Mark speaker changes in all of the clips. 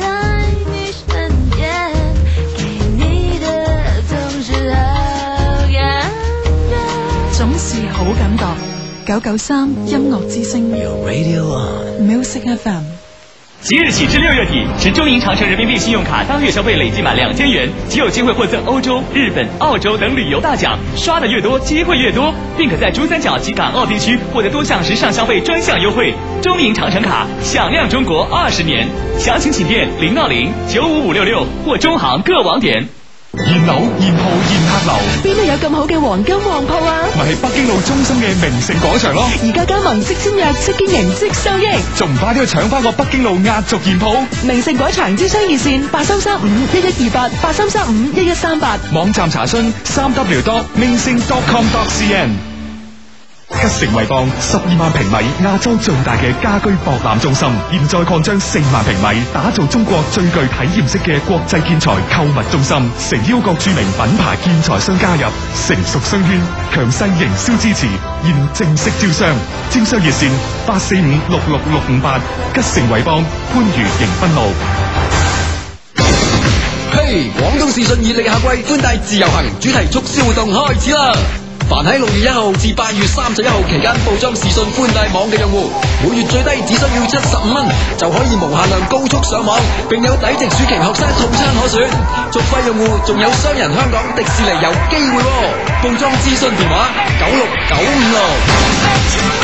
Speaker 1: 在你身边，给你的总是好感觉。
Speaker 2: 总是好感觉。九九三音乐之声
Speaker 3: Your radio on。
Speaker 2: ，Music FM。
Speaker 4: 即日起至六月底，持中银长城人民币信用卡当月消费累计满两千元，即有机会获赠欧洲、日本、澳洲等旅游大奖，刷的越多，机会越多，并可在珠三角及港澳地区获得多项时尚消费专项优惠。中银长城卡，响亮中国二十年。详情请电零二零九五五六六或中行各网点。
Speaker 5: 現樓現鋪現客流，
Speaker 6: 边度有咁好嘅黃金旺鋪啊？
Speaker 5: 咪係北京路中心嘅名城廣場咯，
Speaker 6: 而家加盟即簽約、即經營、即收益。
Speaker 5: 仲唔快啲去搶翻個北京路壓軸現鋪？
Speaker 6: 名城廣場招商熱線八三三五一一二八八三三五一一三八。
Speaker 5: 網站查詢三 W 多 m i s i n g com dot cn。吉盛惠邦十二萬平米亞洲最大嘅家居博覽中心，現在擴張四萬平米，打造中國最具體驗式嘅國際建材購物中心，誠邀各著名品牌建材商加入，成熟商圈，強勢營銷支持，現正式招商，招商熱線八四五六六六五八，吉盛惠邦番禺迎賓路。
Speaker 7: 嘿，廣東視訊熱力夏季官大自由行主題促銷活動開始啦！凡喺六月一號至八月三十一號期間報裝視訊寬帶網嘅用戶，每月最低只需要七十五蚊就可以無限量高速上網，並有抵值暑期學生套餐可選。續費用戶仲有雙人香港迪士尼遊機會喎、報裝諮詢電話九六九五六。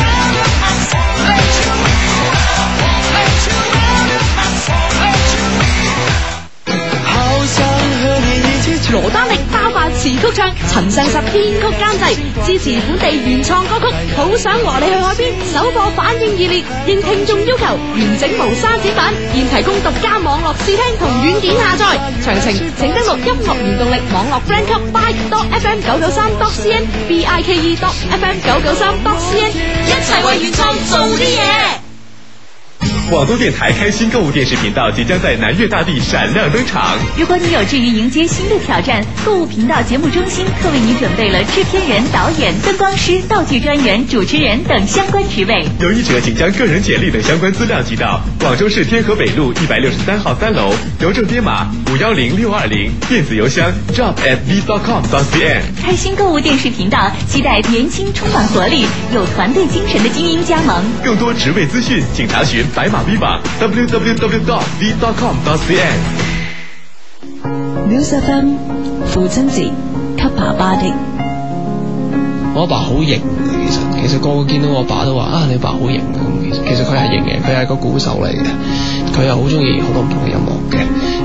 Speaker 6: 羅丹力包辦詞曲唱，陳上實編曲監製，支持本地原創歌曲。好想和你去海邊，首播反應熱烈，應聽眾要求完整無刪剪版，現提供獨家網絡試聽同軟件下載。詳情請登錄音樂原動力網絡 friend 級 by dot fm 九九三 dot cn b i k e dot fm 九九三 dot cn，一齊為原創做啲嘢。
Speaker 4: 广东电台开心购物电视频道即将在南粤大地闪亮登场。
Speaker 8: 如果你有志于迎接新的挑战，购物频道节目中心特为你准备了制片人、导演、灯光师、道具专员、主持人等相关职位。
Speaker 4: 有意者请将个人简历等相关资料寄到广州市天河北路一百六十三号三楼，邮政编码五幺零六二零，电子邮箱 job at v dot com dot cn。
Speaker 8: 开心购物电视频道期待年轻、充满活力、有团队精神的精英加盟。
Speaker 4: 更多职位资讯，请查询白马 V 网 www dot v dot com dot cn。
Speaker 2: Music FM，父亲节，给爸爸的。
Speaker 9: 我阿爸好型嘅，其實其實個個見到我阿爸都話啊，你阿爸好型啊！咁其實其實佢係型嘅，佢係個鼓手嚟嘅，佢又好中意好多唔同嘅音樂嘅。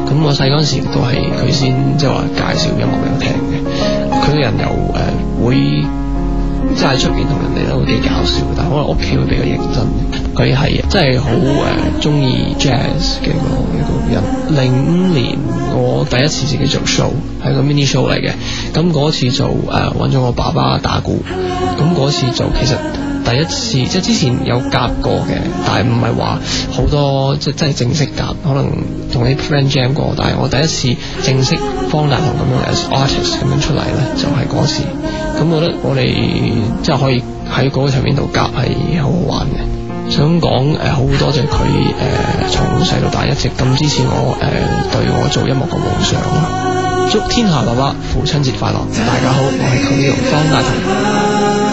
Speaker 9: 咁我細嗰陣時都係佢先即係話介紹音樂俾我聽嘅。佢個人又誒、呃、會即係出呃邊同人哋都會幾搞笑，但可能屋企會比較認真。佢係真係好誒中意 jazz 嘅一個一個人。零五年我第一次自己做 show 係個 mini show 嚟嘅，咁嗰次就誒揾咗我爸爸打鼓，咁嗰次就其實。第一次即係之前有夾過嘅，但係唔係話好多即係真係正式夾，可能同啲 friend jam 過，但係我第一次正式方大同咁樣 as artist 咁樣出嚟咧，就係、嗰次。咁我覺得我哋即係可以喺嗰個場面度夾係好好玩嘅。想講誒呃好多謝佢誒從細到大一直咁支持我誒、呃對我做音樂嘅夢想咯。祝天下爸爸父親節快樂！大家好，我係 c o l 方大同。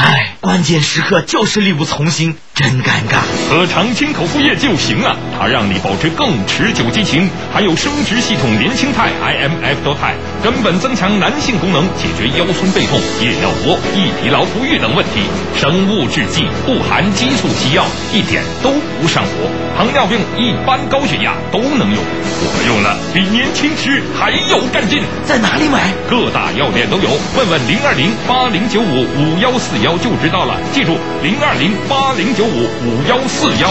Speaker 3: 唉，关键时刻就是力不从心，真尴尬。
Speaker 5: 喝长青口服液就行了，啊它让你保持更持久激情，还有生殖系统年轻态 IMF 多肽，根本增强男性功能，解决腰酸背痛、夜尿多、易疲劳不育等问题。生物制剂，不含激素西药，一点都不上火。糖尿病、一般高血压都能用，我用了比年轻时还有干劲。
Speaker 3: 在哪里买？
Speaker 5: 各大药店都有，问问零二零八零九五五幺四幺就知道了。记住零二零八零九五五幺四幺。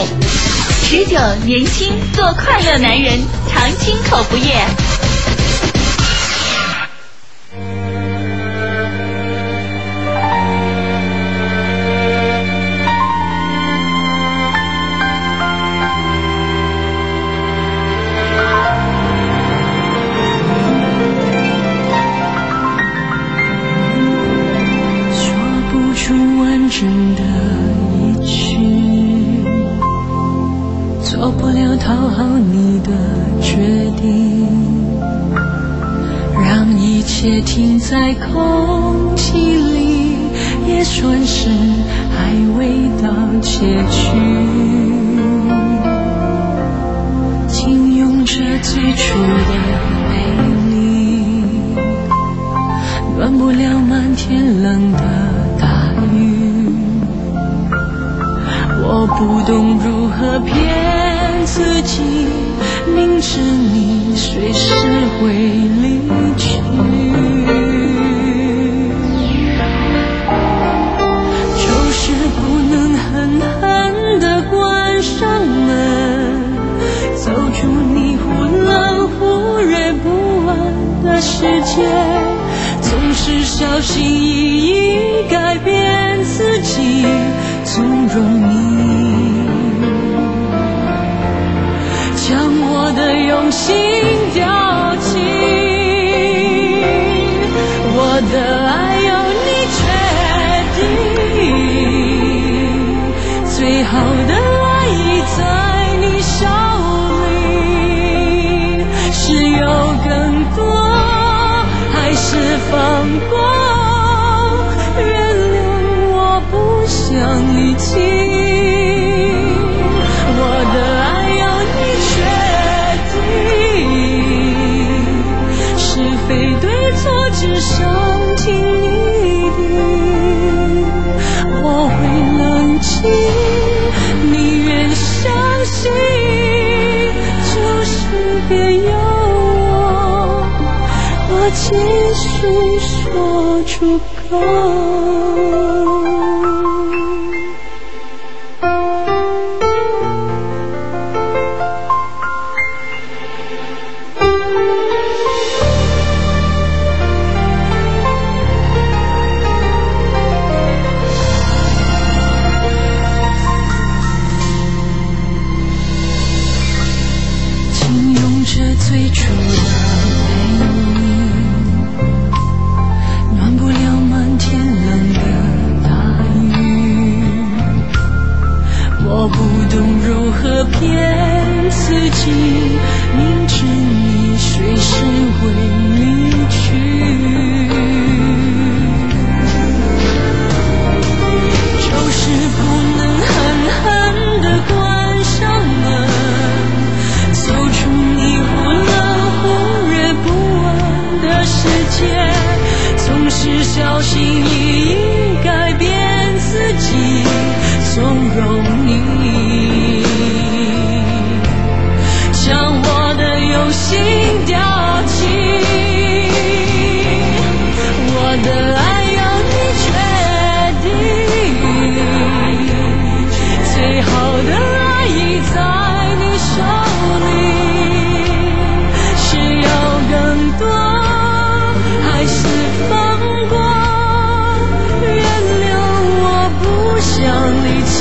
Speaker 8: 持久年轻，做快乐男人，常青口服液。
Speaker 1: 说不出完整的一句，最做不了讨好你的决定，让一切停在空气里，也算是爱未到结局。请用这最初的美丽，暖不了漫天冷的大雨。我不懂如何骗自己，明知你随时会离去。就是不能狠狠地关上门，走出你忽冷忽热不安的世界，总是小心翼翼改变自己，纵容你，将我的用心丢弃。我的爱由你决定，最好的爱已在你手里，是有更多，还是放过？原谅我不想已经，我的爱由你决定。是非对错只剩听你的，我会冷静，你愿相信，就是别有我，我继续说出口。请用这最初的美丽，暖不了漫天冷的大雨。我不懂如何骗自己，明知你随时会离去。就是不能狠狠地关上门，走出你忽冷忽热不安的世界，总是小心翼翼改变自己，纵容你，将我的用心丢弃。我的爱由你决定，最好的爱已在你手里，是要更多，还是放过？原谅我不想离弃，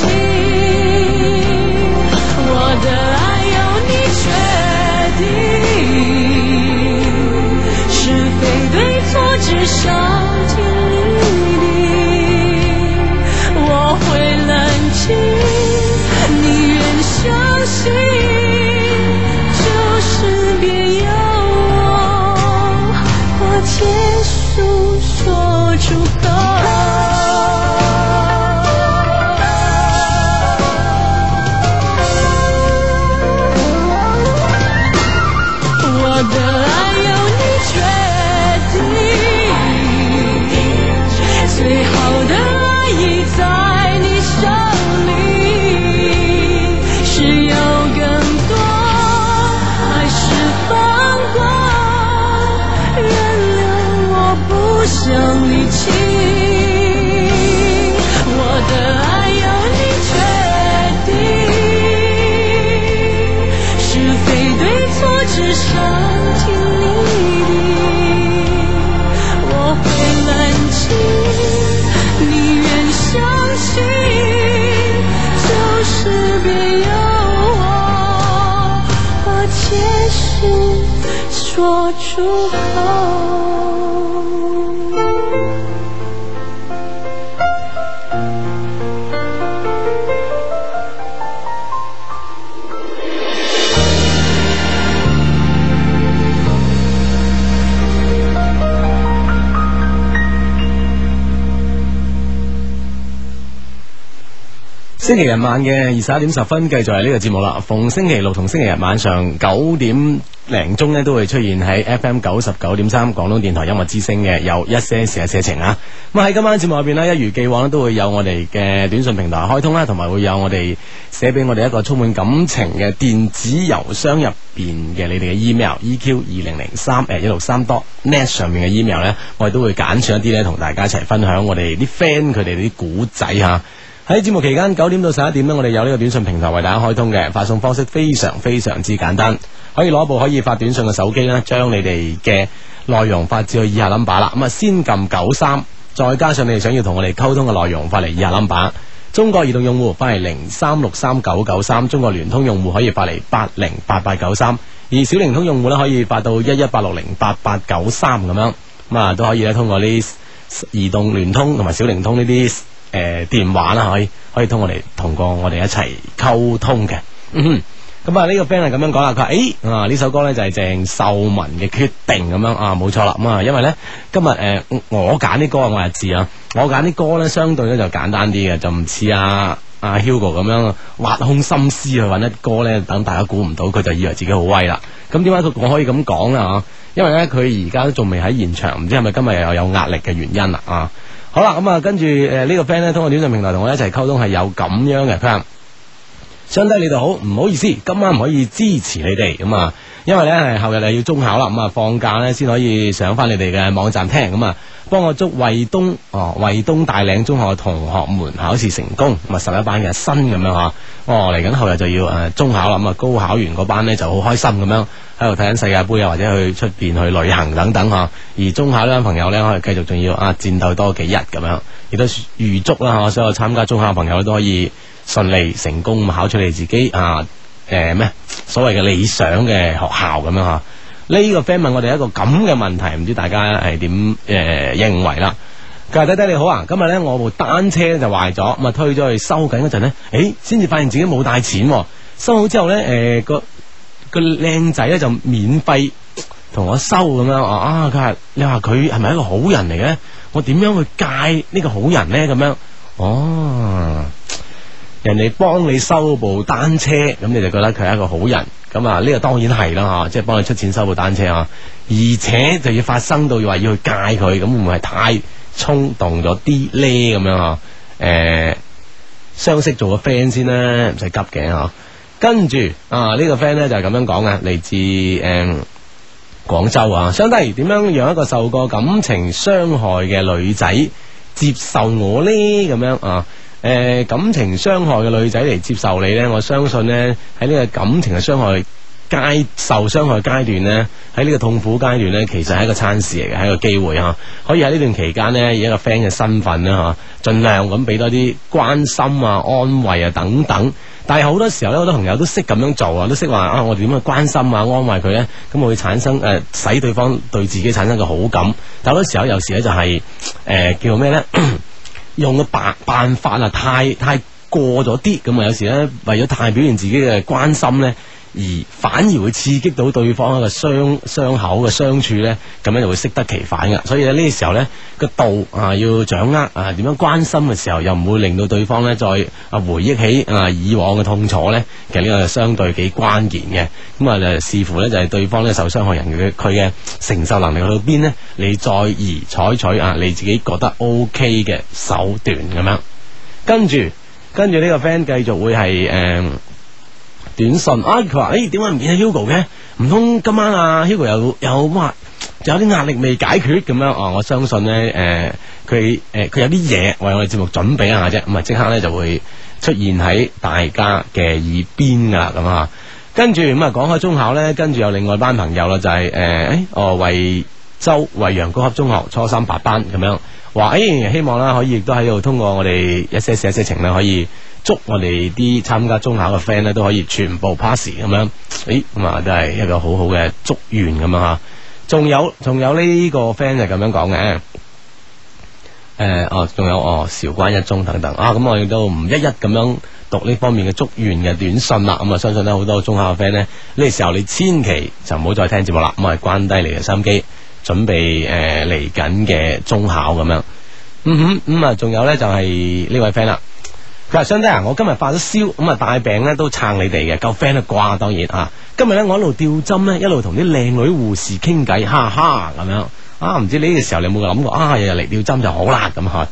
Speaker 1: 我的爱由你决定。是非对错只想听你的，我会冷静，你愿相信，就是别有我，我结束说出口。我的爱由你决定，最好的爱已在你手里，是有更多，还是放过？原谅我不想离弃，我的爱由你决定。是非对错只想听你的，我会冷静，你愿相信，就是别有我，我解释说出口。
Speaker 10: 我
Speaker 3: 星期日晚嘅二十一點十分，繼續係呢個節目啦。逢星期六同星期日晚上九點零鐘呢，都會出現喺 FM 九十九點三廣東電台音樂之聲嘅有一些事一些情啊。咁喺今晚節目入邊呢，一如既往咧，都會有我哋嘅短信平台開通啦，同埋會有我哋寫俾我哋一個充滿感情嘅電子郵箱入邊嘅你哋嘅 email EQ 二零零三誒一六三 dot net 上面嘅 email 呢，我哋都會揀選一啲呢，同大家一齊分享我哋啲 friend 佢哋啲古仔啊吓。喺節目期間九點到十一點呢，我哋有呢個短信平台為大家開通嘅，發送方式非常非常之簡單，可以攞部可以發短信嘅手機呢，將你哋嘅內容發至去以下 number 啦。咁啊，先撳九三，再加上你哋想要同我哋溝通嘅內容，發嚟以下 number。中國移動用戶發嚟零三六三九九三，中國聯通用戶可以發嚟八零八八九三，而小靈通用戶呢，可以發到一一八六零八八九三咁樣，咁啊都可以咧通過呢移動、聯通同埋小靈通呢啲誒電話啦，可以可以通過我哋同過我哋一齊溝通嘅。嗯哼咁啊，呢個 friend 係咁樣講啦，佢話：，誒、啊，呢首歌呢就係鄭秀文嘅決定咁樣啊，冇錯啦。咁啊，因為呢，今日誒、呃我揀啲歌啊，我係知啊，我揀啲歌呢，相對呢就簡單啲嘅，就唔似啊阿 Hugo 咁樣挖空心思去揾一啲歌呢，等大家估唔到，佢就以為自己好威啦。咁點解佢我可以咁講啦？啊，因為呢，佢而家都仲未喺現場，唔知係咪今日又有壓力嘅原因啦啊！好啦，咁啊，跟住誒呢個 friend 咧，通過短信平台同我一齊溝通係有咁樣嘅，佢話。相低你哋好，唔好意思，今晚唔可以支持你哋咁啊，因為咧係後日係要中考啦，咁啊放假咧先可以上翻你哋嘅網站聽咁啊，幫我祝惠東哦惠東大嶺中學嘅同學們考試成功，咁啊十一班嘅新咁樣吓，哦嚟緊後日就要誒、呃中考啦，咁啊高考完嗰班咧就好開心咁樣喺度睇緊世界盃啊，或者去出邊去旅行等等吓，而中考呢班朋友咧可以繼續仲要啊戰鬥多幾日咁樣，亦都預祝啦吓，所有參加中考嘅朋友都可以。順利成功咁考出你自己啊誒咩、所謂嘅理想嘅學校咁樣嚇。呢、個 friend 問我哋一個咁嘅問題，唔知大家係點誒認為啦？佢話：弟弟你好啊，今日咧我部單車咧就壞咗，咁啊推咗去修緊嗰陣咧，誒先至發現自己冇帶錢、喎。修好之後咧，誒、個個靚仔咧就免費同我收咁樣啊！佢話你話佢係咪一個好人嚟嘅咧？我點樣去戒呢個好人咧？咁樣哦。人哋幫你修部單車，咁你就覺得佢係一個好人。咁啊，呢個當然係啦嚇，即係幫你出錢修部單車啊，而且就要發生到話要去戒佢，咁會唔會係太衝動咗啲咧？咁樣嚇，誒、相識做個 friend 先啦，唔使急嘅啊嚇。跟住啊，呢、個 friend 咧就係、咁樣講嘅，嚟自誒。廣州啊，相低點樣讓一個受過感情傷害嘅女仔接受我呢？咁樣啊，誒、感情傷害嘅女仔嚟接受你呢？我相信呢，喺呢個感情嘅傷害階受傷害階段呢，喺呢個痛苦階段呢，其實係一個餐事嚟嘅，係一個機會啊，可以喺呢段期間呢，以一個 friend 嘅身份啦嚇，盡量咁俾多啲關心啊、安慰啊等等。但係好多時候咧，好多朋友都識咁樣做啊，都識話啊，我哋點去關心啊、安慰佢呢？咁會產生誒、呃使對方對自己產生個好感。但好多時候有時呢，就係、呃叫做咩呢？用嘅辦辦法啊，太太過咗啲，咁啊有時咧為咗太表現自己嘅關心咧，而反而會刺激到對方一個傷傷口嘅相處咧，咁樣就會適得其反噶。所以咧呢個時候咧個度啊要掌握啊，點樣關心嘅時候又唔會令到對方咧再啊回憶起啊以往嘅痛楚咧，其實呢個係相對幾關鍵嘅。咁啊就視乎咧就係對方咧受傷害人嘅佢嘅承受能力去到邊咧，你再而採取啊你自己覺得 O K 嘅手段咁樣。跟住跟住呢個 friend 繼續會係誒、呃短信啊，佢話誒點解唔見阿 Hugo 嘅？唔通今晚啊 Hugo 有有哇，仲有啲壓力未解決咁樣啊？我相信咧誒，佢誒佢有啲嘢為我哋節目準備一下啫，咁啊即刻咧就會出現喺大家嘅耳邊噶啦咁啊。跟住咁啊，講開中考咧，跟住有另外班朋友啦，就係誒誒哦惠州惠陽高級中學初三八班咁樣話，誒、希望啦可以亦都喺度通過我哋一些事一些情啦，可以祝我哋啲參加中考嘅 friend 咧都可以全部 pass 咁樣，誒咁啊，都係一個好好嘅祝願咁樣吓。仲有仲有呢個 friend 就咁樣講嘅。誒、哦，仲有哦，韶關一中等等啊，咁我亦都唔一一咁樣讀呢方面嘅祝願嘅短信啦。咁啊，相信咧好多中考嘅 friend 呢，呢時候你千祈就唔好再聽節目啦，咁啊關低你嘅心機，準備誒嚟緊嘅中考咁樣。嗯哼，咁、啊，仲有呢，就係、呢位 friend 啦。佢話相低啊，我今日發咗燒，咁啊大病咧都撐你哋嘅，夠 friend 啊啩，當然啊。今日咧我一路吊針咧，一路同啲靚女護士傾偈，哈哈咁樣。啊，唔知呢個時候你有冇諗過啊？日日嚟吊針就好啦咁嚇。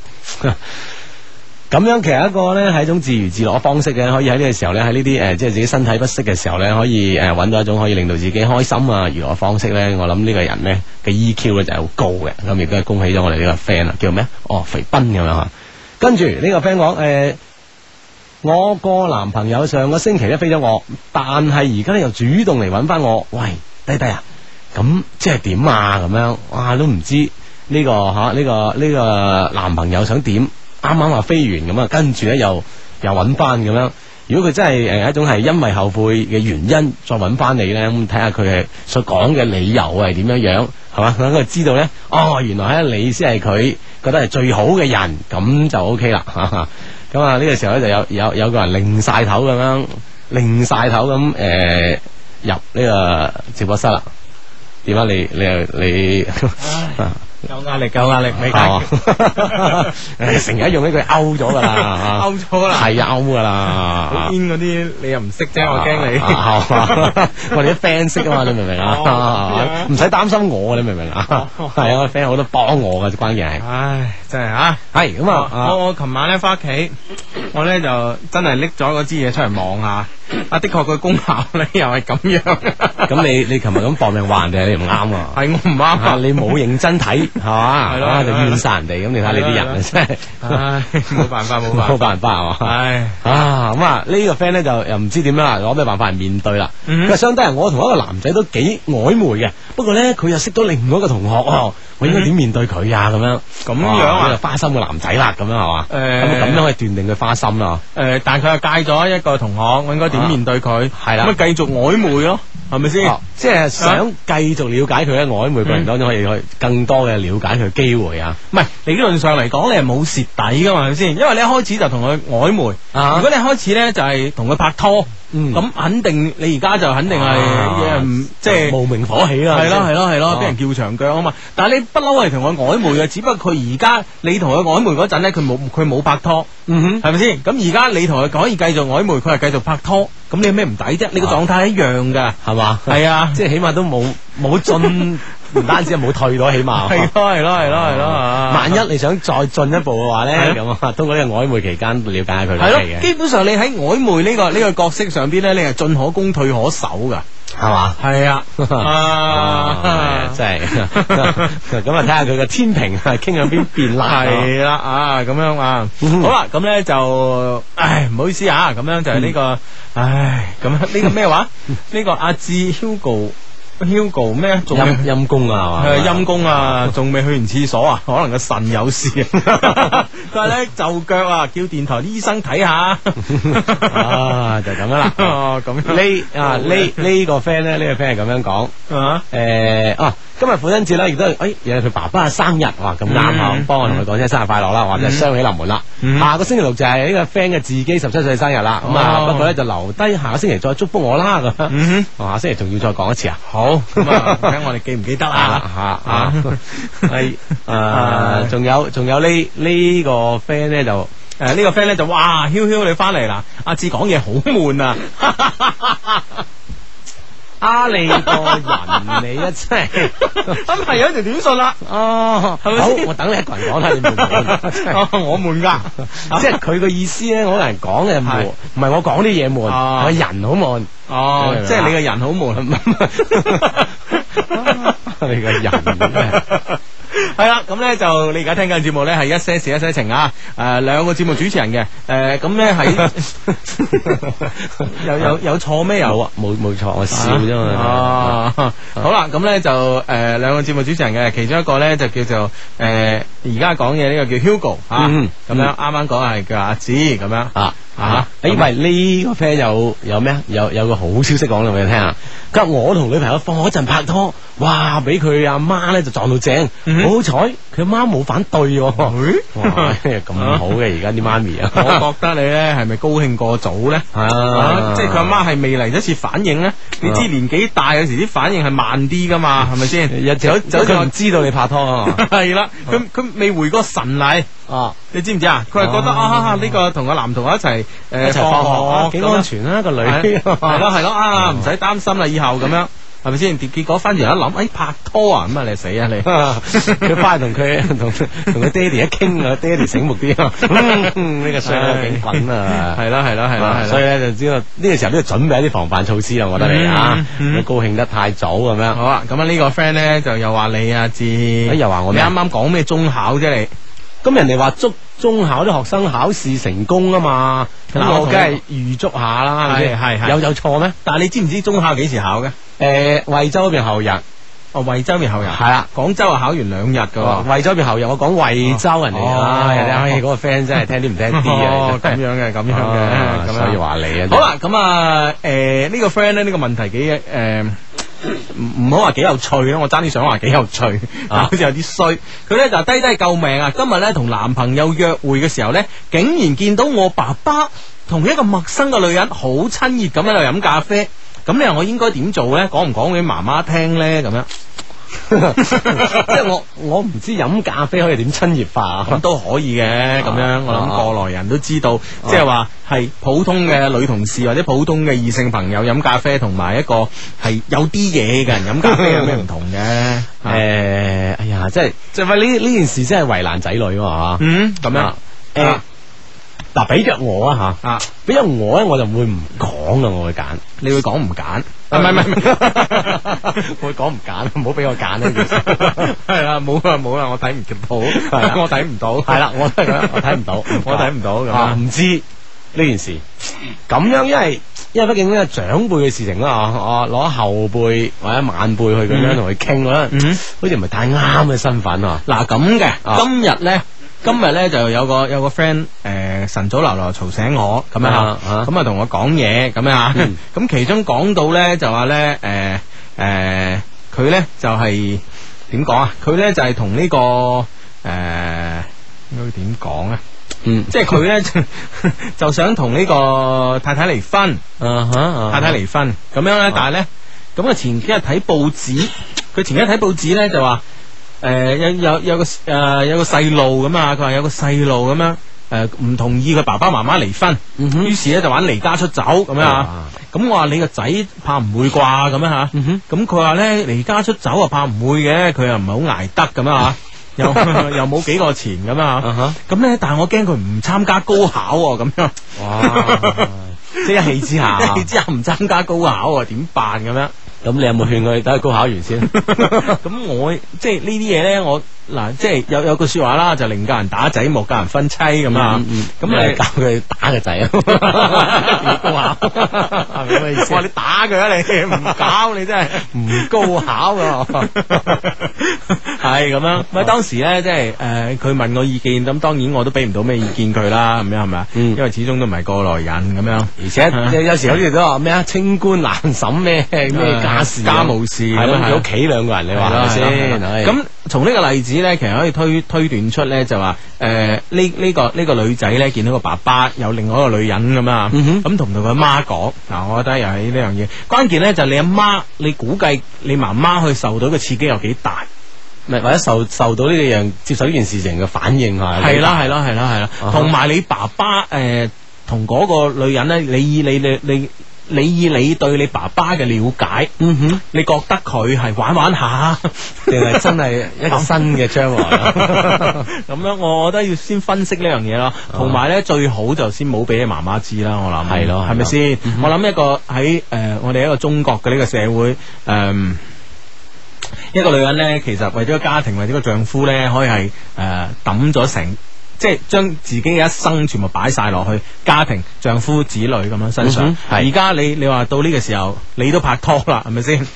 Speaker 3: 咁樣其實一個咧係一種自娛自樂嘅方式嘅，可以喺呢個時候咧喺呢啲誒即係自己身體不適嘅時候咧，可以誒揾到一種可以令到自己開心啊娛樂嘅方式咧。我諗呢個人咧嘅 EQ 咧就係好高嘅，咁亦都係恭喜咗我哋呢個 friend 啦，叫咩？哦，肥斌咁樣嚇。跟住呢個 friend 講誒。呃我個男朋友上個星期咧飛咗我，但係而家咧又主動嚟揾翻我，喂，低低啊，咁即係點啊？咁樣，哇，都唔知呢、個吓呢、個呢、個男朋友想點？啱啱話飛完咁啊，跟住咧又又揾翻咁樣。如果佢真係誒一種係因為後悔嘅原因再揾翻你咧，咁睇下佢係所講嘅理由係點樣樣，係嘛？等佢知道咧，哦，原來咧你先係佢覺得係最好嘅人，咁就 OK 啦。 哈哈咁啊，呢個時候咧就有有有個人擰晒頭咁樣，擰晒頭咁誒、呃入呢個直播室啦。點啊？你你你
Speaker 11: 哎
Speaker 7: 有壓力，有壓力，未解
Speaker 3: 哦 成日用呢句勾咗噶啦，
Speaker 7: 勾咗啦，
Speaker 3: 係啊，勾噶啦，
Speaker 7: 好堅嗰啲你又唔識啫，我驚你。哦
Speaker 3: 啊啊 我哋啲 friend 識啊嘛，你明唔 明啊？唔使擔心我，你明唔明啊？ 係啊，我 friend 好多幫我嘅，關鍵係。
Speaker 7: 唉，真係啊，
Speaker 3: 係咁啊啊
Speaker 7: 我我琴晚咧翻屋企，我咧就真係拎咗嗰支嘢出嚟望下，啊的確佢功效咧又係咁樣，
Speaker 3: 咁你你琴日咁搏命話人哋，你唔啱啊！
Speaker 7: 係我唔啱
Speaker 3: 啊！你冇認真睇係嘛？
Speaker 7: 係咯
Speaker 3: 啊就
Speaker 7: 係咯
Speaker 3: 怨晒人哋咁，你睇下你啲人啊真係。
Speaker 7: 唉，冇辦法，冇辦法，
Speaker 3: 冇辦法係嘛？
Speaker 7: 唉
Speaker 3: 啊咁啊，呢個 friend 咧就又唔知點樣啦，攞咩辦法嚟面對啦。
Speaker 7: 嗯
Speaker 3: 佢話相低啊人，我同一個男仔都幾曖昧嘅，不過咧佢又識到另外一個同學喎，我應該點面對佢啊？咁樣
Speaker 7: 咁樣啊
Speaker 3: 哇呢個花心嘅男仔啦，咁樣係嘛？
Speaker 7: 誒
Speaker 3: 咁咁樣可以斷定佢花心啦。
Speaker 7: 诶，呃但佢又戒咗一個同學，我應該點面對佢？
Speaker 3: 係啊啦
Speaker 7: 咁咪繼續曖昧咯，係咪先啊
Speaker 3: 哦？即係想繼續了解佢咧，我喺每個人
Speaker 7: 嗯
Speaker 3: 當中可以去更多嘅了解佢嘅機會啊。
Speaker 7: 唔係理論上嚟講，你係冇蝕底噶嘛，係咪先？因為你一開始就同佢曖昧，
Speaker 3: 啊
Speaker 7: 如果你一開始咧就係同佢拍拖，
Speaker 3: 嗯
Speaker 7: 咁肯定你而家就肯定係
Speaker 3: 啊
Speaker 7: 誒唔即係
Speaker 3: 無名火起啦
Speaker 7: 係咯係咯係
Speaker 3: 啊
Speaker 7: 咯，俾人叫長腳啊嘛。但係你不嬲係同佢曖昧嘅，只不過佢而家你同佢曖昧嗰陣咧，佢冇佢冇拍拖，
Speaker 3: 嗯
Speaker 7: 係咪先？咁而家你同佢可以繼續曖昧，佢係繼續拍拖，咁你有咩唔抵啫？你個狀態一樣㗎，
Speaker 3: 哼，係嘛？
Speaker 7: 係啊。
Speaker 3: 即係起碼都冇冇 進，唔單止係冇退到，起碼
Speaker 7: 係咯係咯係咯係咯啊
Speaker 3: 萬一你想再進一步嘅話咧，
Speaker 7: 係
Speaker 3: 咁啊，通過呢個曖昧期間了解下佢
Speaker 7: 係
Speaker 3: 哋
Speaker 7: 咯，
Speaker 3: 嘅，
Speaker 7: 基本上你喺曖昧呢、個呢、個角色上邊咧，你係進可攻退可守噶。
Speaker 3: 係嘛？
Speaker 7: 係 啊，
Speaker 3: 啊
Speaker 7: 啊，
Speaker 3: 真係 咁啊！睇 下佢嘅天平係傾向邊邊啦。
Speaker 7: 係啦啊，咁樣啊，
Speaker 3: 嗯
Speaker 7: 好啦，咁咧就，唉，唔好意思啊，咁樣就係呢、個，唉，咁樣呢個咩話？呢個阿志 Hugo Hugo 咩？仲未
Speaker 3: 陰陰公啊，係
Speaker 7: 誒
Speaker 3: 嘛？
Speaker 7: 陰公啊，仲未去完廁所啊，可能個腎有事。啊 佢話咧就腳啊，叫電台啲醫生睇下。
Speaker 3: 啊，就係咁樣啦。
Speaker 7: 哦，咁樣
Speaker 3: 呢啊呢呢個 friend 咧，呢個 friend 係咁樣講。
Speaker 7: 啊，
Speaker 3: 诶、哦，今日父親節咧，亦都係，诶、又係佢爸爸嘅生日，哇，咁啱啊
Speaker 7: 嗯！
Speaker 3: 幫我同佢講聲生日快樂啦，或者雙喜臨門啦。
Speaker 7: 嗯
Speaker 3: 下個星期六就係呢個 friend 嘅自己十七歲生日啦，咁啊、
Speaker 7: 哦
Speaker 3: 不過咧就留低下個星期再祝福我啦，咁樣。
Speaker 7: 嗯哼。
Speaker 3: 哦下星期仲要再講一次啊？
Speaker 7: 好，咁 啊，睇我哋記唔記得啊？
Speaker 3: 啊吓啊，
Speaker 7: 哎
Speaker 3: 係诶，仲有仲有呢呢個 friend 咧就。
Speaker 7: 诶，呢個 friend 咧就哇，囂囂你翻嚟啦，阿志講嘢好悶啊！
Speaker 3: 啊！你個人你啊真係
Speaker 7: 咁係有一條短信啦，
Speaker 3: 哦，
Speaker 7: 係咪
Speaker 3: 好，
Speaker 7: 先
Speaker 3: 我等你一個人講啦，你唔好真係
Speaker 7: 哦我悶噶，
Speaker 3: 即係佢個意思咧，我可能講嘅悶，
Speaker 7: 係
Speaker 3: 唔係我講啲嘢悶，
Speaker 7: 啊
Speaker 3: 我人好悶。
Speaker 7: 哦，即係你個人好 啊悶。
Speaker 3: 你個人真係
Speaker 7: 系啦，咁咧就你而家聽緊節目咧係一些事一些情啊，诶、兩個節目主持人嘅，诶咁咧喺有有有錯咩有
Speaker 3: 冇
Speaker 7: 啊？
Speaker 3: 啊，冇冇錯，我笑啊啫嘛。
Speaker 7: 哦，好啦，咁咧就诶兩個節目主持人嘅，其中一個咧就叫做诶而家講嘢呢個叫 Hugo 啊，
Speaker 3: 嗯
Speaker 7: 咁樣啱啱講係叫阿子咁樣
Speaker 3: 啊啊
Speaker 7: 啊！
Speaker 3: 誒，喂，呢個 friend 有有咩啊？有有個好消息講俾你聽啊！佢話我同女朋友放學嗰陣拍拖，哇！俾佢阿媽咧就撞到正，
Speaker 7: 嗯
Speaker 3: 好彩佢阿媽冇反對喎。
Speaker 7: 咦
Speaker 3: 哇！哎咁好嘅而家啲媽咪啊，
Speaker 7: 我覺得你咧係咪高興過早咧？啊，即係佢阿媽係未嚟得切反應咧，你
Speaker 11: 啊
Speaker 7: 知年紀大有 時啲反應係慢啲噶嘛，係咪先？
Speaker 3: 一直
Speaker 7: 就就好似
Speaker 3: 佢
Speaker 7: 我
Speaker 3: 唔知道你拍拖啊嘛。
Speaker 7: 系啦，佢佢
Speaker 3: 未回過神嚟
Speaker 11: 啊！
Speaker 3: 你知唔知啊？佢係覺得
Speaker 11: 哦
Speaker 3: 啊，呢個同個男同學一齊
Speaker 11: 一
Speaker 3: 誒
Speaker 11: 齊放學啊
Speaker 3: 放學
Speaker 11: 幾安全啊個女
Speaker 3: 係係咯係咯 啊，唔使擔心啦，以後咁樣。係咪先？結結果翻嚟一諗，誒、拍拖啊，咁啊你死啊你！
Speaker 11: 佢翻嚟同佢 同同佢爹哋一傾， 啊，爹哋醒目啲啊！嗯呢個衰佬警棍啊！
Speaker 3: 係啦係啦係啦係啦
Speaker 11: 所以咧就知道呢個時候都要準備一啲防範措施啦，我覺得你啊
Speaker 3: 嗯，嗯
Speaker 11: 唔好高興得太早咁樣。
Speaker 3: 好啊，咁啊呢個 friend 咧就又話你啊志，
Speaker 11: 又話我
Speaker 3: 你
Speaker 11: 咩
Speaker 3: 啱啱講咩中考啫你？
Speaker 11: 咁人哋話祝中考啲學生考試成功啊嘛，咁
Speaker 3: 嗱
Speaker 11: 我
Speaker 3: 我
Speaker 11: 梗係預祝下啦，
Speaker 3: 係
Speaker 11: 咪
Speaker 3: 係係
Speaker 11: 有有錯咩？
Speaker 3: 但係你知唔知中考幾時考嘅？
Speaker 11: 誒，惠州嗰邊後日，
Speaker 3: 哦，惠州面後日，
Speaker 11: 係啦，哦
Speaker 3: 廣州啊考完兩日噶。
Speaker 11: 惠州嗰邊後日，我講惠州人嚟
Speaker 3: 哦
Speaker 11: 啊，人哋唉嗰個 friend 真係聽啲唔聽 啲
Speaker 3: 哦
Speaker 11: 啊，
Speaker 3: 咁樣嘅，咁樣
Speaker 11: 啊
Speaker 3: 嘅，咁
Speaker 11: 所以話你啊
Speaker 3: 好啦，咁啊，誒呢個 friend 咧呢個問題幾誒。唔唔好話幾有趣啊啦，我爭啲想話幾有趣，
Speaker 11: 啊
Speaker 3: 但好似有啲衰。佢咧就低低救命啊！今日咧同男朋友約會嘅時候咧，竟然見到我爸爸同一個陌生嘅女人好親熱咁喺度飲咖啡。咁你話我應該點做咧？講唔講俾媽媽聽 咧？咁樣。即系我
Speaker 11: 我唔知饮咖啡可以点亲热化啊
Speaker 3: 咁都可以嘅，咁樣我諗過來人都知道，
Speaker 11: 啊
Speaker 3: 即係話係普通嘅女同事或者普通嘅異性朋友飲咖啡，同埋一個係有啲嘢嘅人飲咖啡有咩唔同 嘅？
Speaker 11: 誒，哎呀，即係即係喂呢呢件事真係為難仔女啊！嚇
Speaker 3: 嗯，咁樣
Speaker 11: 啊誒，嗱，俾着我啊嚇，
Speaker 3: 啊，
Speaker 11: 俾着我咧，我就會唔講噶，我會揀，
Speaker 3: 你會講唔揀？啊唔係唔係唔 係，
Speaker 11: 我會講唔揀，唔好俾我揀
Speaker 7: 啊
Speaker 11: 呢件事。
Speaker 3: 係啦，冇啦冇啊啦，我睇唔到，
Speaker 11: 係啦
Speaker 3: 我睇唔到，
Speaker 11: 係啦，我都係 咁樣我睇唔到，
Speaker 3: 我睇唔到咁
Speaker 11: 啊
Speaker 3: 樣。
Speaker 11: 唔知呢件事咁樣，因為因為畢竟呢個長輩嘅事情啦，啊我攞後輩或者晚輩去咁樣同佢傾，我覺得
Speaker 3: 嗯
Speaker 11: 好似唔係太啱嘅身份啊。
Speaker 3: 嗱咁嘅，
Speaker 11: 啊
Speaker 3: 今日咧。今日咧就有個有個 friend 誒晨早流流嘈醒我咁樣
Speaker 11: 啊
Speaker 3: 啊
Speaker 11: 啊
Speaker 3: 咁啊同我講嘢咁樣啊，咁、
Speaker 11: 嗯
Speaker 3: 其中講到咧就話咧誒誒佢咧就係點講啊？佢咧就係同呢個誒、呃、應該點講啊？
Speaker 11: 嗯，
Speaker 3: 即係佢咧就 就想同呢個太太離婚。
Speaker 11: 啊哈啊
Speaker 3: 太太離婚咁樣咧，但係咧，咁啊前幾日睇報紙，佢前幾日睇報紙咧就話，誒、呃有有有個誒、有個細路咁啊，佢話有個細路咁樣，誒、唔同意佢爸爸媽媽離婚，
Speaker 11: 嗯哼
Speaker 3: 於是咧就玩離家出走咁樣啊，咁我話你個仔怕唔會啩咁樣吓，
Speaker 11: 嗯
Speaker 3: 咁佢話咧離家出走啊怕唔會嘅，佢又唔係好捱得咁啊。又 又冇幾個錢咁
Speaker 11: 啊
Speaker 3: 啊
Speaker 11: 哈，
Speaker 3: 咁咧，但係我驚佢唔參加高考喎，咁樣。
Speaker 11: 哇！即係一氣之下，
Speaker 3: 你之後唔參加高考啊，點辦咁樣？
Speaker 11: 咁你有冇勸佢等佢高考完先？
Speaker 3: 咁我即係呢啲嘢咧，我嗱即係有有句説話啦，就寧教人打仔，莫教人分妻咁啊
Speaker 11: 嗯嗯。
Speaker 3: 咁
Speaker 11: 你
Speaker 3: 你
Speaker 11: 教佢打個仔 啊？高考係咪咁嘅意思
Speaker 3: 哇！你打佢啊你，唔搞你真係
Speaker 11: 嗯
Speaker 3: 唔
Speaker 11: 高考啊！
Speaker 3: 係 咁樣。咪當時咧，即係誒，佢問我意見，咁當然我都俾唔到咩意見佢啦，咁樣係咪啊？
Speaker 11: 嗯
Speaker 3: 因為始終都唔係過來人咁樣。
Speaker 11: 而且 有有時好似都話咩啊，清官難審咩咩家事啊，
Speaker 3: 家務事
Speaker 11: 係
Speaker 3: 咁
Speaker 11: 咯
Speaker 3: 係
Speaker 11: 你屋企兩個人，你話係
Speaker 3: 係
Speaker 11: 咪
Speaker 3: 咪
Speaker 11: 先？唉
Speaker 3: 咁從呢個例子咧，其實可以推推斷出咧，就話誒呢呢個呢個女仔咧，見到個爸爸有另外一個女人咁啊，
Speaker 11: 嗯哼
Speaker 3: 咁同唔同佢媽講嗱，我覺得又係呢樣嘢。關鍵咧就係你阿媽，你估計你媽媽去受到嘅刺激有幾大？
Speaker 11: 唔係或者受受到呢樣接受呢件事情嘅反應啊，
Speaker 3: 係啦，係啦，係啦，係啦
Speaker 11: 啊哈，
Speaker 3: 同埋你爸爸誒同嗰個女人咧，你以你你你你以你對你爸爸嘅了解，
Speaker 11: 嗯哼，
Speaker 3: 你覺得佢係玩玩下？
Speaker 11: 定係真係一 個新嘅將來啊？
Speaker 3: 咁樣，我覺得要先分析呢樣嘢啦，同埋咧最好就先冇俾你媽媽知啦。我諗
Speaker 11: 係咯嗯
Speaker 3: 係咪先？我諗一個喺誒、呃我哋一個中國嘅呢個社會誒。嗯一個女人咧，其實為咗個家庭，為咗個丈夫咧，可以係誒抌咗成，即係將自己嘅一生全部擺晒落去家庭、丈夫、子女咁樣身上
Speaker 11: 嗯。哼係
Speaker 3: 而家、你你話到呢個時候，你都拍拖啦，係 咪先？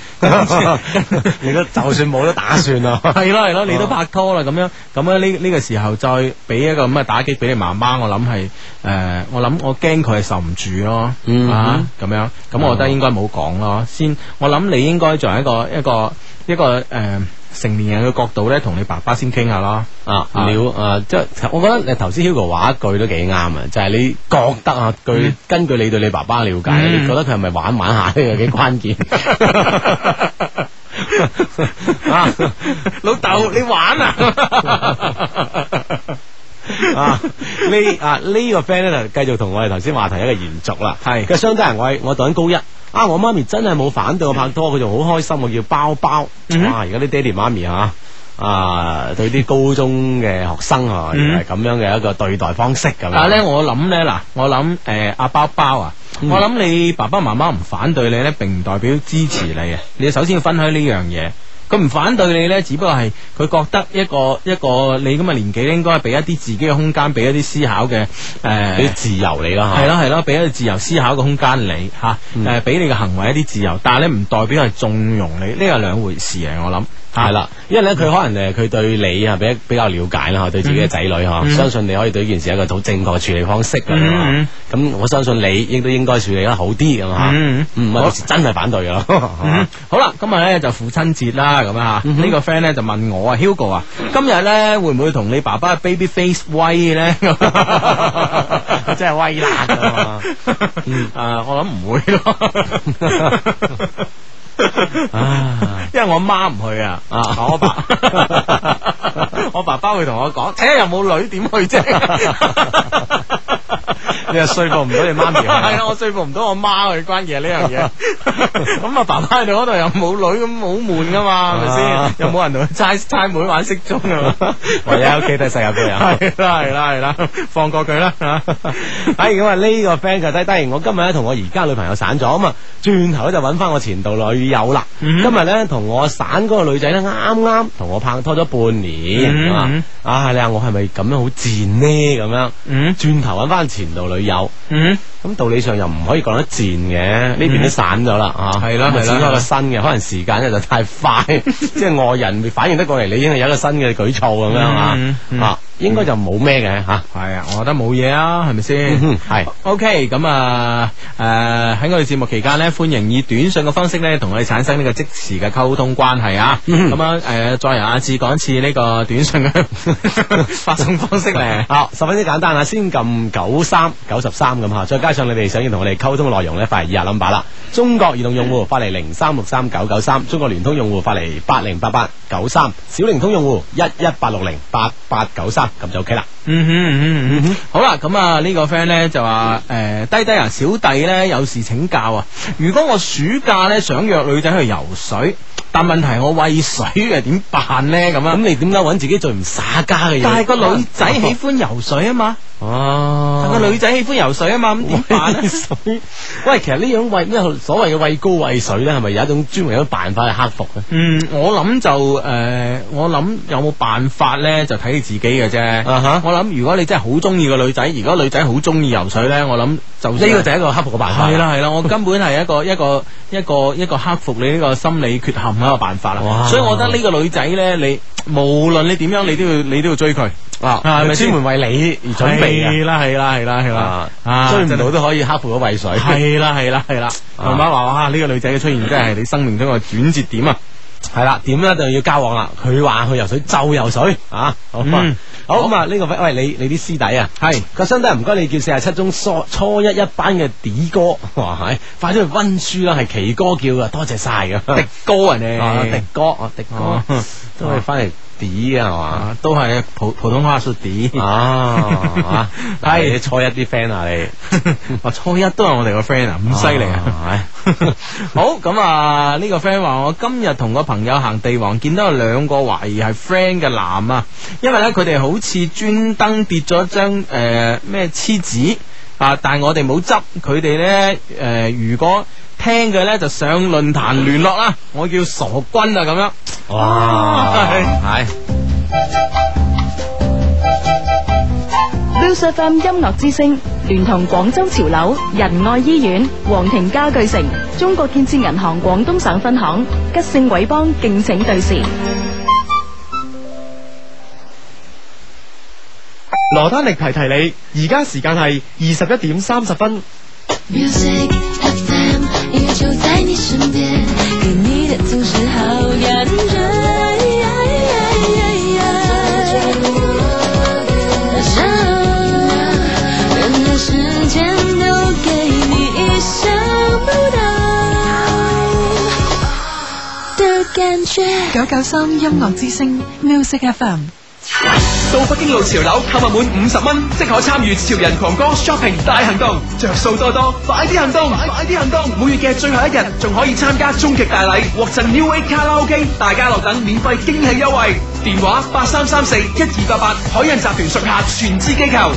Speaker 11: 你都就算冇都打算啊啦。
Speaker 3: 系咯系咯，你都拍拖啦咁樣，咁樣呢呢个时候再俾一個咁嘅打擊俾你媽媽，我諗係诶，我諗我驚佢係受唔住咯，
Speaker 11: 嗯
Speaker 3: 啊咁樣，咁我覺得
Speaker 11: 嗯
Speaker 3: 應該冇講咯，先我諗你應該作為一個一個一個诶成年人嘅角度咧，同你爸爸先傾下咯，
Speaker 11: 啊，了啊，即系我覺得誒頭先 Hugo 話一句都幾啱啊，就係你覺得啊，據
Speaker 3: 嗯
Speaker 11: 根據你對你爸爸了解，
Speaker 3: 嗯
Speaker 11: 你覺得佢係咪玩玩下呢個幾關鍵？
Speaker 3: 啊，老豆你玩啊！
Speaker 11: 啊呢啊呢個 friend 咧就繼續同我哋頭先話題一個延續啦。係嘅，相低人我我讀緊高一。啊！我媽咪真係冇反對我拍拖，佢就好開心。我叫包包。
Speaker 3: 嗯
Speaker 11: 啊！而家啲爹哋媽咪啊，啊對啲高中嘅學生啊，
Speaker 3: 嗯
Speaker 11: 原來係咁樣嘅一個對待方式咁樣。
Speaker 3: 但系咧，我諗咧，嗱，我諗诶，阿、包包啊，
Speaker 11: 嗯
Speaker 3: 我諗你爸爸媽媽唔反對你咧，並唔代表支持你啊。你首先要分開呢樣嘢，佢唔反對你咧，只不過係佢覺得一個一個你咁嘅年紀咧，應該俾一啲自己嘅空間，俾一啲思考嘅诶，
Speaker 11: 俾啲自由你啦嚇
Speaker 3: 係咯係咯，俾一啲自由思考嘅空間你吓，
Speaker 11: 嗯
Speaker 3: 诶、俾你嘅行為一啲自由，但係咧唔代表係縱容你，呢個係兩回事啊。我諗
Speaker 11: 係啦，因為咧佢可能誒佢對你啊比比較了解啦，對自己嘅仔女嚇，
Speaker 3: 嗯
Speaker 11: 相信你可以對呢件事有一個好正確嘅處理方式咁樣
Speaker 3: 嗯
Speaker 11: 啊咁我相信你應都應該處理得好啲咁嚇。
Speaker 3: 嗯
Speaker 11: 嗯，唔
Speaker 3: 好
Speaker 11: 係真係反對嘅咯。
Speaker 3: 嗯 好啦，今日咧就父親節啦，咁啊，呢、個 friend 咧就問我啊，Hugo 啊，今日咧會唔會同你爸爸 Baby Face 威咧？真係威啦！ 嗯，啊，我諗唔會咯。 因為我媽唔去啊，啊，我爸， 我爸爸會同我講，誒，又冇女點去 啫？
Speaker 11: 你又說服唔到你 媽咪去
Speaker 3: 係啊啦，我說服唔到我媽去，關鍵係呢樣嘢。 咁啊，爸爸喺度嗰度又冇女，咁好悶噶嘛，係咪
Speaker 11: 啊
Speaker 3: 先？又冇人同佢 猜猜妹玩骰盅啊嘛，
Speaker 11: 唯有喺屋企睇世界盃啊
Speaker 3: 係啦係啦係啦，放過佢啦嚇。
Speaker 11: 哎，咁啊呢個 friend 就低低，我今日咧同我而家女朋友散咗啊嘛，轉頭咧就揾翻我前度女友啦。
Speaker 3: 嗯
Speaker 11: 今日咧同我散嗰個女仔咧，啱啱同我拍拖咗半年
Speaker 3: 嗯
Speaker 11: 啊
Speaker 3: 嗯，
Speaker 11: 啊你話我係咪咁樣好賤呢？咁樣，
Speaker 3: 嗯，
Speaker 11: 轉頭揾翻前度女友，
Speaker 3: 嗯，
Speaker 11: 咁道理上又唔可以講得賤嘅，呢邊都散咗啦，啊，
Speaker 3: 係啦
Speaker 11: 咁啊
Speaker 3: 係啦
Speaker 11: 展開個新嘅，可能時間咧就太快， 即係外人未反應得過嚟，你已經係有一個新嘅舉措咁樣啊
Speaker 3: 嗯嗯，
Speaker 11: 啊，應該就冇咩嘅嗯嚇，
Speaker 3: 係啊，我覺得冇嘢啊，係咪先？
Speaker 11: 係。
Speaker 3: OK，咁啊，诶、喺我哋節目期間呢，歡迎以短信嘅方式呢，同我哋產生呢個即時嘅溝通關係啊。
Speaker 11: 嗯
Speaker 3: 咁啊，诶、再由阿志講一次呢個短 信嘅發送方式咧。
Speaker 11: 好，十分之簡單啊！先撳九三九十三咁吓，再加上你哋想要同我哋溝通嘅內容咧，發嚟以下 number 啦。中國移動用戶發嚟零三六三九九三，中國聯通用戶發嚟八零八八九三，小靈通用
Speaker 12: 哦
Speaker 11: 戶一一八六零八八九三，咁就 OK 啦。
Speaker 3: 嗯哼嗯哼嗯哼，好啦，咁啊呢個 friend 咧就話诶、低低啊，小弟咧有事請教啊。如果我暑假咧想約女仔去游水，但問題我喂水嘅點辦咧？咁啊，咁
Speaker 11: 你點解揾自己最唔耍家嘅嘢
Speaker 3: 但係個女 仔喜歡游水啊嘛。
Speaker 11: 哦
Speaker 3: 但個女仔喜歡游水啊嘛，咁點辦咧？
Speaker 11: 水，喂，其實呢種畏咩所謂嘅畏高畏水咧，係咪有一種專門有一種辦法去克服咧？
Speaker 3: 嗯，我諗就诶、呃我諗有冇辦法咧，就睇你自己嘅啫。
Speaker 11: 啊
Speaker 3: 我諗如果你真係好中意個女仔，如果女仔好中意游水咧，我諗就
Speaker 11: 呢個就係一個克服嘅辦法
Speaker 3: 係啦係 啦，我根本係一個一個一個一個克服你呢個心理缺陷嘅一個辦法啦
Speaker 11: 哇。
Speaker 3: 所以我覺得呢個女仔咧，你無論你點樣，你都要你都要追佢。
Speaker 11: 啊
Speaker 3: 係咪先
Speaker 11: 專門為你而準備嘅
Speaker 3: 係啦係啦係啦係啦，啊
Speaker 11: 追唔
Speaker 3: 真係
Speaker 11: 到都可以克服咗畏水。
Speaker 3: 系啦系啦系啦，慢慢話哇呢個女仔嘅出現真係你生命中嘅轉折點啊！
Speaker 11: 系啦，点咧就要交往啦。佢話去游水就游水啊，好嘛、
Speaker 3: 嗯
Speaker 11: 好咁啊，呢、個个喂你你啲師弟啊，系個兄弟唔該你叫四十七中初初一一班嘅迪哥，哇係快啲去温書啦，係奇哥叫啊，多謝晒㗎。
Speaker 3: 迪哥人哋
Speaker 11: 啊，迪哥，哦，迪
Speaker 3: 哦
Speaker 11: 哥，都係翻嚟迪啊，係嘛？
Speaker 3: 都係普普通話說啲
Speaker 11: 啊， 係你初一啲 friend 啊，你
Speaker 3: 我哎哦初一都係我哋個 friend 啊，咁犀利啊！
Speaker 11: 啊！
Speaker 3: 好咁啊，呢個 friend 話我今日同個朋友行地王，見到有兩個懷疑係 friend 嘅男啊，因為咧佢哋好似專登跌咗張誒咩黐紙啊，但係我哋冇執，佢哋咧誒如果聽嘅咧就上論壇聯絡啦，我叫傻君啊咁樣。
Speaker 11: 哇，係
Speaker 13: Blue FM 音樂之聲聯同廣州潮流仁愛醫院、皇庭家具城、中國建設銀行廣東省分行、吉盛偉邦敬請對視。
Speaker 14: 罗丹力提提你，而家时间系二十一点三十分。
Speaker 10: Music FM 也就在你身边，给你的总是好感觉。什么人的时间都给你意想不到的感
Speaker 2: 感觉。九九三音乐之声 Music FM。
Speaker 7: 到北京路潮樓購物滿五十蚊，即可參與潮人狂歌 shopping 大行動，着數多多，快啲行動，快啲行動！每月嘅最後一日，仲可以參加終極大禮，獲贈 New A 卡拉 OK 大家樂等免費驚喜優惠。電話八三三四一二八八，海印集團屬下全資機構。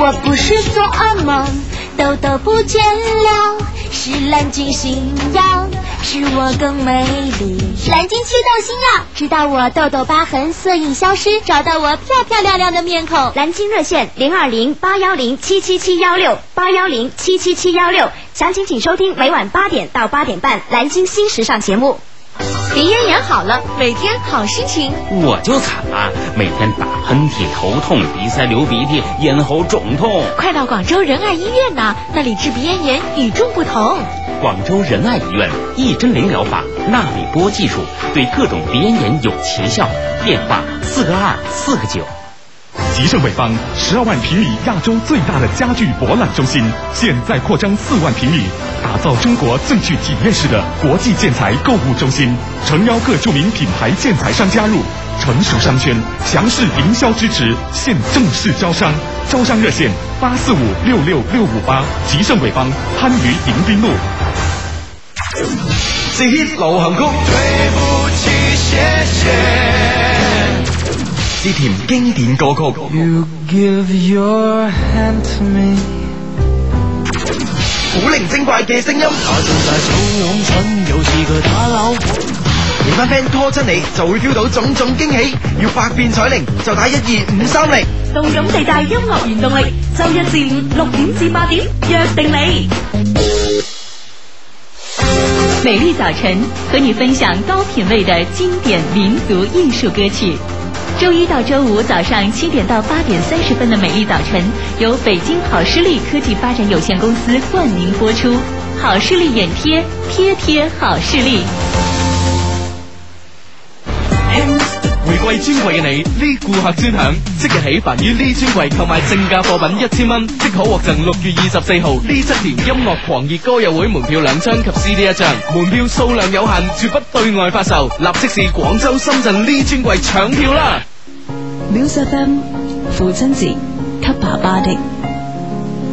Speaker 10: 我不是做噩梦，痘痘不见了，是蓝鲸新药，使我更美丽。蓝鲸祛痘新药，直到我痘痘疤痕色印消失，找到我漂漂亮亮的面孔。蓝鲸热线零二零八幺零七七七幺六八幺零七七七幺六，详情请收听每晚八点到八点半《蓝鲸新时尚》节目。鼻炎养好了，每天好心情。
Speaker 12: 我就惨了，每天打喷嚏、头痛、鼻塞、流鼻涕、咽喉肿痛。
Speaker 6: 快到广州仁爱医院呐，那里治鼻咽炎与众不同。
Speaker 12: 广州仁爱医院一针灵疗法纳米波技术对各种鼻咽炎有奇效。电话四个二四个九。
Speaker 5: 吉盛伟邦十二万平米亚洲最大的家具博览中心，现在扩张四万平米，打造中国最具体验式的国际建材购物中心，诚邀各著名品牌建材商加入，成熟商圈强势营销支持，现正式招商，招商热线八四五六六六五八，吉盛伟邦番禺迎宾路。
Speaker 15: 是 hit 流行曲。
Speaker 16: 之甜經典歌曲。You give your hand to me。
Speaker 15: 古靈精怪嘅聲音。連班 friend 拖親你，就會 feel 到種種驚喜。要百變彩鈴，就打一二五三零。
Speaker 6: 動感地帶音樂原動力，周一至五六點至八點，約定你。
Speaker 8: 美丽早晨和你分享高品位的经典民族艺术歌曲。周一到周五早上七点到八点三十分的美丽早晨，由北京好视力科技发展有限公司冠名播出。好视力眼贴，贴贴好视力。
Speaker 7: 回歸專櫃嘅你，呢顧客專享，即日起凡於呢專櫃購買正價貨品一千蚊，即可獲贈六月二十四號呢七年音樂狂熱歌友會門票兩張及 CD 一張，門票數量有限，絕不對外發售，立即是廣州、深圳呢專櫃搶票啦！
Speaker 17: Music FM 父亲节，给爸爸的。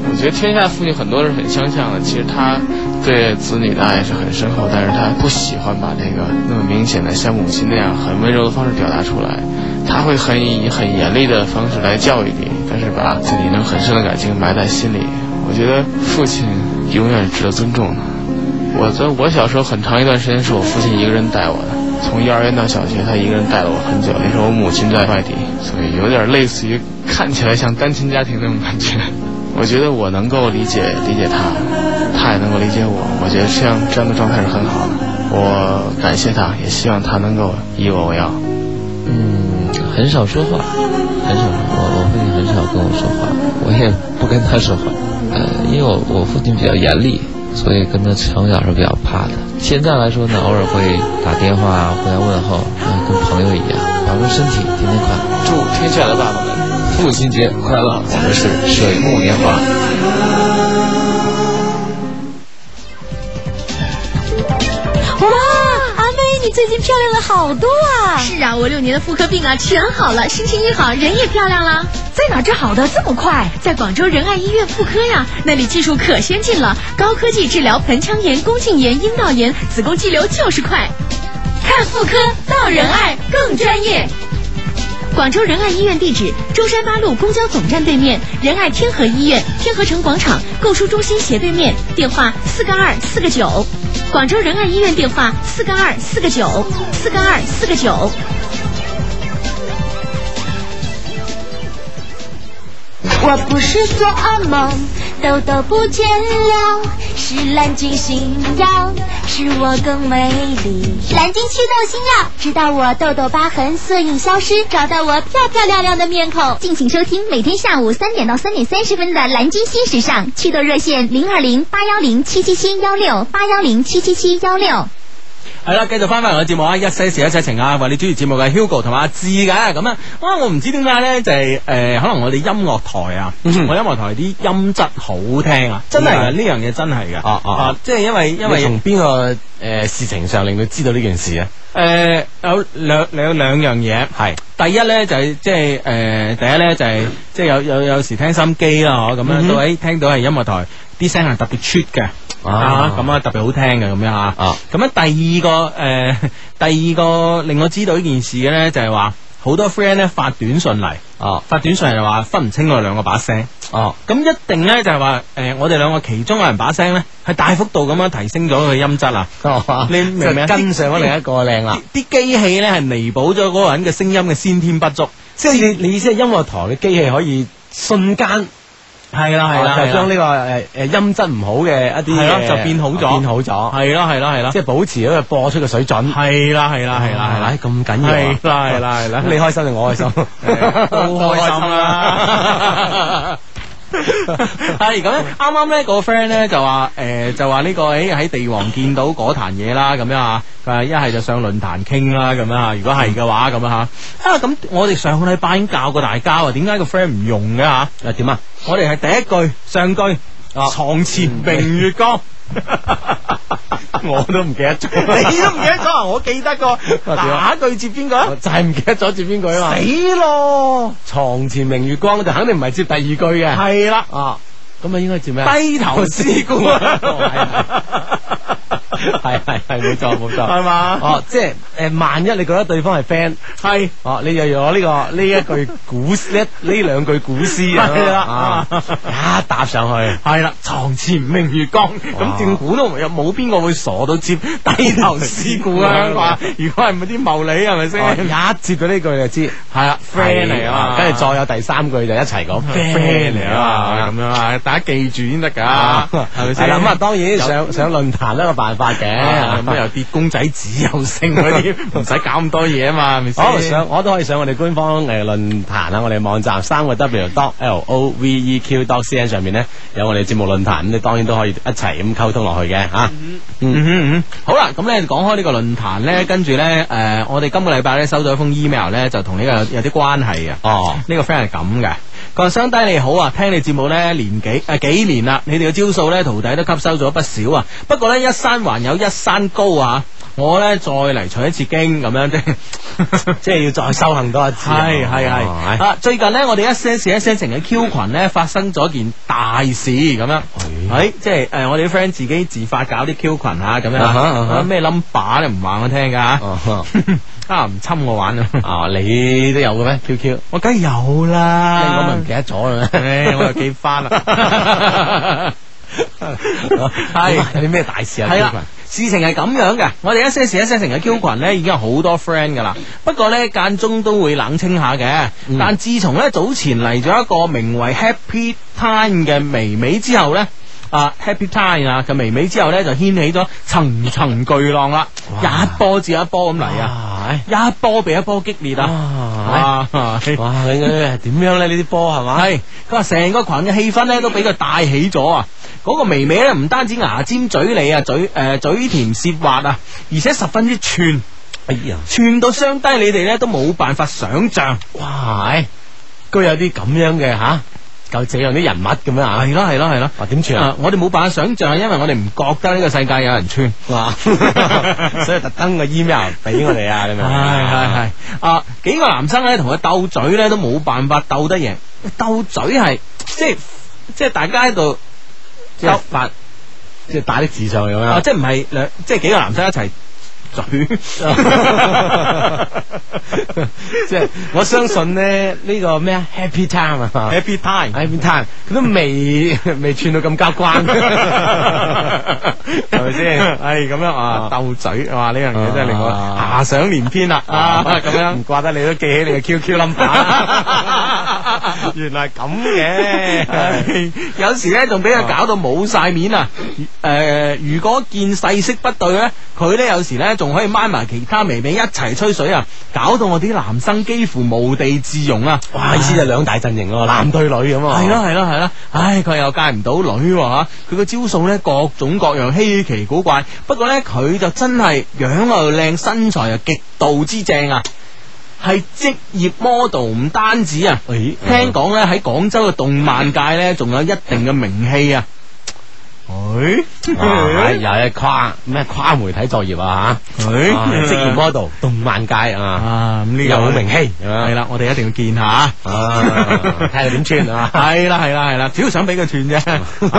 Speaker 11: 我觉得天下父亲很多是很相像的，其实他对子女的爱是很深厚，但是他不喜欢把这个那么明显的像母亲那样很温柔的方式表达出来，他会很以很严厉的方式来教育你，但是把自己那种很深的感情埋在心里。我觉得父亲永远是值得尊重的。我在我小时候很长一段时间是我父亲一个人带我的，从幼儿园到小学，他一个人带了我很久。那时候我母亲在外地，所以有点类似于看起来像单亲家庭那种感觉。我觉得我能够理解理解他，他也能够理解我。我觉得像这样的状态是很好的。我感谢他，也希望他能够以我为傲。
Speaker 9: 嗯，很少说话，很少说话。我我父亲很少跟我说话，我也不跟他说话。呃，因为我我父亲比较严厉，所以跟他从小是比较怕的。现在来说呢，偶尔会打电话啊回来问候，呃跟朋友一样，保重身体，天天快乐。
Speaker 11: 祝天下的爸爸们
Speaker 9: 父亲节快乐！我们是水木年华。
Speaker 6: 哇，阿妹，你最近漂亮了好多啊！是啊，我六年的妇科病啊全好了，心情一好，人也漂亮了。在哪儿治好的这么快？在广州仁爱医院妇科呀，那里技术可先进了，高科技治疗盆腔炎、宫颈炎、阴道炎、子宫肌瘤就是快。看妇科到仁爱更专业。广州仁爱医院地址：中山八路公交总站对面，仁爱天河医院天河城广场购书中心斜对面。电话：四个二四个九。广州仁爱医院电话：四个二四个九四个二四个九。
Speaker 10: 我不是做噩梦，痘痘不见了，是蓝鲸新药，使我更美丽。蓝鲸祛痘新药，直到我痘痘疤痕色印 消失，找到我漂漂亮亮的面孔。敬请收听每天下午三点到三点三十分的《蓝鲸新时尚》，祛痘热线零二零八幺零七七七幺六八幺零七七七幺六。
Speaker 3: 系啦，繼續翻翻我嘅節目啊，一些事一些情啊，為你主持節目嘅 Hugo 同埋阿志嘅咁啊，哇！我唔知點解咧，就係、呃可能我哋音樂台啊，
Speaker 11: 嗯
Speaker 3: 我音樂台啲音質好聽啊，真係嘅呢樣嘢真係嘅，
Speaker 11: 啊啊
Speaker 3: 啊即係因為因為
Speaker 11: 你從邊個诶呃事情上令到知道呢件事啊？
Speaker 3: 诶、呃有兩有兩樣嘢，系第一咧就係即係诶，第一咧就係即係有有有時聽心機啦，嗬咁
Speaker 11: 嗯
Speaker 3: 樣
Speaker 11: 哼
Speaker 3: 到喺聽到係音樂台啲聲係特別 cheap 嘅。
Speaker 11: 啊
Speaker 3: 啊，咁啊特別好聽嘅咁樣啊，咁啊第二個诶、 第二個令我知道呢件事嘅咧，就係話好多 friend 咧發短信嚟，
Speaker 11: 啊，
Speaker 3: 發短信嚟就話分唔清我哋兩個把聲，
Speaker 11: 哦，
Speaker 3: 咁一定咧就係話诶，我哋兩個其中有人把聲咧係大幅度咁樣提升咗佢音質啊，你明唔明啊？
Speaker 11: 就跟上咗另一個靚啦。
Speaker 3: 啲機器咧係彌補咗嗰個人嘅聲音嘅先天不足，
Speaker 11: 即係你你意思係音樂台嘅機器可以瞬間
Speaker 3: 係啦係啦，
Speaker 11: 就將呢
Speaker 3: 個
Speaker 11: 個誒誒音質唔好嘅一啲
Speaker 3: 係咯
Speaker 11: ờ, 嘅 à,
Speaker 3: 就變好咗
Speaker 11: 變好咗，
Speaker 3: 係啦係啦係啦
Speaker 11: 即係保持一個播出嘅水準，
Speaker 3: 係啦係啦係啦係啦
Speaker 11: 唉咁緊要啊，
Speaker 3: 係啦係啦係啦
Speaker 11: 咁你開心定 我開心？Ờ,
Speaker 3: 好開心啦。 系咁咧，啱啱咧個 friend 咧就話诶、誒就話呢、個诶喺地王見到嗰壇嘢啦，咁樣啊，佢話一係就上論壇傾啦，咁樣啊，如果係嘅話咁樣吓，啊咁我哋上個禮拜已經教過大家啊，點解個 friend 唔用嘅吓？啊
Speaker 11: 點啊？
Speaker 3: 我哋係第一句上句，啊床前明月光。
Speaker 11: 我都唔記得咗，
Speaker 3: 你都唔記得咗啊？我記得 個 打句接邊個啊？
Speaker 11: 就係唔記得咗接邊句啊嘛。
Speaker 3: 死咯！
Speaker 11: 床前明月光就肯定唔係接第二句嘅。
Speaker 3: 係啦，
Speaker 11: 啊，咁啊應該接咩啊？
Speaker 3: 低頭思故啊
Speaker 11: 係係係冇錯冇錯，
Speaker 3: 係嘛
Speaker 11: 哦，即係誒，萬一你覺得對方係 friend，
Speaker 3: 係
Speaker 11: 哦，你就用呢個呢一句古呢呢兩句古詩啊，
Speaker 3: 係啦
Speaker 11: 啊一搭上去，
Speaker 3: 係啦，床前明月光，咁斷估都又冇邊個會傻到接低頭思故 啊？話如果係咪啲茂利係咪
Speaker 11: 哦
Speaker 3: 先？
Speaker 11: 一接咗呢句就知
Speaker 3: 係啦，friend 嚟啊嘛嗯
Speaker 11: 跟住再有第三句就一齊講
Speaker 3: friend 嚟啊嘛，咁樣啊，大家記住先得㗎，係
Speaker 11: 係
Speaker 3: 咪先？
Speaker 11: 啦，咁啊當然
Speaker 3: 有
Speaker 11: 上上論壇都有辦 法嘅，
Speaker 3: 啊咁又跌公仔紙又剩嗰 啲，唔使搞咁多嘢啊嘛，係咪
Speaker 11: 哦，
Speaker 3: 先？
Speaker 11: 上我都可以上我哋官方誒論壇啊，我哋網站三個 W dot L O V E Q dot C N 上面咧有我哋節目論壇，咁你當然都可以一齊咁溝通落去嘅啊嚇。
Speaker 3: 嗯嗯嗯，好啦，咁咧講開呢個論壇咧，跟住咧，誒、我哋今個禮拜咧收到一封 email 咧，就同呢個有啲關係嘅。啊
Speaker 11: 哦，
Speaker 3: 呢個 friend 係咁嘅，佢話：相低你好啊，聽你節目咧年幾誒、呃幾年啦，你哋嘅招數咧徒弟都吸收咗不少啊。不過咧一山還有一山高啊，我咧再嚟取一次經咁樣即係
Speaker 11: 即係要再修行多一次啊
Speaker 3: 係係係
Speaker 11: 哦
Speaker 3: 啊！最近咧我哋一些事一些情嘅 Q 群咧發生咗件大事咁樣。
Speaker 11: 哎
Speaker 3: 係，即係誒，我哋啲 friend 自己自發搞啲 Q 群啊，咁樣
Speaker 11: 啊哈啊哈
Speaker 3: 啊咩 number 你唔話我聽㗎
Speaker 11: 哦，
Speaker 3: 啊唔侵我玩啊！
Speaker 11: 啊，你都有嘅咩？Q Q，
Speaker 3: 我梗係有啦，
Speaker 11: 我咪唔記得咗啊啦。
Speaker 3: 唉，我又記翻啦。
Speaker 11: 係 有啲咩大事啊？
Speaker 3: 哎係
Speaker 11: Q
Speaker 3: 啦
Speaker 11: 群。
Speaker 3: 事情係咁樣嘅，我哋一些事一些情嘅 Q 群咧已經有好多 friend 噶啦，不過咧間中都會冷清下嘅。
Speaker 11: 嗯
Speaker 3: 但自從咧早前嚟咗一個名為 Happy Time 嘅微微之後咧。啊，Happy Time 啊嘅微微之後咧，就掀起咗層層巨浪啦，一波接一波咁嚟
Speaker 11: 哎
Speaker 3: 啊，一波比一波激烈 啊！哇，
Speaker 11: 哇！你嘅點樣咧？呢啲波係嘛？
Speaker 3: 系，佢話成個群嘅氣氛咧都俾佢帶起咗啊！嗰、個微微咧唔單止牙尖嘴利啊，嘴诶、呃嘴甜舌滑啊，而且十分之串，
Speaker 11: 哎呀，
Speaker 3: 串到相低你哋咧都冇辦法想象。
Speaker 11: 哇！係居然有啲咁樣嘅吓，夠這樣啲人物咁樣啊？
Speaker 3: 係咯係咯係咯，
Speaker 11: 啊點算
Speaker 3: 啊
Speaker 11: 啊？
Speaker 3: 我哋冇辦法想象，因為我哋唔覺得呢個世界有人串。
Speaker 11: 哇！所以特登個 email 俾我哋啊，你明唔明啊？
Speaker 3: 係係係啊！幾個男生咧同佢鬥嘴咧都冇辦法鬥得贏，鬥嘴係即係即係大家喺度
Speaker 11: 即係
Speaker 3: 鬥
Speaker 11: 發，即係打啲字上去咁樣。
Speaker 3: 啊，即係唔係兩即係幾個男生一齊 嘴。
Speaker 11: 即係我相信咧，呢個咩啊，Happy Time 啊
Speaker 3: Happy time，
Speaker 11: ，Happy Time，佢都未 未串到咁交關， 係咪先？
Speaker 3: 唉，咁樣啊，鬥嘴，哇！呢樣嘢真係令我
Speaker 11: 啊
Speaker 3: 遐想連篇啦，啊，咁樣
Speaker 11: 唔怪得你都記起你嘅 QQ number，
Speaker 3: 原来咁嘅，有时咧仲俾佢搞到冇晒面啊！诶、如果見勢色不對咧，佢咧有時咧仲可以掹埋其他微微一齊吹水啊，搞到我啲男生幾乎無地自容啊！哇，意思就兩大陣營咯，男對女咁啊！係啦係啦係啦，唉，佢又戒唔到女喎、啊、佢個招數咧各種各樣稀奇古怪，不過咧佢就真係樣又靚，身材又極度之正啊！系職業 model 唔單止啊，聽講
Speaker 11: 嗯
Speaker 3: 咧喺廣州嘅動漫界咧，仲有一定嘅名氣啊。 诶、
Speaker 11: 哇又係跨咩跨媒體作業啊吓，
Speaker 3: 哎
Speaker 11: 啊職業 model 動漫界啊，
Speaker 3: 呢個
Speaker 11: 又好名氣，
Speaker 3: 係啦，我哋一定要見下啊，
Speaker 11: 睇下點穿 啊，
Speaker 3: 係啦係啦係啦，主要想俾佢 串啫。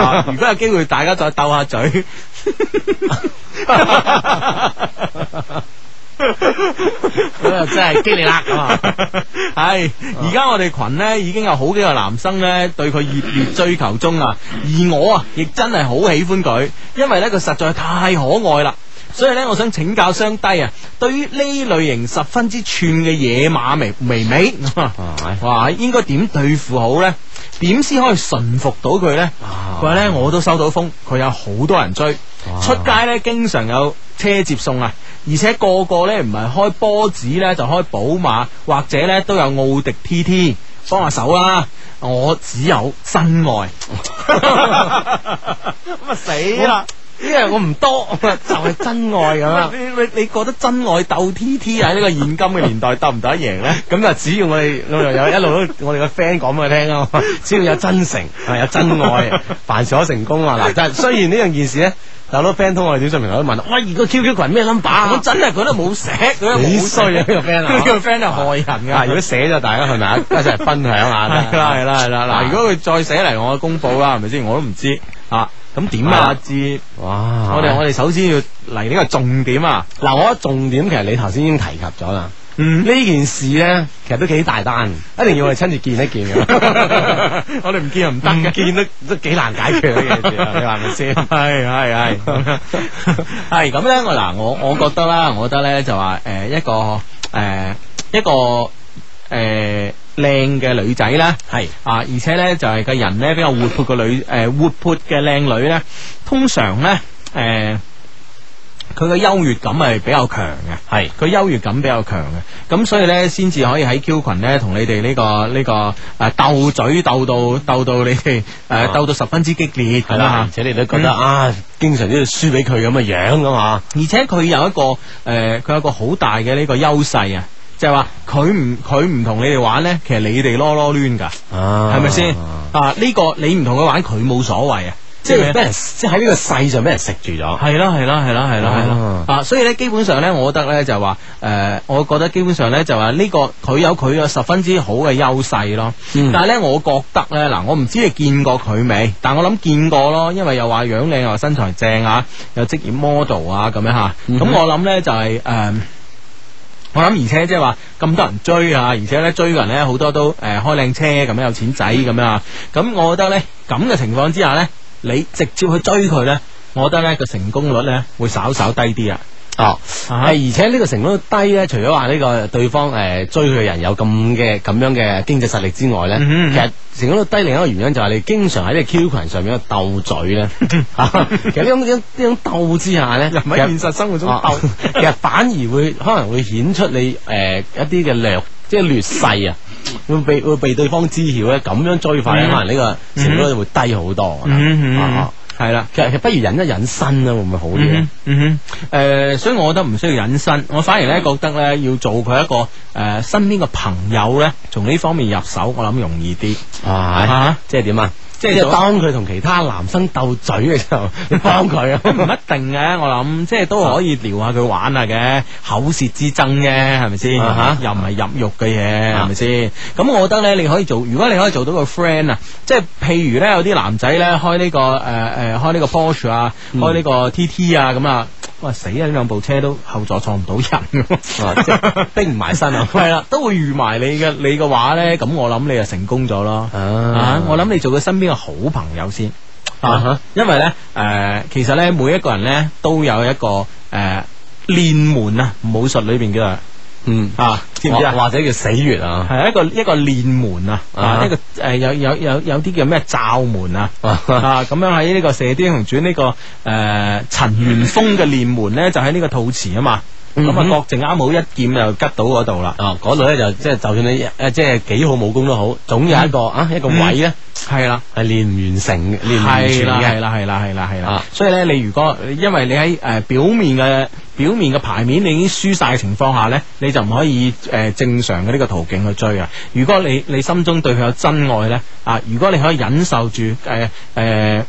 Speaker 3: 啊 如果有機會，大家再鬥下嘴。真系激烈啦！ 系而家我哋群呢已經有好幾個男生呢對佢熱烈追求中啊，而我啊亦真係好喜歡佢，因為呢，佢實在太可愛啦。所以呢，我想請教雙低啊，對於呢類型十分之串嘅野馬微微微，哇，應該點對付好呢？點先可以馴服到佢呢？佢話呢，我都收到風，佢有好多人追，出街呢，經常有車接送啊，而且個個呢，唔係開波子呢，就開寶馬，或者呢，都有奧迪 TT 幫下手啦。我只有真愛，咁啊死
Speaker 14: 啦！
Speaker 3: 因為我唔多， 就係真愛咁啊啦。 你你你覺得真愛鬥 T T 喺呢個現今嘅年代鬥唔鬥得啊贏咧？咁就只要我哋老友有一路都我哋嘅 friend 講俾佢聽啊，
Speaker 11: 只要有真誠，啊有真愛，凡事可成功啊！嗱，但係雖然呢樣件事咧，但係好多 friend 通過我哋短信平台都問，喂，而個 QQ 群咩 number 啊
Speaker 3: 我真係覺得冇寫，佢
Speaker 11: 幾
Speaker 3: 好
Speaker 11: 衰啊！呢個 friend 啊，
Speaker 3: 呢個 friend 係害人㗎
Speaker 11: 啊 如果寫咗，大家係咪 啊一齊分享下？
Speaker 3: 係啦係啦係啦。嗱，如果佢再寫嚟我公佈啦，係咪先？我都唔知啊。咁點
Speaker 11: 係
Speaker 3: 啊
Speaker 11: 啦？
Speaker 3: 知
Speaker 11: 哇！
Speaker 3: 我哋我哋首先要嚟呢個重點啊！
Speaker 11: 啊嗱，我覺得重點其實你頭先已經提及咗啦。
Speaker 3: 嗯，
Speaker 11: 呢件事咧，其實都幾大單，一定要我哋親自見一 見嘅。
Speaker 3: 我哋唔見又唔得
Speaker 11: 嘅，見都都幾難解決呢件事啊，你話係咪先？
Speaker 3: 係係係。 系咁咧，我嗱我我觉得啦，我觉得咧就话诶、一个诶、一个诶呃靓嘅女仔啦，
Speaker 11: 系
Speaker 3: 啊，而且咧就系、個个人咧比较活泼嘅女诶、活泼嘅靓女咧，通常咧诶。佢嘅優越感係比較強嘅，係佢優越感比較強嘅，咁所以咧先至可以喺 Q 群咧同你哋呢、個呢、個誒、鬥嘴鬥到鬥到你哋誒、呃鬥到十分之激烈
Speaker 11: 啊係
Speaker 3: 咁
Speaker 11: 啦，
Speaker 3: 啊
Speaker 11: 而！且你都覺得啊，經常都要輸俾佢咁嘅樣噶嘛。
Speaker 3: 而且佢有一個诶，佢、有一個好大嘅呢個優勢啊，就係話佢唔佢唔同你哋玩咧，其實你哋啰啰挛噶，係咪先？啊，呢、個你唔同佢玩，佢冇所謂啊，
Speaker 11: 即係俾人
Speaker 3: 即系喺呢个勢上俾人食住咗。係啦係啦係啦係啦係
Speaker 11: 哦
Speaker 3: 啦啊！所以咧，基本上咧，我覺得咧就話诶、誒我覺得基本上咧就話呢、個佢有佢嘅十分之好嘅優勢咯。
Speaker 11: 嗯
Speaker 3: 但係咧，我覺得咧嗱，我唔知你見過佢未，但我諗見過咯，因為又話樣靚又話身材正啊，又職業 model 啊咁樣吓。咁、
Speaker 11: 嗯哼
Speaker 3: 我諗咧就係、呃誒我諗，而且即係話咁多人追啊，而且咧追嘅人咧好多都誒、開靚車咁樣有錢仔咁樣啊，咁我覺得咧咁嘅情況之下咧，你直接去追佢咧，我覺得咧個成功率咧會稍稍低啲啊。
Speaker 11: 哦，係而且呢個成功率低咧，除咗話呢個對方诶追佢嘅人有咁嘅咁樣嘅經濟實力之外咧，
Speaker 3: 嗯哼
Speaker 11: 其實成功率低另一個原因就係你經常喺呢個 Q 群上面嘅鬥嘴 咧，啊其實呢種呢種呢種鬥之下咧，
Speaker 3: 唔喺現實生活中鬥
Speaker 11: 啊 其實反而會可能會顯出你诶一啲嘅略即係劣勢啊。會被會被對方知曉咧，咁樣追法咧，
Speaker 3: 嗯
Speaker 11: 可能呢個成功率會低好多啊。
Speaker 3: 嗯嗯
Speaker 11: 啊
Speaker 3: 系啦，
Speaker 11: 其實其實不如忍一忍身啦，會唔會好啲呃
Speaker 3: 嗯
Speaker 11: 啊
Speaker 3: 哼？嗯哼，诶、所以我覺得唔需要隱身，我反而咧覺得咧要做佢一個诶、誒身邊嘅朋友咧，從呢方面入手，我諗容易啲。
Speaker 11: 啊，即係點啊？
Speaker 3: 即
Speaker 11: 即
Speaker 3: 係
Speaker 11: 係
Speaker 3: 做
Speaker 11: 當佢同其他男生鬥嘴嘅時候，你幫佢啊？
Speaker 3: 唔一定嘅，我諗即係都可以撩下佢玩下嘅，口舌之爭啫，係咪先？
Speaker 11: 啊
Speaker 3: 又唔係入肉嘅嘢，
Speaker 11: 啊
Speaker 3: 係咪先？咁我覺得咧，你可以做，如果你可以做到個 friend 啊，即係譬如咧，有啲男仔咧開呢、個誒誒、呃開呢個 Porsche 啊，
Speaker 11: 嗯
Speaker 3: 開呢個 TT 啊咁啊，哇死啊！呢兩部車都後座坐唔到人喎，
Speaker 11: 啊即 係逼唔埋身啊！
Speaker 3: 係啦，都會遇埋你嘅你嘅話咧，咁我諗你就成功咗咯。啊，我諗你做佢身邊嘅好朋友先。
Speaker 11: 啊哈
Speaker 3: 啊，因為咧，诶、其實咧，每一個人咧都有一個诶练、門啊，武術裏边叫做
Speaker 11: 嗯
Speaker 3: 啊，知唔知啊？
Speaker 11: 或或者叫死穴啊？
Speaker 3: 系一個一个练門啊，
Speaker 11: 啊
Speaker 3: 啊一個诶有有有有啲叫咩罩門啊，
Speaker 11: 啊
Speaker 3: 啊咁樣喺呢個《射雕英雄傳》呢個诶陳玄風嘅練門咧，就喺呢個肚臍啊嘛。咁
Speaker 11: 嗯
Speaker 3: 啊，
Speaker 11: 哼
Speaker 3: 郭靖啱好一劍就吉到嗰度啦。
Speaker 11: 啊，嗰度咧就即係就算你誒即係幾好武功都好，總有一個啊一個位咧
Speaker 3: 嗯係啦，
Speaker 11: 係練唔完成嘅，練唔完
Speaker 3: 係
Speaker 11: 全
Speaker 3: 啦，
Speaker 11: 嘅，
Speaker 3: 係啦，係啦，係啦，
Speaker 11: 啊
Speaker 3: 係啦。啊所以咧，你如果因為你喺诶表面嘅表面嘅牌面你已經輸晒嘅情況下咧，你就唔可以诶正常嘅呢個途徑去追啊。如果你你心中對佢有真愛咧，啊，如果你可以忍受住诶诶。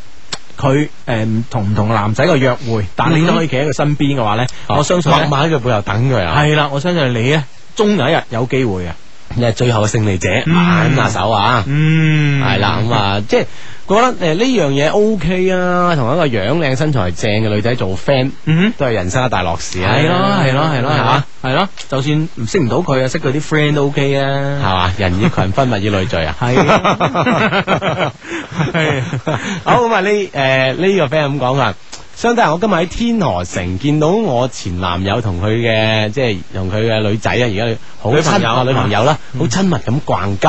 Speaker 3: 佢诶同唔同男仔嘅約會，但你都可以企喺佢身邊嘅話咧，我相信
Speaker 11: 嗯啊默默喺佢背後等佢啊。
Speaker 3: 系啦，我相信你咧，終有一日有機會嘅。
Speaker 11: 你係最後嘅勝利者，
Speaker 3: 嗯
Speaker 11: 眼下手啊，
Speaker 3: 嗯
Speaker 11: 係啦，咁啊，即係我覺得诶呢樣嘢 O K 啊，同一個樣靚、身材正嘅女仔做 friend，都係人生嘅大樂事啊，
Speaker 3: 嗯係咯，係咯，係咯，係
Speaker 11: 嘛
Speaker 3: 嘛，，係咯，就算唔識唔到佢啊，識佢啲 friend 都 OK 啊，
Speaker 11: 係嘛，人以群分，物以類聚啊，
Speaker 3: 係啊
Speaker 11: 係好咁啊！呢诶呢個 friend 咁講啊，相弟，我今日喺天河城見到我前男友同佢嘅即係同佢嘅女仔啊，而家好
Speaker 3: 女朋
Speaker 11: 親
Speaker 3: 友
Speaker 11: 啊女朋友啦，
Speaker 3: 嗯
Speaker 11: 好親密咁逛街。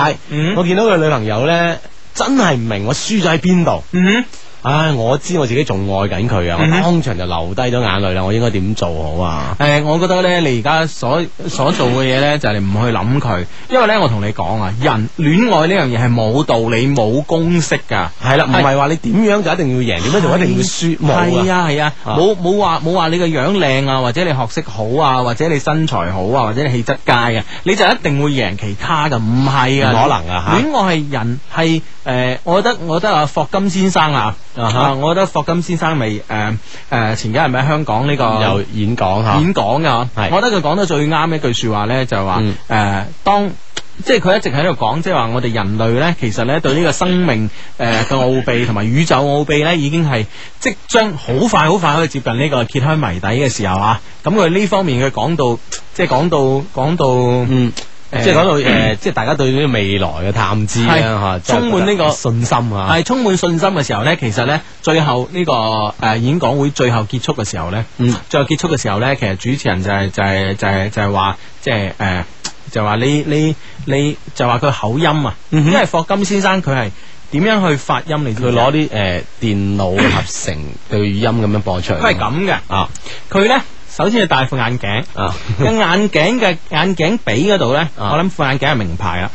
Speaker 11: 我見到佢女朋友咧，真係唔明我輸咗喺邊度。唉，我知我自己仲愛緊佢啊！我
Speaker 3: 嗯哼
Speaker 11: 當場就流低咗眼淚啦，我應該點做好啊？
Speaker 3: 诶、我覺得咧，你而家所所做嘅嘢咧，就係你唔去諗佢，因為咧，我同你講啊，人戀愛呢樣嘢係冇道理、冇公式噶，
Speaker 11: 係啦，唔係話你點樣就一定要贏，點樣就一定要輸，冇
Speaker 3: 係啊係啊，
Speaker 11: 啊
Speaker 3: 冇冇話冇話你個樣靚啊，或者你學識好啊，或者你身材好啊，或者你氣質佳啊，你就一定會贏其他噶，唔係啊，
Speaker 11: 唔可能啊嚇
Speaker 3: 戀愛係人係诶、我覺得我覺得啊，霍金先生啊，
Speaker 11: 啊哈
Speaker 3: 啊我覺得霍金先生咪诶诶前幾日咪喺香港呢、個
Speaker 11: 有演講嚇，
Speaker 3: 演講噶，
Speaker 11: 係嗯
Speaker 3: 我覺得佢講得最啱一句说話咧，就係話诶，當即係佢一直喺度講，即係話我哋人類咧，其實咧對呢個生命诶嘅奧秘同埋宇宙奧秘咧，已經係即將好快好快可以接近呢個揭開謎底嘅時候啊！咁佢呢方面佢講到，即係講到講到，
Speaker 11: 嗯，
Speaker 3: 呃
Speaker 11: 即係講到誒，即係大家對呢個未來嘅探知
Speaker 3: 係
Speaker 11: 啊，嚇，
Speaker 3: 充滿呢個
Speaker 11: 信心啊，
Speaker 3: 係充滿信心嘅時候咧，其實咧最後呢、個誒、呃演講會最後結束嘅時候咧，
Speaker 11: 嗯，
Speaker 3: 最後結束嘅時候咧，其實主持人就係、就係、就係、就係、話即係誒。呃就話你你你就話佢口音啊，
Speaker 11: 嗯
Speaker 3: 因為霍金先生佢係點樣去發音嚟？
Speaker 11: 佢攞啲誒電腦合 成對音咁樣播出嚟。
Speaker 3: 佢係咁嘅
Speaker 11: 啊，
Speaker 3: 佢咧首先係戴副眼鏡，
Speaker 11: 啊，
Speaker 3: 個眼鏡嘅眼鏡髀嗰度咧，我諗副眼鏡係名牌啦，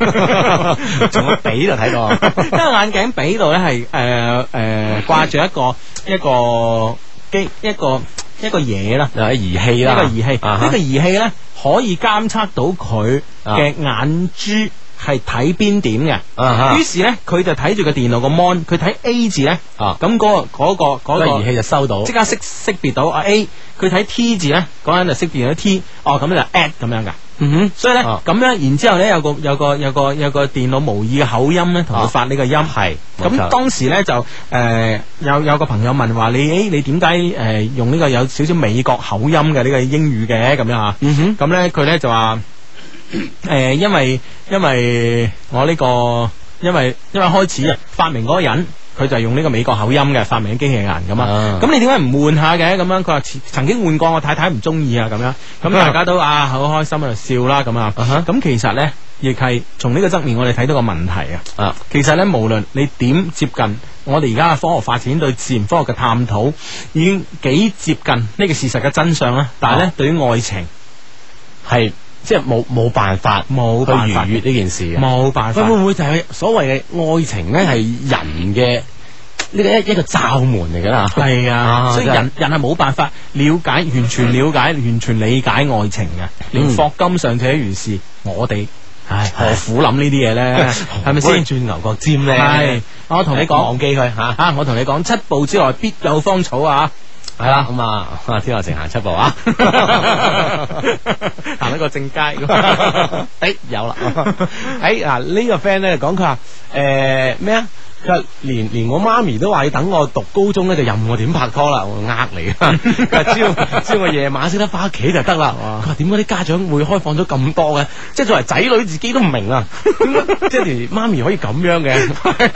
Speaker 11: 從個髀就睇到，
Speaker 3: 因為眼鏡髀度咧係誒誒掛住一個一個機一個一個嘢啦，
Speaker 11: 有啊儀器啦，
Speaker 3: 一個儀器，
Speaker 11: 啊哈啊
Speaker 3: 呢個儀器咧可以監測到佢嘅眼珠。係睇邊點嘅，
Speaker 11: 哈
Speaker 3: 於是咧佢就睇住個電腦個 mon，佢睇 A 字咧，
Speaker 11: 啊
Speaker 3: 咁嗰個嗰個嗰個
Speaker 11: 個儀器就收到
Speaker 3: 即刻識識別到啊 A，佢睇 T 字咧，嗰個人就識別咗 T，哦咁就 at 咁樣噶。
Speaker 11: 嗯哼，
Speaker 3: 所以咧，咁咧，然之後咧，有個有個有個有個電腦模擬嘅口音咧，同佢發呢個音。係
Speaker 11: 啊冇錯
Speaker 3: 咁當時咧就誒、呃有有個朋友問話你誒你點解誒用呢個有少少美國口音嘅呢、個英語嘅咁樣嚇？
Speaker 11: 嗯
Speaker 3: 咁咧佢咧就話誒、呃因為因為我呢、個因為因為開始啊發明嗰個人。佢就係用呢個美國口音嘅發明嘅機器人咁啊，咁、你點解唔換下嘅咁樣？佢話曾曾經換過，我太太唔中意啊咁樣，咁大家都啊好開心喺度笑啦咁啊，咁、其實呢，亦係從呢個側面我哋睇到個問題啊。
Speaker 11: 啊，
Speaker 3: 其實呢，無論你點接近，我哋而家嘅科學發展對自然科學嘅探討已經幾接近呢個事實嘅真相啦，但係呢，對於愛情
Speaker 11: 係即係冇冇辦法
Speaker 3: 冇辦法
Speaker 11: 去逾越呢件事嘅，
Speaker 3: 冇辦法
Speaker 11: 會唔會就係所謂嘅愛情咧係人嘅呢個一一個罩門嚟㗎啦？
Speaker 3: 係啊，所以
Speaker 11: 真係
Speaker 3: 人人係冇辦法了解、完全了解、完全理解愛情嘅，連
Speaker 11: 嗯
Speaker 3: 霍金尚且如是，我哋唉
Speaker 11: 唉
Speaker 3: 何苦諗呢啲 嘢呢？係咪先？
Speaker 11: 鑽牛角尖咧？
Speaker 3: 係，我同你講，
Speaker 11: 忘記佢嚇
Speaker 3: 啊！我同你講，七步之內必有芳草啊！
Speaker 11: 係啦，咁啊， 啊天河城行七步 啊，
Speaker 3: 行一個 正街。
Speaker 11: 哎诶、有啦，诶、嗱呢、個 friend 咧講佢話诶咩啊？佢話連連我媽咪都話要等我讀高中咧，就任我點拍拖啦，我話呃你 啊！佢話只要只要我夜晚識得翻屋企就得啦。佢話點解啲家長會開放咗咁多嘅？即係作為仔女自己都唔明啊！ 即係連媽咪可以咁樣嘅，
Speaker 3: 啊
Speaker 11: 佢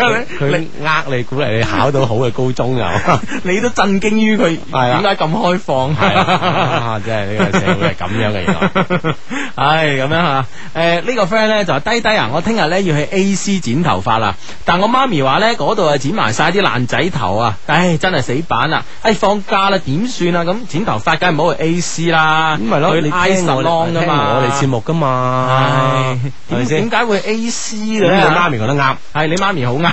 Speaker 11: 呃你鼓勵你考到好嘅高中又， 啊
Speaker 3: 你都震驚於佢點解咁開放？
Speaker 11: 係啊，即係呢個社會係咁樣嘅原來。
Speaker 3: 唉，咁樣吓，诶、呢、個 friend 咧就話低低啊，我聽日咧要去 A C 剪頭髮啦，但我媽咪話咧嗰度啊剪埋晒啲爛仔頭啊，唉，真係死板啦，唉，放假啦點算啊？咁剪頭髮梗係唔好去 A C 啦，咁
Speaker 11: 咪咯，
Speaker 3: 去
Speaker 11: 你
Speaker 3: I
Speaker 11: 聽我
Speaker 3: salon 噶
Speaker 11: 聽
Speaker 3: 嘛，
Speaker 11: 我哋節目噶嘛
Speaker 3: 唉，
Speaker 7: Ờ,
Speaker 11: 係咪
Speaker 3: 點
Speaker 11: 先
Speaker 3: 點？解會 A C 嘅
Speaker 11: 咁
Speaker 3: 咧？
Speaker 11: 你媽咪覺得啱，
Speaker 3: 係你媽咪好 啱。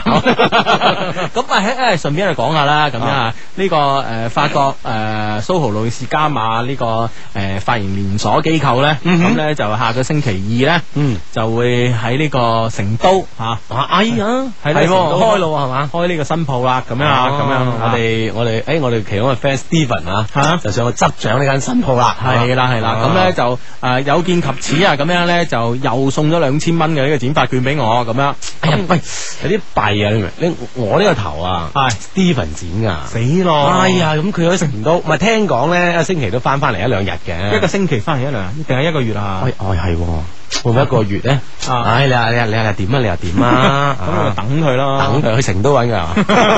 Speaker 3: 咁啊，誒誒順便就講下啦，咁樣啊，呢個誒法國誒蘇豪路士加馬呢個誒髮型連鎖機構咧，咁咧就下個星期二咧，嗯，就會喺呢個成都嚇，
Speaker 11: 哎呀，
Speaker 3: 係啦
Speaker 11: 係喎
Speaker 3: 成都
Speaker 11: 開路係嘛，
Speaker 3: 開呢個新鋪啦，咁樣啊，咁樣
Speaker 11: 哦
Speaker 3: 啊
Speaker 11: 我哋我哋誒我哋其中嘅 fan Steven
Speaker 3: 啊
Speaker 11: 啊，就上去執掌呢間新鋪啦，
Speaker 3: 係啦係啦，咁咧就誒有見及此啊，咁樣咧就又送咗兩千蚊嘅呢個剪髮券俾我，咁樣，哎呀喂，
Speaker 11: 有啲弊啊，你明？你我呢個頭啊，
Speaker 3: 係
Speaker 11: Steven 剪噶，
Speaker 3: 死咯
Speaker 11: 哎呀，咁佢喺成都，唔係聽講咧，一個星期都翻翻嚟一兩日嘅，
Speaker 3: 一個星期翻嚟一兩，定係一個月啊？
Speaker 11: 哎，哎係喎，會唔會一個月咧？
Speaker 3: 啊
Speaker 11: 唉，你話你話你話你話點啊？你話點啊
Speaker 3: ？咁我咪等佢咯，
Speaker 11: 等佢去成都揾佢啊！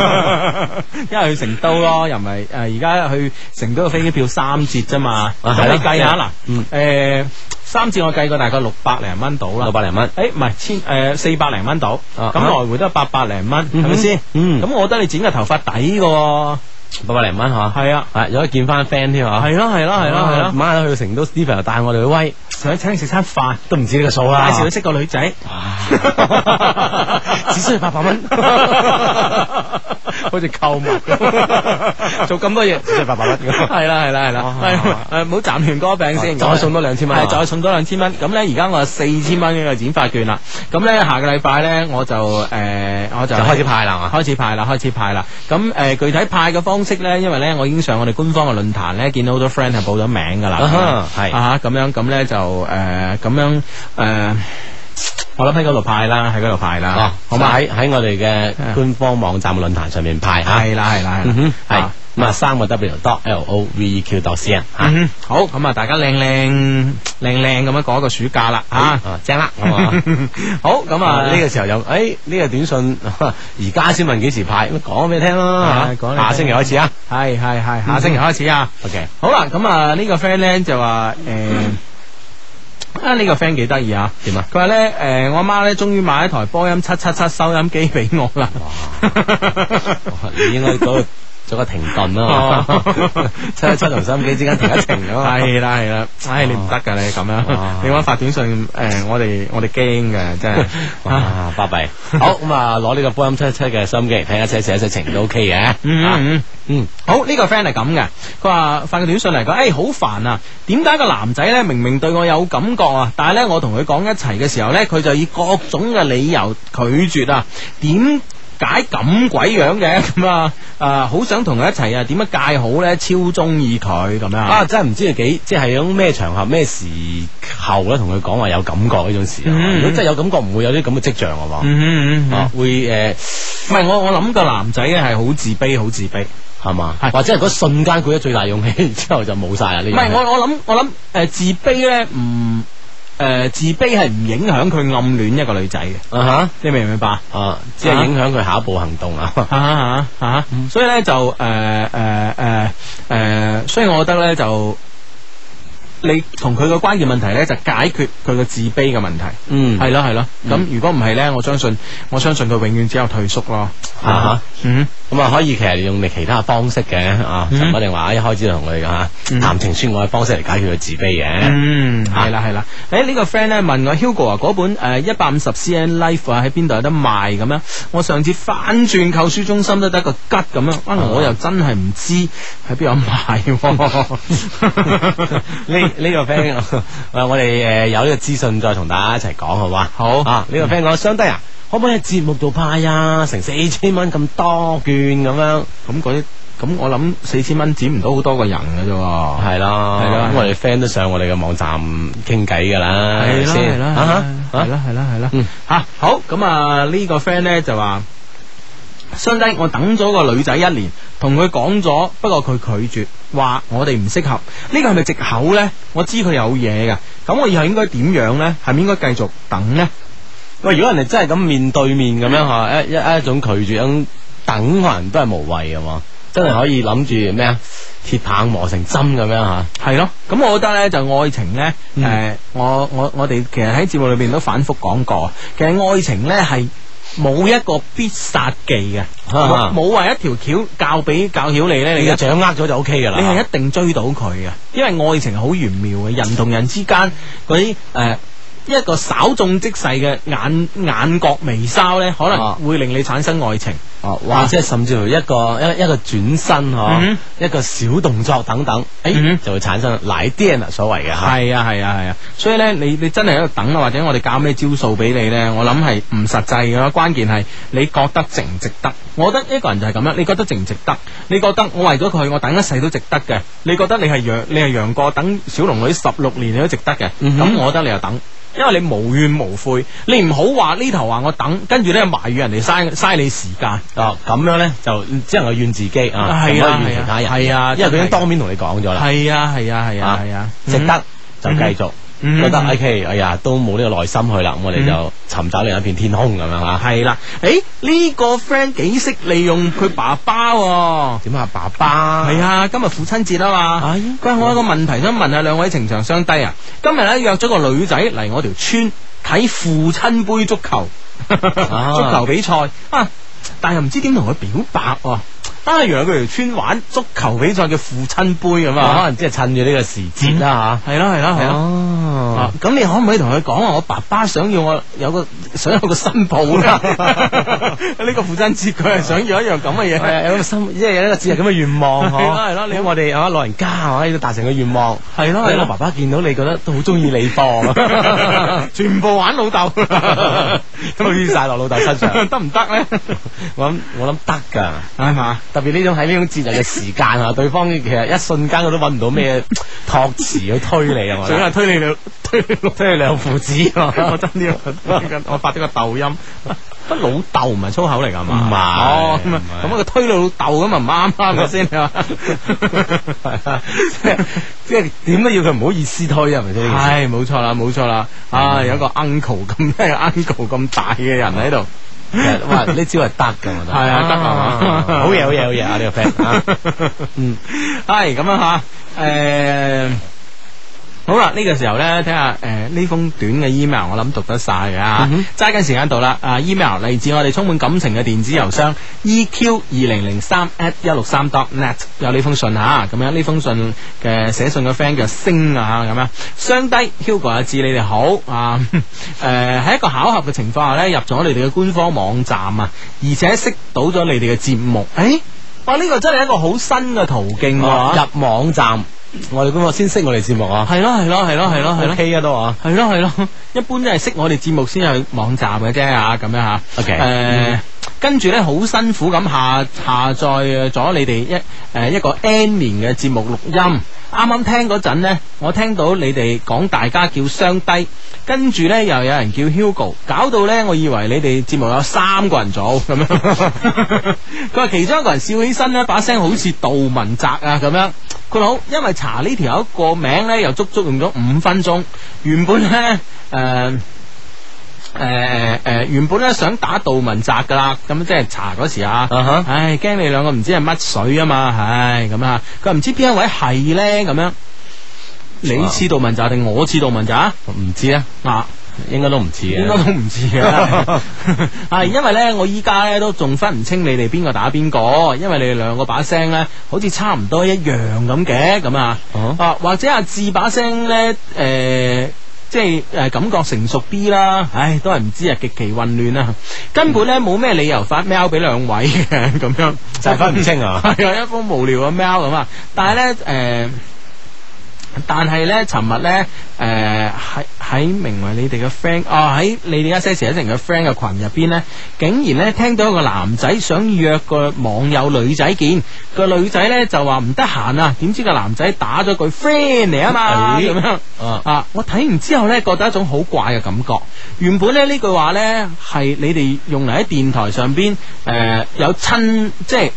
Speaker 3: 因為去成都咯，又唔係誒而家去成都嘅飛機票三折啫嘛，
Speaker 11: 啊
Speaker 3: 咁
Speaker 11: 係
Speaker 3: 你
Speaker 11: 啦
Speaker 3: 計下嗱
Speaker 11: 嗯，
Speaker 3: 誒三折我計過大概六百零蚊到啦，
Speaker 11: 六百零蚊
Speaker 3: 誒唔係千誒四百零蚊到，
Speaker 11: 啊
Speaker 3: 咁來回都係八百零蚊，係
Speaker 11: 嗯哼
Speaker 3: 咪先？
Speaker 11: 嗯
Speaker 3: 咁我覺得你剪個頭髮抵嘅喎，
Speaker 11: 八百零蚊嚇，
Speaker 3: 係啊，
Speaker 11: 啊，有得見翻 friend 添啊！
Speaker 3: 係咯係咯係咯係咯，
Speaker 11: 晚黑去到成都，Steven 又帶我哋去威，啊
Speaker 3: 想請你食餐飯，
Speaker 11: 都唔止呢個數
Speaker 3: 介
Speaker 11: 啦。
Speaker 3: 紹你識個女仔，
Speaker 11: 只需要八百蚊， 好似購物咁，
Speaker 3: 做咁多嘢
Speaker 11: 只需要八百蚊咁。哦
Speaker 3: 係啦係啦係啦，喂誒唔好斬亂嗰個餅先，
Speaker 11: 再送多兩千蚊啊
Speaker 3: 係再送多兩千蚊。咁咧而家我有四千蚊嘅剪髮券啦。咁咧下個禮拜咧我就誒、呃我就
Speaker 11: 就開始派啦係嘛
Speaker 3: 開始派啦，開始派啦。咁誒、呃具體派嘅方式咧，因為咧我已經上我哋官方嘅論壇咧，見到好多 friend 係報咗名㗎
Speaker 11: 啊
Speaker 3: 啦
Speaker 11: 哈，係
Speaker 3: 啊哈咁樣咁咧就誒咁、樣誒。呃我諗喺嗰度派啦，喺嗰度派啦，
Speaker 11: 哦，
Speaker 3: 好
Speaker 11: 好
Speaker 3: 嘛
Speaker 11: 嘛？？喺喺我哋嘅官方網站論壇上面派嚇，
Speaker 3: 係啦係啦係啦
Speaker 11: 嗯哼
Speaker 3: 啊
Speaker 11: 係咁啊，三個 W dot L O V E Q dot C N 嚇。
Speaker 3: 嗯，好，咁啊，大家靚靚靚靚咁樣過一個暑假啦，吓
Speaker 11: 啊，正啦，咁啊，
Speaker 3: 好，咁啊，
Speaker 11: 呢個時候有，誒呢個短 信而家先問幾時派，咁講俾你聽啦
Speaker 3: 係講，俾你聽
Speaker 11: 下星期開始啊
Speaker 3: 係係係，下星期開始啊。
Speaker 11: ，OK，
Speaker 3: 好啦，咁啊呢個 friend 咧就話誒。啊！呢、個 friend 幾得意啊？
Speaker 11: 點啊
Speaker 3: 佢話咧，誒、我阿媽咧，終於買一台波音七七七收音機俾我啦。
Speaker 11: 你應該嗰度做個停頓啦
Speaker 3: 哦，
Speaker 11: 七七同心機之間停一停啊嘛，
Speaker 3: 係啦係啦，唉，你唔得㗎你咁樣
Speaker 11: 哇，
Speaker 3: 你玩發短信，誒、我哋我哋驚嘅真係。
Speaker 11: 哇，巴閉！好咁啊，攞呢個波音七七嘅心機嚟聽一些事一些情都 OK 嘅。
Speaker 3: 嗯
Speaker 11: 啊
Speaker 3: 嗯
Speaker 11: 嗯，
Speaker 3: 好呢、個 friend 係咁嘅，佢話發個短信嚟講，誒好煩啊！點解個男仔咧明明對我有感覺啊，但係咧我同佢講一齊嘅時候咧，佢就以各種嘅理由拒絕啊？點解咁鬼樣嘅咁啊？啊，好想同佢一齊啊，點樣戒好咧？超中意佢咁樣
Speaker 11: 啊，真係唔知佢幾，即係喺咩場合、咩時候咧，同佢講話有感覺呢種事啊。如
Speaker 3: 嗯
Speaker 11: 果真係有感覺，唔會有啲咁嘅跡象啊嘛。
Speaker 3: 嗯
Speaker 11: 啊，會誒
Speaker 3: 唔係我我諗個男仔咧係好自卑，好自卑。
Speaker 11: 係嘛？或者係嗰瞬間佢咗最大勇氣 之後就冇晒啦。呢
Speaker 3: 唔
Speaker 11: 樣嘢
Speaker 3: 係我我諗我諗誒、呃自卑咧唔誒自卑係唔影響佢暗戀一個女仔嘅。
Speaker 11: 啊
Speaker 3: 你明唔明白？
Speaker 11: 嚇啊，即係影響佢下一步行動啊。 嗯
Speaker 3: 啊啊啊！所以咧就呃诶诶诶诶，呃所以我覺得咧就你同佢嘅關鍵問題咧就解決佢嘅自卑嘅問題。
Speaker 11: 嗯
Speaker 3: 係咯係咯。咁如果唔係咧，我相信我相信佢永遠只有退縮咯。
Speaker 11: 啊
Speaker 3: 嗯，
Speaker 11: 咁啊，可以其實用你其他方式嘅啊，就唔一定話一開始就同佢嚇談情説愛嘅方式嚟解決佢自卑嘅。啊
Speaker 3: 嗯，係啦係啦。诶，呢個 friend 咧問我 Hugo 啊，嗰本诶一百五十 cn life 啊喺邊度有得賣咁樣？我上次翻轉購書中心都得個吉咁樣，啊我又真係唔知喺邊有賣喎。
Speaker 11: 呢呢個 friend，誒我
Speaker 12: 呃
Speaker 11: 哋誒有呢個資訊再同大家一齊講好嘛？
Speaker 3: 好
Speaker 11: 啊，呢個 friend 講相低啊，可唔可以喺節目度派啊？成四千蚊咁多券咁樣，
Speaker 3: 咁嗰啲咁我諗四千蚊剪唔到好多個人嘅啫喎。
Speaker 11: 係啦，
Speaker 3: 係啦
Speaker 11: 咁我哋 friend 都上我哋嘅網站傾偈㗎啦，
Speaker 3: 係啦
Speaker 11: 先
Speaker 3: 係啦
Speaker 11: 啊
Speaker 3: 啊係啦係啦係啦，吓好咁啊呢個 friend 咧就話。相低，我等咗個女仔一年，同佢講咗，不過佢拒絕，話我哋唔適合。呢個係咪藉口呢？我知佢有嘢噶，咁我以後應該點樣呢？係咪應該繼續等呢？
Speaker 11: 喂，如果人哋真係咁面對面咁樣吓，一一一種拒絕，一種等可能都係無謂嘅嘛，真係可以諗住咩啊？鐵棒磨成針咁樣吓，嗯
Speaker 3: 係咯。咁我覺得呢，就愛情呢，誒、我我我哋其實喺節目裏邊都反覆講過，其實愛情呢係。冇一個必殺技嘅，
Speaker 11: 啊
Speaker 3: 冇冇話一條橋教俾教曉你呢，
Speaker 11: 你就掌握咗就 OK 噶啦。
Speaker 3: 你係一定追到佢嘅，因為愛情係好玄妙嘅，人同人之間嗰啲呃诶。一個稍縱即逝嘅眼眼角眉梢呢，可能會令你產生愛情。啊
Speaker 11: 哦，啊或者甚至乎一個一一個轉身嗬，
Speaker 3: 嗯
Speaker 11: 一個小動作等等，诶、就會產生奶癲啦，所謂嘅吓。
Speaker 3: 係啊係啊係啊，所以呢，你你真係喺度等啊，或者我哋教咩招數俾你呢？我諗係唔實際嘅，關鍵係你覺得值唔值得？我覺得一個人就係咁樣，你覺得值唔值得？你覺得我為咗佢，我等一世都值得嘅？你覺得你係楊你係楊過等小龍女十六年你都值得嘅？咁、
Speaker 11: 嗯哼
Speaker 3: 我覺得你又等。因為你無怨無悔，你唔好話呢頭話我等，跟住咧埋怨人哋嘥嘥你時間。
Speaker 11: 哦，咁樣咧就只能夠怨自己啊，唔
Speaker 3: 係啊
Speaker 11: 可以怨其他人，
Speaker 3: 係啊
Speaker 11: 因為佢已
Speaker 3: 真
Speaker 11: 經
Speaker 3: 係
Speaker 11: 當面同你講咗啦，
Speaker 3: 係啊係啊係啊係啊，
Speaker 11: 值得就
Speaker 3: 嗯
Speaker 11: 繼續。
Speaker 3: 嗯
Speaker 11: 覺得 OK，哎呀，都冇呢個耐心去啦，咁我哋就尋找另一片天空咁樣啊吓。
Speaker 3: 係啦，诶，呢個 friend 幾識利用佢爸爸喎？
Speaker 11: 點啊，爸爸？哎
Speaker 3: 係啊，今日父親節啊嘛。佢話我有個問題想問下兩位情場相低啊，今日咧約咗個女仔嚟我條村睇父親杯足球
Speaker 11: 啊
Speaker 3: 足球比賽啊，但係又唔知點同佢表白喎。啊！原來佢條村玩足球比賽嘅父親杯咁啊，嗯
Speaker 11: 可能即係趁住呢個時節啦
Speaker 3: 吓。係咯係咯係咯。啊
Speaker 11: 哦，
Speaker 3: 咁你可唔可以同佢講啊？我爸爸想要我有個想有個新抱啊啦。呢個父親節佢係想要一樣咁 嘅
Speaker 11: 係啊
Speaker 3: 嘢，
Speaker 11: 有個心，即係有一個節日咁嘅願望，
Speaker 3: 係咯係咯，
Speaker 11: 你我哋啊老人家啊，要達成個願望，
Speaker 3: 係咯係咯
Speaker 11: 因為我爸爸見到你覺得都好中意你 噃，
Speaker 3: 全部玩老豆，
Speaker 11: 推晒落老豆身上，
Speaker 3: 得唔得咧？
Speaker 11: 我諗我諗得㗎，
Speaker 3: 係嘛？
Speaker 11: 特別呢種喺呢種節日嘅時間啊，對方其實一瞬間佢都揾唔到咩托詞去推你啊，我覺
Speaker 3: 最
Speaker 11: 得
Speaker 3: 係推你兩推你
Speaker 11: 推你兩父子
Speaker 3: 我真啲我我發咗個 抖音，不老豆唔係粗口嚟㗎
Speaker 11: 唔
Speaker 3: 嘛？
Speaker 11: 係
Speaker 3: 哦咁啊
Speaker 11: 唔
Speaker 3: 咁啊佢推老豆咁啊唔啱啱咪先啊係嘛？
Speaker 11: 即係點都要佢唔好意思推啊，係咪先？嗯
Speaker 3: 係冇錯啦，冇錯啦，啊有一個 uncle 咁 一個 uncle 咁大嘅人喺度。
Speaker 11: 哇！呢招係得㗎，我覺得
Speaker 3: 係啊得啊
Speaker 11: 好嘢好嘢好嘢啊！呢個 friend 啊，
Speaker 3: 嗯，系咁啊吓，诶、好啦，呢、個時候呢，睇下诶呢封短嘅 email，我諗讀得晒嘅
Speaker 11: 嗯
Speaker 3: 吓，揸緊時間到啦。啊，email 嚟自我哋充滿感情嘅電子郵箱 eq 二零零三 at 一六三 dot net 有呢封信吓，咁樣呢封信嘅寫信嘅 friend 叫星啊，咁樣雙低 Hugo 阿志你哋好啊，诶、呃喺一個巧合嘅情況下呢，入咗你哋嘅官方網站啊，而且識到咗你哋嘅節目，诶、哇！呢、個真係一個好新嘅途徑喎、
Speaker 11: 哦入網站，我哋官方先識我哋節目啊，
Speaker 3: 係咯係咯係咯係咯係咯
Speaker 11: OK 啊都啊，
Speaker 3: 係咯係咯，一般都係識我哋節目先有網站嘅啫吓，咁樣吓。
Speaker 11: OK
Speaker 3: 誒、
Speaker 11: 嗯
Speaker 3: 呃跟住呢，好辛苦咁下下載呃咗你哋一誒、一個 N 年嘅節目錄音。啱啱聽嗰陣呢，我聽到你哋講大家叫雙低，跟住呢又有人叫 Hugo，搞到呢，我以為你哋節目有三個人做咁樣。 佢話其中一個人笑起身呢，把聲好似杜汶澤啊咁樣。佢話好，因為查呢條友個名呢，又足足用咗五分鐘。原本呢。 誒、诶诶诶，原本咧想打杜汶澤噶啦，咁即係查嗰時啊唉，驚你兩個唔知係乜水啊嘛，唉，咁啊，佢話唔知邊一位係咧咁
Speaker 11: 啊
Speaker 3: 樣，你知杜汶澤定我知杜汶澤？
Speaker 11: 唔知啊，
Speaker 3: 啊，
Speaker 11: 應該都唔似嘅，
Speaker 3: 應該都唔知嘅， 係啊因為咧，我依家咧都仲分唔清你哋邊個打邊個，因為你哋兩個把聲咧好似差唔多一樣咁嘅，咁啊，
Speaker 11: 哦
Speaker 3: 啊或者阿志把聲咧，诶、即係诶、呃感覺成熟啲啦，唉，都係唔知啊，極其混亂啊，根本咧冇咩理由發 mail 俾兩位嘅咁樣，
Speaker 11: 就係分唔清 啊
Speaker 3: 係啊，一封無聊嘅 mail 咁啊，但係咧诶。呃但系咧，尋日咧，誒喺喺名為你哋嘅 friend 啊喺你哋一些事一些情嘅 friend 嘅群入邊呢，竟然呢聽到一個男仔想約個網友女仔見，個女仔呢就話唔得閒啊，點知個男仔打咗句 friend 嚟啊嘛，
Speaker 11: 哎
Speaker 3: 咁樣啊，我睇完之後呢，覺得一種好怪嘅感覺。原本呢，呢句話呢係你哋用嚟喺電台上邊誒、呃有親即係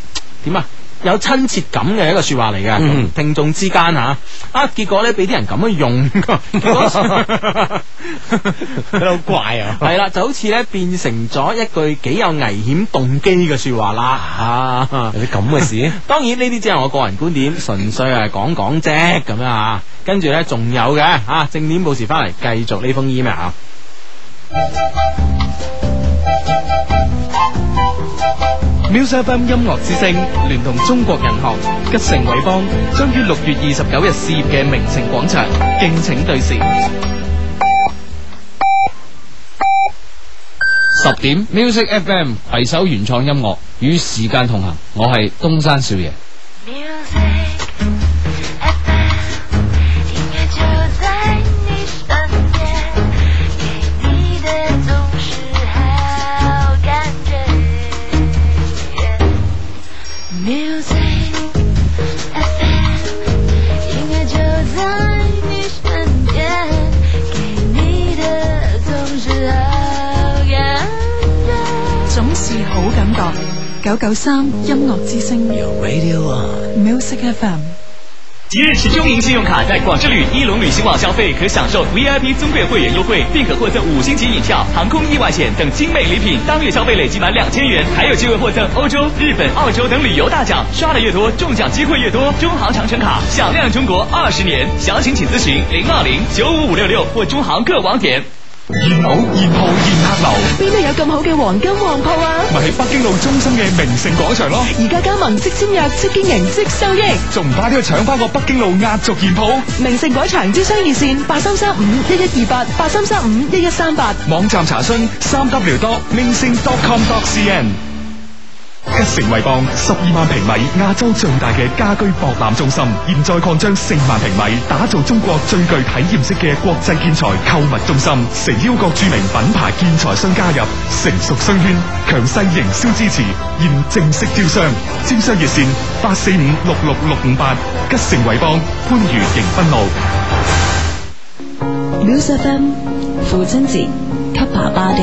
Speaker 3: 點啊？有親切感嘅一個説話嚟嘅，
Speaker 11: 嗯
Speaker 3: 聽眾之間嚇啊結果咧俾啲人咁樣 用，好怪啊！係啦，就好似咧變成咗一句幾有危險動機嘅説話啦啊！有啲咁嘅 事，當然呢啲只係我個人觀點，純粹係講講啫咁樣啊。跟住咧仲有嘅啊，正點報時翻嚟繼續呢封 email 啊。
Speaker 7: Music FM 音樂之聲聯同中國銀行、吉盛偉邦將於六月二十九日試業嘅名城廣場，敬請對視。
Speaker 18: 十點 Music FM 攜手原創音樂，與時間同行。我係東山少爺。
Speaker 1: 就在你身边，给你的总是好感觉。Music FM，音乐就在你身边，给你的总是好感
Speaker 2: 总是好感觉。九九三音乐之声
Speaker 4: Radio On。
Speaker 2: ，Music FM。
Speaker 4: 即日持中银信用卡在广之旅、一龙旅行网消费，可享受 VIP 尊贵会员优惠，并可获赠五星级影票、航空意外险等精美礼品。当月消费累计满两千元，还有机会获赠欧洲、日本、澳洲等旅游大奖。刷的越多，中奖机会越多。中航长城卡响亮中国二十年，详情请咨询零二零九五五六六或中航各网点。
Speaker 5: 現好現好現
Speaker 13: 边度有咁好嘅黃金旺鋪啊？
Speaker 7: à,
Speaker 5: 客流，咪喺北京路中心嘅名城廣場咯。
Speaker 13: 而家加盟即簽約即經營即收益，
Speaker 5: 仲唔快啲去搶翻個北京路壓軸現鋪？
Speaker 13: 名城廣場招商熱線八三三五一一二八八三三五一一三八。
Speaker 5: 網站查詢三 W 多 mincing dot com dot cn。吉成維邦十二萬平米亞洲最大嘅家居博覽中心，現在擴張四萬平米，打造中國最具體驗式嘅國際建材購物中心。誠邀各著名品牌建材商加入，成熟商圈，強勢營銷支持，現正式招商。招商熱線八四五六六六五八，吉成維邦番禺迎賓路。
Speaker 17: Music FM 父親節給爸爸的。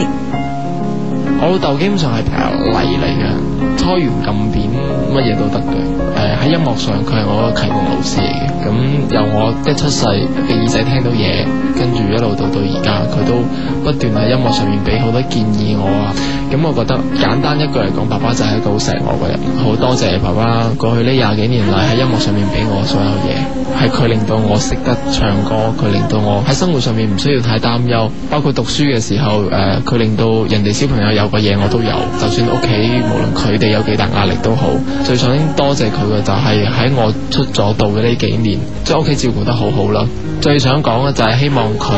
Speaker 19: 我老豆基本上係比較禮嚟嘅，搓圓撳扁乜嘢都得嘅。誒、喺音樂上佢係我嘅啟蒙老師嚟嘅，咁由我一出世嘅耳仔聽到嘢，跟住一路到到而家，佢都不斷喺音樂上面俾好多建議我啊。咁我覺得簡單一句嚟講，爸爸就係一個好錫我嘅人，好多謝爸爸過去呢廿幾年嚟喺音樂上面俾我所有嘢，係佢令到我識得唱歌，佢令到我喺生活上面唔需要太擔憂，包括讀書嘅時候，誒、佢令到人哋小朋友有嘅嘢我都有，就算屋企無論佢哋有幾大壓力都好，最想多謝佢嘅就係喺我出咗道嘅呢幾年，將屋企照顧得好好啦。最想講嘅就係希望佢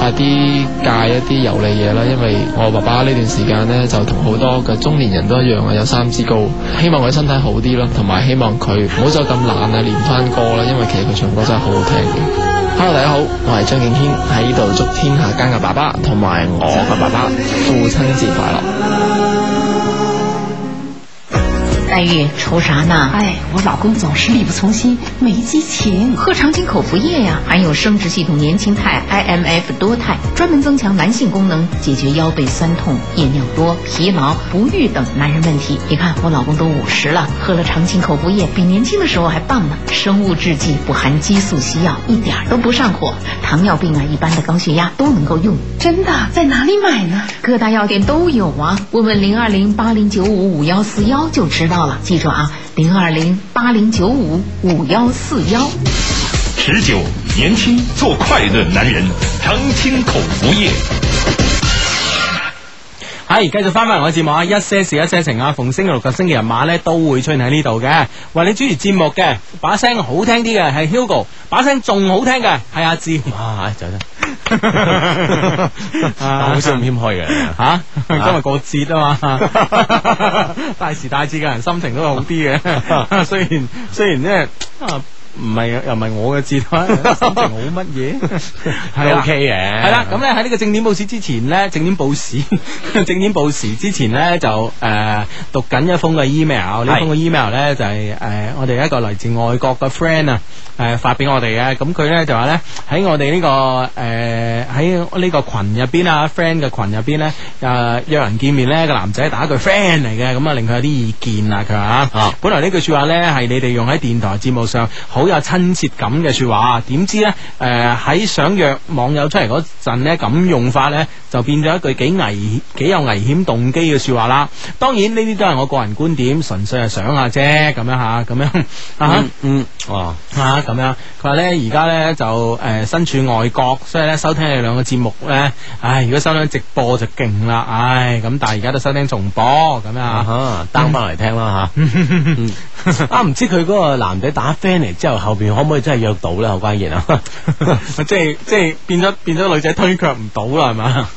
Speaker 19: 快啲戒一啲油膩嘢啦，因為我爸爸呢段時間呢，就同好多嘅中年人都一樣啊，有三脂高，希望佢身體好啲啦，同埋希望佢唔好再咁懶啊，練翻歌啦，因為其實佢唱歌真係好好聽嘅。Hello，大家好，我係張敬軒，喺呢度祝天下間嘅爸爸同埋我嘅爸爸父親節快樂。
Speaker 20: 黛哎玉，愁啥呢？哎，我老公总是力不从心，没激情，喝长青口服液呀、含有生殖系统年轻肽 IMF 多肽，专门增强男性功能，解决腰背酸痛、夜尿多、疲劳、不育等男人问题。你看，我老公都五十了，喝了长青口服液，比年轻的时候还棒呢。生物制剂，不含激素西药，一点儿都不上火。糖尿病啊，一般的高血压都能够用。真的，在哪里买呢？各大药店都有啊，问问零二零八零九五五幺四幺就知道了。记住啊，零二零八零九五五幺四幺。
Speaker 21: 持久、年轻、做快乐男人，常青口服液。
Speaker 3: 系，繼續翻返嚟我嘅節目啊！一些事，一些情啊！逢星期六及星期日晚咧，都會出現喺呢度嘅。為你主持節目嘅，把聲好聽啲嘅係 Hugo，把聲仲好聽嘅係阿志。 哇！就 得，
Speaker 11: 好少咁謙虛嘅
Speaker 3: 吓，啊今日過節啊 嘛，大時大節嘅人心情都會好啲嘅。雖然雖然咧啊。唔係又唔係我嘅姿態，心情好乜嘢？ 係啦
Speaker 11: OK 嘅
Speaker 3: 係啦，咁咧喺呢個正點報時之前咧，正點報時， 正點報時之前咧就誒、呃、讀緊一封嘅 email，呢封嘅 email 咧就係、誒、呃我哋一個嚟自外國嘅 friend 啊，誒、發俾我哋嘅，咁佢咧就話咧喺我哋呢、個誒喺呢個群入邊啊，friend 嘅群入邊咧誒約人見面咧個男仔打一句 friend 嚟嘅，咁啊令佢有啲意見啦，佢話啊，本來呢句説話咧係你哋用喺電台節目上好有親切感嘅説話，點知咧誒喺想約網友出嚟嗰陣咧咁用法咧就變咗一句幾危幾有危險動機嘅説話啦。當然呢啲都係我個人觀點，純粹係想下啫，咁樣嚇，咁樣啊
Speaker 11: 嗯，嗯，哦，
Speaker 3: 啊咁樣，佢話咧而家咧就誒、呃身處外國，所以咧收聽你兩個節目咧，唉，如果收聽直播就勁啦，唉，咁但係而家都收聽重播咁嗯樣
Speaker 11: 啊，down 翻嚟聽啦吓。啊，唔知佢嗰個男仔打 friend 嚟之後，後邊可唔可以真係約到咧？好關鍵啊！
Speaker 3: 即係即係變咗變咗女仔推卻唔到啦，係嘛？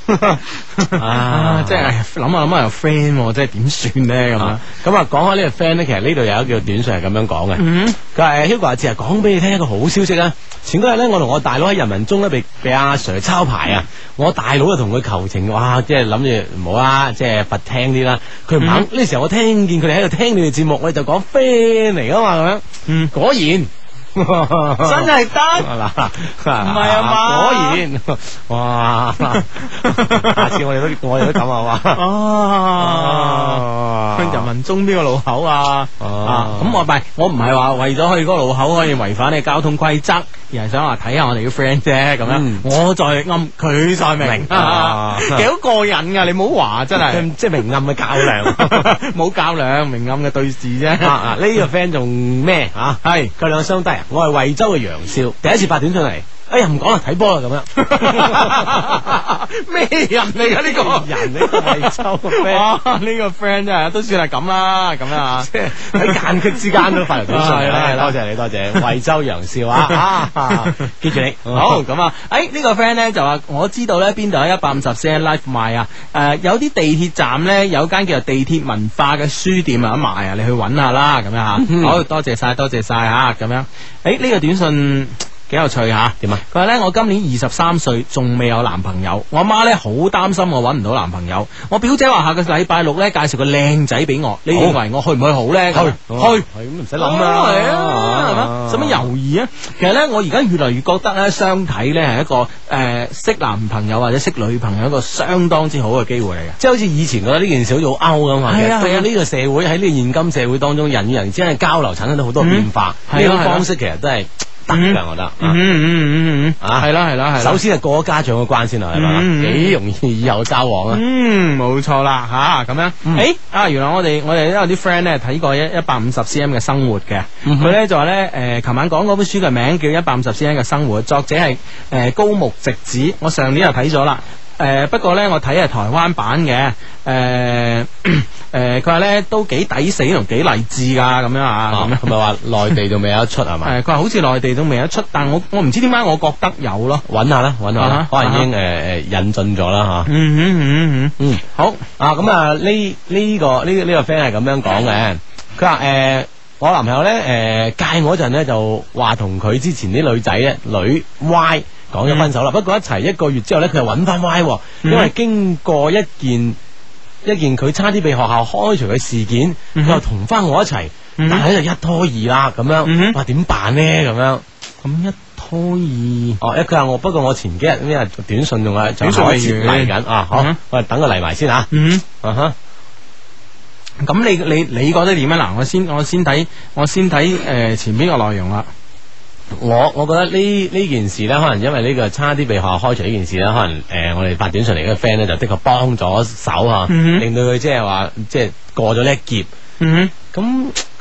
Speaker 3: 啊，即係唉諗下諗下又 friend，喎即係點算咧咁樣？
Speaker 11: 咁啊，講開呢個 friend 咧，其實呢度有一個短信係咁樣講嘅。
Speaker 3: 嗯
Speaker 11: 佢話誒 Hugo 阿志啊，講俾你聽一個好消息啊！前嗰日咧，我同我大佬喺人民中咧被被阿 Sir 抄牌啊！我大佬就同佢求情，哇！即係諗住唔好啦，即係罰聽啲啦。佢唔肯。
Speaker 3: 嗯
Speaker 11: 呢、時候我聽見佢哋喺度聽你哋節目，我哋就講 friend 嚟噶嘛咁樣。嗯，果 然。真
Speaker 3: 係得
Speaker 11: 嗱，唔係
Speaker 3: 啊嘛
Speaker 11: 果然， 哇！下次我哋都我哋都咁啊嘛，
Speaker 3: 哦，人民中邊個路口啊？
Speaker 11: 哦
Speaker 3: 啊，咁我唔係，我唔係話為咗去嗰個路口可以違反你交通規則，而係想話睇下我哋啲 friend 啫，咁樣
Speaker 11: 嗯
Speaker 3: 我再暗，佢再明，
Speaker 11: 明啊
Speaker 3: 幾好過癮噶！你唔好話真係，
Speaker 11: 即係明暗嘅較量，
Speaker 3: 冇較量，明暗嘅對峙啫。
Speaker 11: 啊啊！呢、個 friend 仲咩啊？
Speaker 3: 係
Speaker 11: 佢兩相低啊！我係惠州嘅楊少，第一次發短信嚟。哎呀，唔講啦，睇波啦咁樣。
Speaker 3: 咩人嚟噶呢個
Speaker 11: 人呢個惠州嘅 friend
Speaker 3: 哇！呢個 friend 真係都算係咁啦，咁樣啊，
Speaker 11: 即係喺間隙之間都發嚟短信
Speaker 3: 係啦係
Speaker 11: 嚟，
Speaker 3: 啦
Speaker 11: 多謝你，多謝惠州楊少 啊！啊，記住你
Speaker 3: 好咁啊！誒呢個 friend 咧就話我知道咧邊度有一百五十 c live 賣啊！誒有啲地鐵站咧有間叫做地鐵文化嘅書店啊賣啊，你去揾下啦咁樣
Speaker 11: 嗯
Speaker 3: 嚇。好多謝晒，多謝晒嚇咁樣。誒呢個短信。幾有趣嚇？點啊？佢話咧，我今年二十三歲，仲未有男朋友。我媽咧好擔心我揾唔到男朋友。我表姐話下個禮拜六咧介紹個靚仔俾我，你認為我去唔去好咧？
Speaker 11: 去
Speaker 12: 哦
Speaker 3: 去
Speaker 11: 係咁唔使諗啦
Speaker 3: 係啊，係嘛？使乜猶豫啊？其實咧，我而家越嚟越覺得咧，相睇咧係一個誒、呃識男朋友或者識女朋友一個相當之好嘅機會嚟嘅。
Speaker 11: 即係好似以前覺得呢件事好似好 out 咁啊！
Speaker 3: 係啊
Speaker 11: 其實對
Speaker 3: 係啊
Speaker 11: 於呢個社會喺呢個現今社會當中，人與人之間嘅交流產生咗好多變化，
Speaker 3: 嗯
Speaker 11: 呢
Speaker 3: 係啊
Speaker 11: 種
Speaker 3: 係啊
Speaker 11: 方式其實都係得嘅，我覺得。
Speaker 3: 嗯嗯嗯嗯嗯，
Speaker 11: 啊，
Speaker 3: 係啦係啦係啦。
Speaker 11: 首先係過咗家長嘅關先啦，係
Speaker 3: 嗯嗯
Speaker 11: 嘛？幾容易以後交往啊！嗯
Speaker 3: 嗯，冇錯啦，吓咁樣。誒啊，原來我哋我哋都有啲 friend 咧睇過一一百五十 cm 嘅生活嘅，
Speaker 11: 嗯
Speaker 3: 佢咧就話咧誒，琴晚講嗰本書嘅名叫《一百五十 cm 嘅生活》，作者係誒高木直子，我上年就睇咗啦。誒、不過咧，我睇係台灣版嘅，誒 誒，佢話咧都幾抵死同幾勵志噶咁樣啊，咁樣
Speaker 11: 係咪話內地仲未有得出係嘛？
Speaker 3: 誒，佢話好似內地都未有出，但我我唔知點解我覺得有咯。
Speaker 11: 揾下啦，揾下啦
Speaker 3: 啊，
Speaker 11: 可能已經
Speaker 3: 啊
Speaker 11: 誒誒呃引進咗啦嚇。
Speaker 3: 嗯嗯嗯
Speaker 11: 嗯嗯，
Speaker 3: 好
Speaker 11: 啊，咁啊呢呢個呢呢個 friend 係咁樣講嘅，佢話誒。我男朋友咧，誒、戒我嗰陣咧就話同佢之前啲女仔咧女 Y 講咗分
Speaker 3: 嗯
Speaker 11: 手啦，不過一齊一個月之後咧，佢又揾翻 Y，喎因為經過一件一件佢差啲被學校開除嘅事件，佢
Speaker 3: 嗯
Speaker 11: 又同翻我一齊，但係咧就一拖二啦咁
Speaker 3: 嗯
Speaker 11: 樣，話點辦呢？咁樣？
Speaker 3: 咁一拖二
Speaker 11: 哦，一佢話我，不過我前幾日咩啊短信仲啊，仲
Speaker 3: 短信
Speaker 11: 開始
Speaker 3: 未
Speaker 11: 嚟
Speaker 3: 完
Speaker 11: 緊啊，好
Speaker 3: 嗯哼，
Speaker 11: 我哋等佢嚟埋先啊，
Speaker 3: 嗯
Speaker 11: 啊哈。
Speaker 3: 咁你你你覺得點啊樣？嗱，我先我先睇我先睇誒、呃前邊個內容啦。
Speaker 11: 我我覺得呢呢件事呢，可能因為呢個差啲被學校開除呢件事呢，可能誒、呃我哋發短信嚟嘅 friend 呢，就的確幫咗手啊，
Speaker 3: 嗯哼
Speaker 11: 令到佢即係話即係過咗呢一劫。
Speaker 3: 嗯
Speaker 11: 咁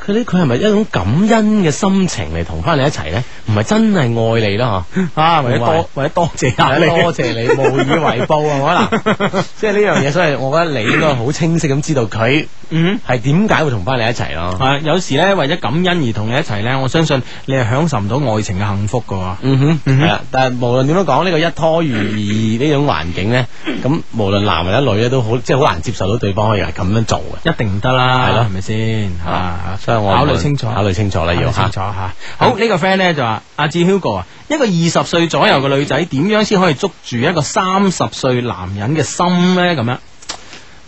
Speaker 11: 佢呢，佢係咪一種感恩嘅心情嚟同翻你一齊呢？唔係真係愛你啦嗬，
Speaker 3: 啊或者多或者多謝下你
Speaker 11: 多謝 你，無以為報啊！我嗱，即係呢樣嘢，所以我覺得你應該好清晰咁知道佢
Speaker 3: 嗯，
Speaker 11: 系点解会同翻你一齐咯？
Speaker 3: 啊，有時咧為咗感恩而同你一齊咧，我相信你係享受唔到愛情嘅幸福噶。
Speaker 11: 嗯哼，
Speaker 3: 嗯
Speaker 11: 系
Speaker 3: 哼
Speaker 11: 啦、但系无论点样讲，呢、個个一拖如二呢種環境 咧，咁無論男或者女咧，都好即係好難接受到對方可以係咁樣做嘅。
Speaker 3: 一定唔得啦，
Speaker 11: 係咯啊
Speaker 3: 係咪先吓？
Speaker 11: 所以我
Speaker 3: 考慮清楚
Speaker 11: 考慮啊清楚啦，要
Speaker 3: 啊
Speaker 11: 嗯
Speaker 3: 考慮清
Speaker 11: 嚇
Speaker 3: 楚吓。好呢個 friend 咧就話：阿志 Hugo 啊，一個二十歲左右嘅女仔，點樣先可以捉住一個三十歲男人嘅心咧？咁樣。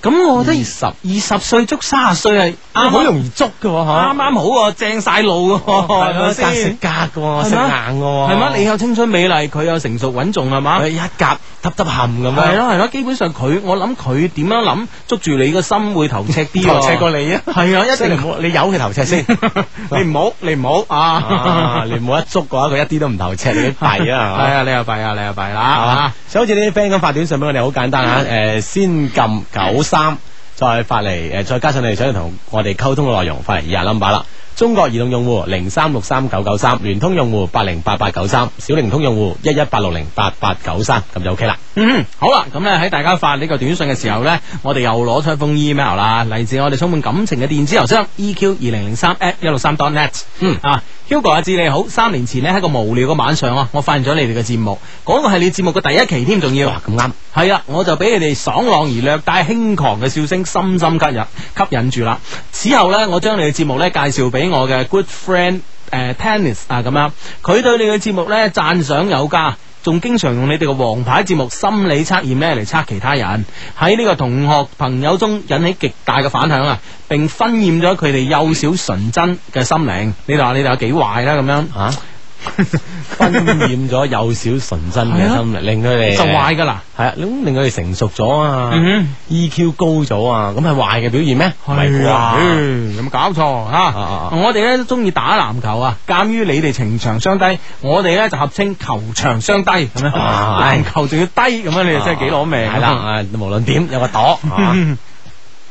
Speaker 3: 咁我覺得二十二十歲捉三十歲係啱，
Speaker 11: 好容
Speaker 3: 易捉嘅喎，啱啱好喎，正晒路嘅喎，
Speaker 11: 係咯
Speaker 3: 係咪哦先
Speaker 11: 哦格食格嘅喎食硬嘅喎
Speaker 3: 係咪？你有青春美麗，佢有成熟穩重係嘛？一夾揼揼冚咁
Speaker 11: 樣
Speaker 3: 係咯係咯，基本上佢我諗佢點樣諗，捉住你個心會頭赤啲喎，
Speaker 11: 頭赤過你啊
Speaker 3: 係啊，一
Speaker 11: 所以
Speaker 3: 定
Speaker 11: 你唔好你由佢頭赤 先，
Speaker 3: 你唔好你唔好啊
Speaker 11: 啊！你冇一捉嘅話，佢一啲都唔頭赤，你 弊啊！
Speaker 3: 係啊，你又弊啊，嗯你又弊啦，
Speaker 11: 係嘛？所以好似呢啲 friend 咁發短信俾我哋好簡單啊！誒、先撳九三，再發嚟誒、再加上你哋想同我哋溝通嘅內容，發嚟以下 number 啦。中國移動用戶零三六三九九三，聯通用戶八零八八九三，小靈通用戶一一八六零八八九三，咁就 OK 啦。
Speaker 3: 嗯，好啦，咁咧喺大家發呢個短信嘅時候呢，我哋又攞出一封 email 啦，嚟自我哋充滿感情嘅電子郵箱 EQ 二零零三 at 一六三 dot net。嗯啊，Hugo 阿志你好，三年前呢，喺一個無聊嘅晚上啊，我發現咗你哋嘅節目，嗰、個係你節目嘅第一期添，仲要咁啱。係啊，我就俾你哋爽朗而略帶輕狂嘅笑聲深深吸引吸引住啦。此後呢，我將你嘅節目呢介紹俾我嘅 good friend。誒、tennis 啊咁樣，佢對你嘅節目呢讚賞有加，仲經常用你哋嘅王牌節目心理測驗呢嚟測其他人，喺呢個同學朋友中引起極大嘅反響啊！並分厭咗佢哋幼小純真嘅心靈。你哋話啊你哋有幾壞啦咁樣
Speaker 11: 嚇、啊 分染咗幼小純真嘅心理，令佢哋
Speaker 3: 就壞㗎啦。
Speaker 11: 係啊，咁令佢哋成熟咗啊、
Speaker 3: 嗯
Speaker 11: e q 高咗啊，咁係壞嘅表現咩？唔係
Speaker 3: 係啊
Speaker 11: 啩
Speaker 3: 嗯有冇搞錯吓？
Speaker 11: 啊
Speaker 3: 我哋咧都中意打籃球啊，鑑於你哋情場相低，我哋咧就合稱球場相低咁樣，
Speaker 11: 啊
Speaker 3: 籃球仲要低咁樣，你哋真係幾攞命
Speaker 11: 係啦，啊無論點有個 朵。
Speaker 3: 嗯
Speaker 11: 啊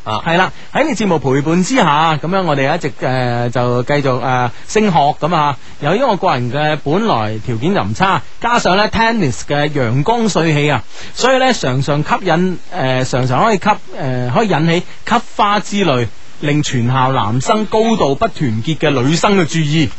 Speaker 11: 啊，
Speaker 3: 系啦，喺你節目陪伴之下，咁樣我哋一直诶、呃就繼續诶、呃升學咁啊。由於我個人嘅本來條件就唔差，加上咧 tennis 嘅陽光帥氣啊，所以咧常常吸引诶、呃常常可以吸诶、可以引起吸花之類。令全校男生高度不團結嘅女生嘅注 意，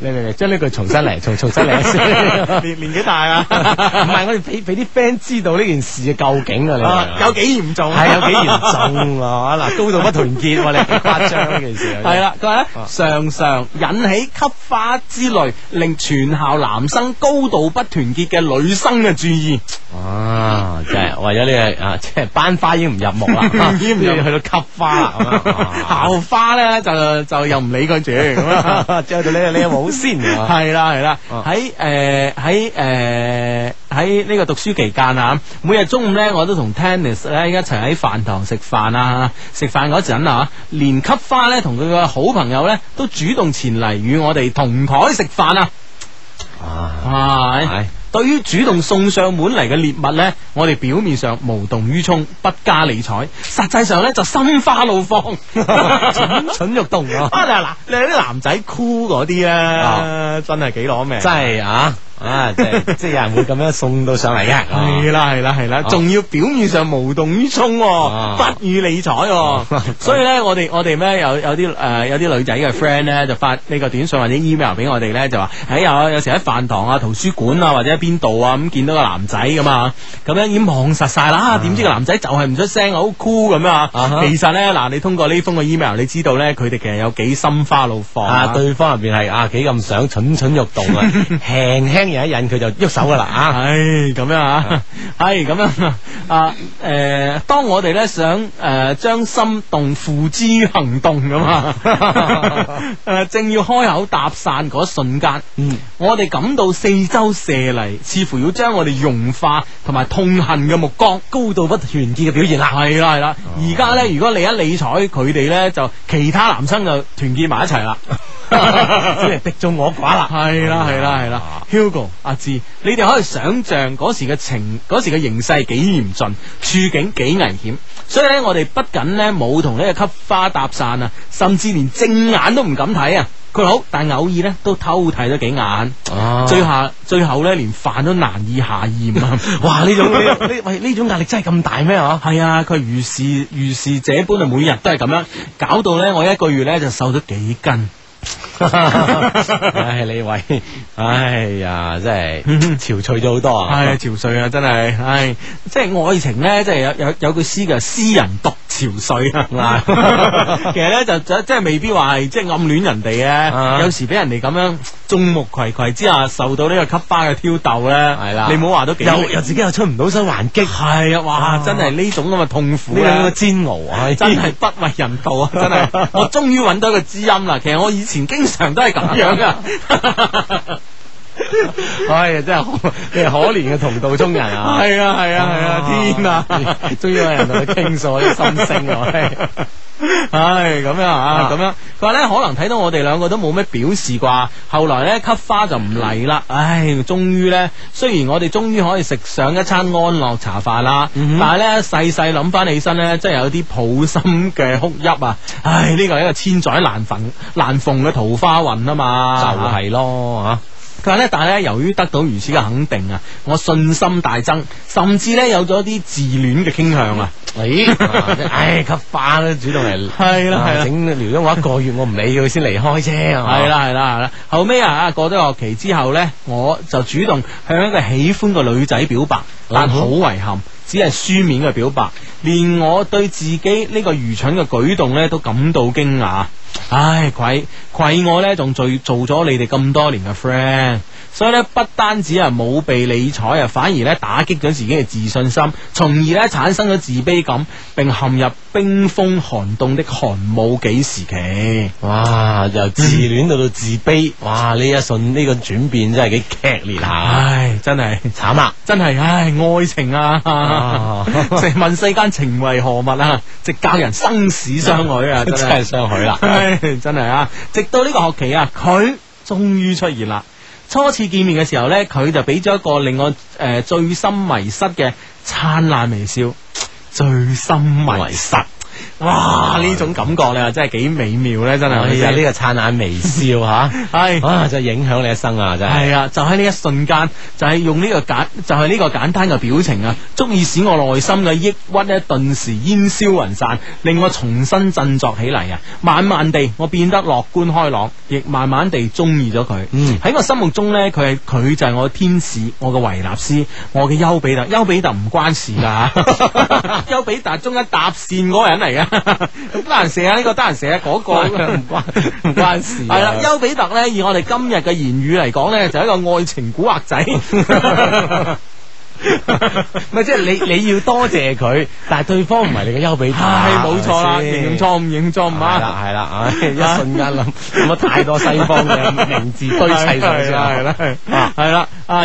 Speaker 11: 你嚟嚟，將呢句重新嚟，重重新
Speaker 3: 啊
Speaker 11: 嚟一次。
Speaker 3: 年年紀大 啊，
Speaker 11: 唔係我哋俾俾啲 friend 知道呢件事嘅究竟啊，你明唔明啊
Speaker 3: 啊有幾嚴重啊
Speaker 11: 係有幾嚴重啊！嗱，高度不團結喎，你幾誇張呢件事啊？
Speaker 3: 係啦，佢話咧常常引起吸花之類，令全校男生高度不團結嘅女生嘅注 意。
Speaker 11: 啊，真係為咗呢個啊， 即係班花已經唔入目 啦，
Speaker 3: 已經唔入 目
Speaker 11: 要去到吸花啦，啊
Speaker 3: 校花咧就就又唔理佢住咁啊，
Speaker 11: 即係到呢呢一步先啊
Speaker 3: 係啦係啦，喺誒喺誒喺呢個讀書期間啊，每日中午咧我都同 tennis 咧一齊喺飯堂食飯啊，食飯嗰陣啊，連級花咧同佢嘅好朋友咧都主動前嚟與我哋同台食飯啊。啊！對於主動送上門嚟嘅獵物呢，我哋表面上無動於衷，不加理睬，實際上呢就心花怒 放， 蠢
Speaker 11: 蠢欲動啊！
Speaker 3: 嗱嗱，你啲男仔酷嗰啲呢，真係幾攞命，
Speaker 11: 啊真係啊！啊，即 係即係有人會咁樣送到上嚟嘅，
Speaker 3: 係啦係啦係啦，
Speaker 11: 啊
Speaker 3: 仲要表面上無動於衷
Speaker 11: 哦
Speaker 3: 喎，不予理睬喎。所以咧，我哋我哋咧有有啲誒有啲女仔嘅 friend 咧就發呢個短信或者 email 俾我哋咧，就話喺有有時喺飯堂啊、圖書館啊或者喺邊度啊咁見到個男仔咁啊，咁樣已經望實晒啦，啊點知個男仔就係唔出聲，好酷咁啊
Speaker 11: 啊哈！
Speaker 3: 其實咧嗱，你通過呢封嘅 email，你知道咧佢哋其實有幾心花怒放
Speaker 11: 啊，對方入邊係啊幾咁想蠢蠢欲動 啊，輕輕引一引佢就喐手噶啦啊！
Speaker 3: 唉，咁樣啊，係咁樣啊啊，诶、當我哋咧想诶将、心動付之於行動 咁啊，诶、正要開口搭讪嗰瞬間，
Speaker 11: 嗯，
Speaker 3: 我哋感到四周射嚟，似乎要將我哋融化同埋痛恨嘅目光，
Speaker 11: 高度不團結嘅表現啦，
Speaker 3: 係啦係啦，而家咧如果你一理睬佢哋咧，就其他男生就團結埋一齊啦。只
Speaker 11: 係敵眾我寡啦。哎
Speaker 3: 係啦係啦係啦，Hugo 阿志，你哋可以想象嗰時嘅情，嗰時嘅形勢幾嚴峻，處境幾危險。所以咧，我哋不僅咧冇同呢個吸花搭散啊，甚至連正眼都唔敢睇啊。佢好，但偶爾咧都偷睇咗幾眼，
Speaker 11: 啊
Speaker 3: 最下最後咧連飯都難以下咽啊！
Speaker 11: 哇呢 種呢呢喂呢種壓力真係咁大咩啊？
Speaker 3: 係啊，佢如是如是這般啊，每日都係咁樣，搞到咧我一個月咧就瘦咗幾斤。
Speaker 11: 唉，你位，唉呀，真係憔悴咗好多啊！
Speaker 3: 唉，憔悴啊，真係，唉，即係愛情咧，即係有有有句詩嘅，詩人獨憔 悴啊。其實咧就就即係未必話係即係暗戀人哋
Speaker 11: 啊
Speaker 3: 嘅，有時俾人哋咁樣眾目睽睽之下受到呢個吸花嘅挑逗咧，係
Speaker 11: 啦
Speaker 3: 你唔好話都幾
Speaker 11: 啊又又自己又出唔到手還擊，
Speaker 3: 係啊，哇，真係呢種咁嘅痛苦
Speaker 11: 呢
Speaker 3: 咧
Speaker 11: 兩個煎熬啊，
Speaker 3: 真係不為人道啊！真係，我終於揾到一個知音啦。其實我以前經常都係咁 樣噶。
Speaker 11: 唉哎呀，真係可你係可憐嘅同道中人啊！
Speaker 3: 係啊係啊係啊天啊！
Speaker 11: 終於有人同你傾訴我啲心聲 啊！唉
Speaker 3: 唉，咁樣啊
Speaker 11: 啊，
Speaker 3: 咁樣。佢話咧，可能睇到我哋兩個都冇咩表示啩。後來咧，吸花就唔嚟啦。唉，終於咧，雖然我哋終於可以食上一餐安樂茶飯啦，但係咧細細諗翻起身咧，真係有啲抱心嘅哭泣啊！唉，呢個係一個千載難逢難逢嘅桃花運啊嘛，
Speaker 11: 就係
Speaker 3: 咯啊嚇。佢話咧，但係咧，由於得到如此嘅肯定啊，我信心大增，甚至咧有咗啲自戀嘅傾向啊！
Speaker 11: 咦，啊 即係唉，吸花都主動嚟，
Speaker 3: 係啦
Speaker 11: 啊
Speaker 3: 係啦
Speaker 11: 整撩咗我一個月，我唔理佢先離開啫，係嘛
Speaker 3: 係啦係啦係啦，後尾啊過咗學期之後呢，我就主動向一個喜歡嘅女仔表白，
Speaker 11: 哦
Speaker 3: 但好遺憾，只係書面嘅表白，連我對自己呢個愚蠢嘅舉動呢都感到驚訝。唉，愧愧我呢，仲做做咗你哋咁多年嘅 friend，所以呢，不單止啊冇被理睬啊，反而呢打擊咗自己嘅自信心，從而呢產生咗自卑感，並陷入冰封寒凍的寒武紀時期。嗯
Speaker 11: 哇！由自戀到到自卑，哇！呢一瞬呢個轉變真係幾劇烈下，啊
Speaker 3: 唉，真係
Speaker 11: 慘啊啦！
Speaker 3: 真係唉，愛情啊， 成問世間情為何物啊，直教人生死相許啊，真
Speaker 11: 真係相許啦
Speaker 3: 唉，真係啊！直到呢個學期啊，佢終於出現啦。初次見面嘅時候呢，佢就俾咗一個令我誒、呃最深迷失嘅燦爛微笑，最深迷失。哇！呢種感覺咧，真係幾美妙咧，真係。
Speaker 11: 哎呀，呢個燦爛微 笑吓，
Speaker 3: 係
Speaker 11: 啊，真係影響你一生啊！真係
Speaker 3: 系啊，就喺呢一瞬間，就係、用呢個簡，就係、呢個簡單嘅表情啊，足以使我內心嘅抑鬱咧，頓時煙消雲散，令我重新振作起嚟啊！慢慢地，我變得樂觀開朗，亦慢慢地中意咗佢。嗯，喺我心目中呢，佢係佢就係我嘅天使，我嘅 維納 斯，我嘅丘比特。丘比特唔關事噶，丘比特中間搭線嗰個人嚟嘅，得閒射下呢個，得閒射下嗰 個，唔關唔關事。
Speaker 11: 啊
Speaker 3: 係啦，丘比特呢，以我哋今日嘅言語嚟講呢，就係一個愛情古惑 仔。
Speaker 11: 咪即係你你要多謝佢，但係對方唔係你嘅優比特，
Speaker 3: 唉，冇錯啦，
Speaker 11: 係咪先
Speaker 3: 認錯誤，認錯誤
Speaker 11: 係
Speaker 3: 啊！
Speaker 11: 啦係啦，唉，一瞬間諗 諗咗啊太多西方嘅名字堆砌上去
Speaker 3: 係啦係啦係 啦，係啦啊！然而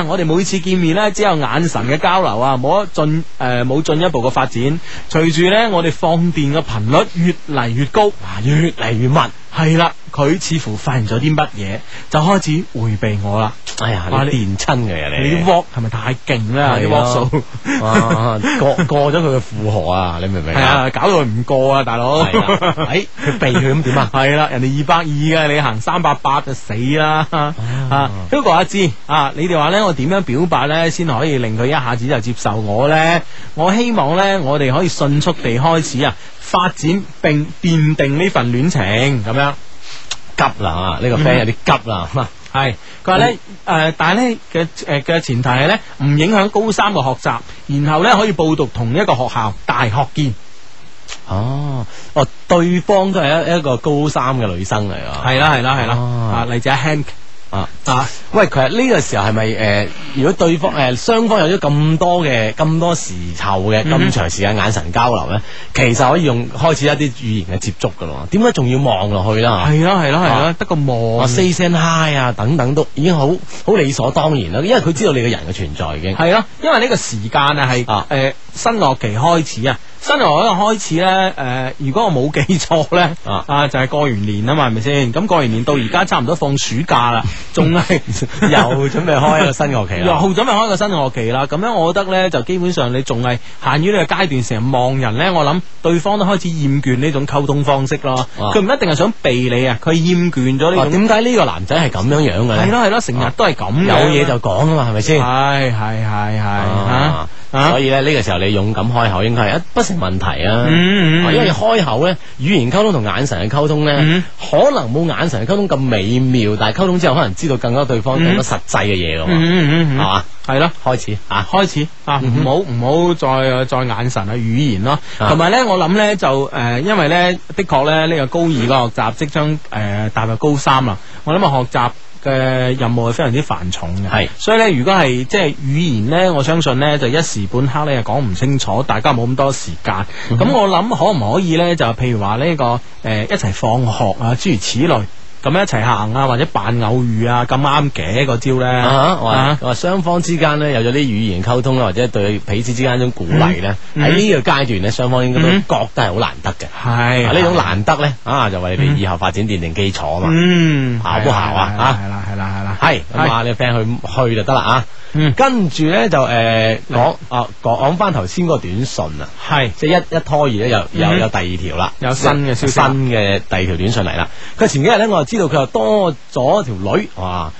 Speaker 3: 啊，我哋每次見面咧，只有眼神嘅交流啊，冇一進誒冇進一步嘅發展。隨住咧，我哋放電嘅頻率越嚟越高，
Speaker 11: 越嚟越密。
Speaker 3: 係啦，佢似乎發現咗啲乜嘢，就開始迴避我啦。
Speaker 11: 哎呀，
Speaker 3: 哇
Speaker 11: 你
Speaker 3: 你
Speaker 11: 電親佢啊
Speaker 3: 你
Speaker 11: 你
Speaker 3: 啲 walk 係咪太勁啦？啲
Speaker 11: 係
Speaker 3: walk
Speaker 11: 咯
Speaker 3: 數
Speaker 11: 哇過 過咗佢嘅負荷啊！你明唔明
Speaker 3: 係
Speaker 11: 啊
Speaker 3: 啊，？搞到佢唔過啊，大佬。
Speaker 11: 係啦 哎佢避佢咁點啊？
Speaker 3: 係啦，人哋二百二嘅，你行三百八就死啦。
Speaker 11: 哦
Speaker 3: 啊，Hugo 阿芝啊，你哋話咧，我點樣表白咧，先可以令佢一下子就接受我咧？我希望咧，我哋可以迅速地開始啊，發展並奠定呢份戀情咁樣。
Speaker 11: 急啦啊！呢個 friend 有啲急啦。嗯
Speaker 3: 系，佢話咧，诶、但係咧嘅诶嘅前提係咧，唔影響高三嘅學習，然後咧可以報讀同一個學校，大學見。
Speaker 11: 哦，哦，對方都係一一個高三嘅女生嚟啊。
Speaker 3: 係啦係啦係啦，
Speaker 11: 哦
Speaker 3: 啊嚟自阿 Hank。
Speaker 11: 啊啊！喂，佢係呢個時候係咪誒？如果對方誒、呃雙方有咗咁多嘅咁多時候嘅
Speaker 3: 嗯哼
Speaker 11: 咁長時間眼神交流咧，其實可以用開始一啲語言嘅接觸噶咯。點解仲要望落去啦？
Speaker 3: 係啦係啦係啦，得個
Speaker 11: 啊
Speaker 3: 望。
Speaker 11: say 聲 hi 啊，等等都已經好好理所當然啦，因為佢知道你個人嘅存在已經
Speaker 3: 呃係咯，因為呢個時間啊係誒新學期開始啊，新牛嗰個開始咧，誒、如果我冇記錯咧，啊就係、過完年啊嘛，係咪先？咁過完年到而家差唔多放暑假啦，仲係
Speaker 11: 又準備開一個新學期啦
Speaker 3: 又準備開一個新學期啦。咁樣我覺得咧，就基本上你仲係限於呢個階段，成日望人咧，我諗對方都開始厭倦呢種溝通方式咯。
Speaker 11: 啊
Speaker 3: 佢唔一定係想避你啊，佢厭倦咗
Speaker 11: 啊
Speaker 3: 呢種。
Speaker 11: 點解呢個男仔係咁樣樣嘅咧？
Speaker 3: 係咯係咯，成日都係咁樣。
Speaker 11: 有嘢就講啊嘛，係咪先？
Speaker 3: 係係係係
Speaker 11: 啊所以咧呢個時候你勇敢開口，應該係一不成問題啊。
Speaker 3: 嗯嗯嗯
Speaker 11: 啊因為開口咧，語言溝通同眼神嘅溝通咧，可能冇眼神嘅溝通咁美妙，但係溝通之後可能知道更加對方
Speaker 3: 嗯
Speaker 11: 更加實際嘅嘢噶嘛，
Speaker 3: 嗯嗯嗯
Speaker 11: 係
Speaker 3: 嗯
Speaker 11: 嘛？
Speaker 3: 係咯，
Speaker 11: 開始啊，
Speaker 3: 開始啊，唔好唔好再再眼神啊，語言咯，
Speaker 11: 啊
Speaker 3: 同埋咧，我諗咧就诶、呃因為咧的確咧呢、個高二個學習即將诶、呃踏入高三啦，我諗啊學習。嘅任務係非常之繁重嘅，系，所以咧，如果係即係語言咧，我相信咧就一時半刻咧又講唔清楚，大家冇咁多時間。咁、
Speaker 11: 嗯
Speaker 3: 我諗可唔可以咧，就譬如話呢、個誒、呃一齊放學啊，諸如此類，咁一齊行啊，或者扮偶遇啊，咁啱嘅嗰招咧，
Speaker 11: 啊，我話我話雙方之間咧有咗啲語言溝通啦，啊或者對彼此之間一種鼓勵咧，
Speaker 3: 嗯
Speaker 11: 喺呢個階段咧，雙方應該都
Speaker 3: 嗯
Speaker 11: 覺得係好難得嘅。
Speaker 3: 係
Speaker 11: 啊呢種難得咧，啊就為你哋以後發展奠定基礎啊嘛。
Speaker 3: 嗯
Speaker 11: 好不好啊？啊，係
Speaker 3: 啦，係啦，係啦，嗯
Speaker 11: 係咁啊，你 friend 去去就得啦啊。跟住咧就诶講啊講翻頭先嗰個短信啊，
Speaker 3: 係
Speaker 11: 即係一一拖二咧，又又
Speaker 3: 嗯
Speaker 11: 有第二條啦，
Speaker 3: 有新嘅消息
Speaker 11: 新嘅第二條短信嚟啦。佢前幾日咧，我就知道佢又多咗條女，哇！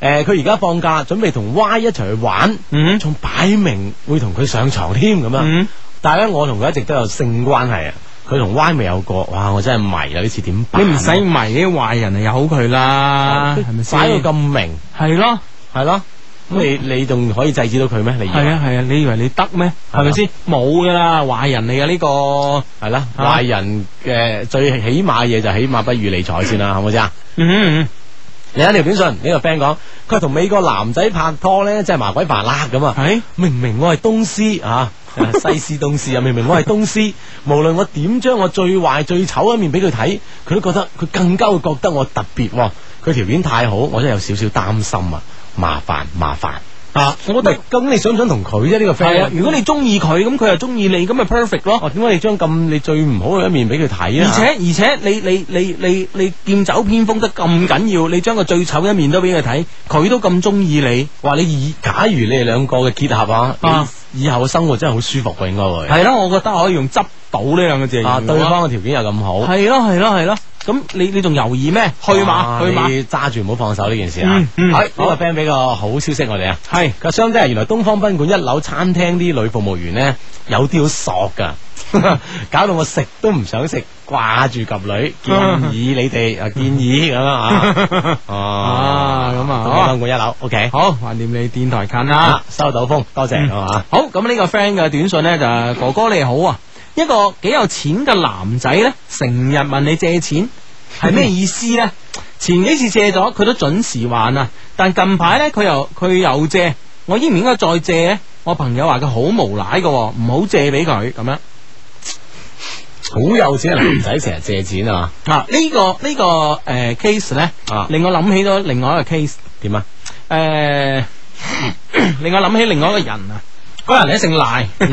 Speaker 11: 诶，佢而家放假，準備同 Y 一齊去玩，
Speaker 3: 嗯
Speaker 11: 仲擺明會同佢上床添咁樣。但係咧，我同佢一直都有性關係啊，佢同 Y 未有過，哇！我真係迷啦，呢次點辦啊？啊
Speaker 3: 你唔使迷呢啲壞人啊，由佢啦，係咪先？
Speaker 11: 擺到咁明，
Speaker 3: 係咯，嗯
Speaker 11: 係咯。咁你你仲可以制止到佢咩？你以為
Speaker 3: 係啊係啊，你以為你得咩？係咪先？冇噶啦，壞人嚟嘅呢個啊
Speaker 11: 係啦，壞人嘅最起碼嘢就起碼不予理睬先啦，好唔好先啊？
Speaker 3: 嗯嗯。
Speaker 11: 另一條短信，呢個 friend 講，佢話同美國男仔拍拖咧，真係麻鬼煩啦咁啊！
Speaker 3: 哎
Speaker 11: 明明我係東施 啊，西施東施啊，明明我係東施，無論我點將我最壞最醜一面俾佢睇，佢都覺得佢更加會覺得我特別喎。佢條件太好，我真係有少少擔心啊！麻煩麻煩啊！我哋咁你想唔想同佢啫？呢個
Speaker 3: 係
Speaker 11: friend，
Speaker 3: 啊如果你中意佢，咁佢又中意你，咁咪 perfect 咯。
Speaker 11: 哦，點解你將咁你最唔好嘅一面俾佢睇啊？
Speaker 3: 而且而且你你你你你劍走偏鋒得咁緊要，你將個最醜一面都俾佢睇，佢都咁中意你，
Speaker 11: 話你以假如你哋兩個嘅結合啊，你以後嘅生活真係好舒服嘅，應該會
Speaker 3: 係咯，我覺得可以用執到呢兩個字嚟
Speaker 11: 啊，
Speaker 3: 形容
Speaker 11: 對
Speaker 3: 啊
Speaker 11: 方嘅條件又咁好，
Speaker 3: 係咯係咯係咯，咁你你仲猶豫咩？去馬
Speaker 11: 啊
Speaker 3: 去馬。
Speaker 11: 你揸住唔好放手呢件事啊
Speaker 3: 嗯！嗯
Speaker 11: 係呢個 friend 俾個好消息我哋啊，
Speaker 3: 係
Speaker 11: 個相低係原來東方賓館一樓餐廳啲女服務員咧有啲好索 噶，搞到我食都唔想食，掛住及女，建議你哋啊建議咁 啊，啊東方
Speaker 3: 咁啊
Speaker 11: 賓館一樓，OK，啊
Speaker 3: 好，橫掂你電台近啦，嗯
Speaker 11: 收到風，多謝啊嘛。
Speaker 3: 好，咁呢個 friend 嘅短信呢，就係哥哥你好啊，一個幾有錢嘅男仔呢，成日問你借錢，係咩意思呢？前幾次借咗，佢都準時還啊，但近排呢，佢又佢又借，我應唔應該再借呢？我朋友話佢好無賴嘅喎，唔好借俾佢咁樣。
Speaker 11: 好啊有錢嘅男仔成日借錢啊！
Speaker 3: 啊，呢、個呢、個誒、呃 case 咧，令我諗起咗另外一個 case。
Speaker 11: 點啊？
Speaker 3: 誒、 令我諗起另外一個人啊。嗰個人咧姓賴，姓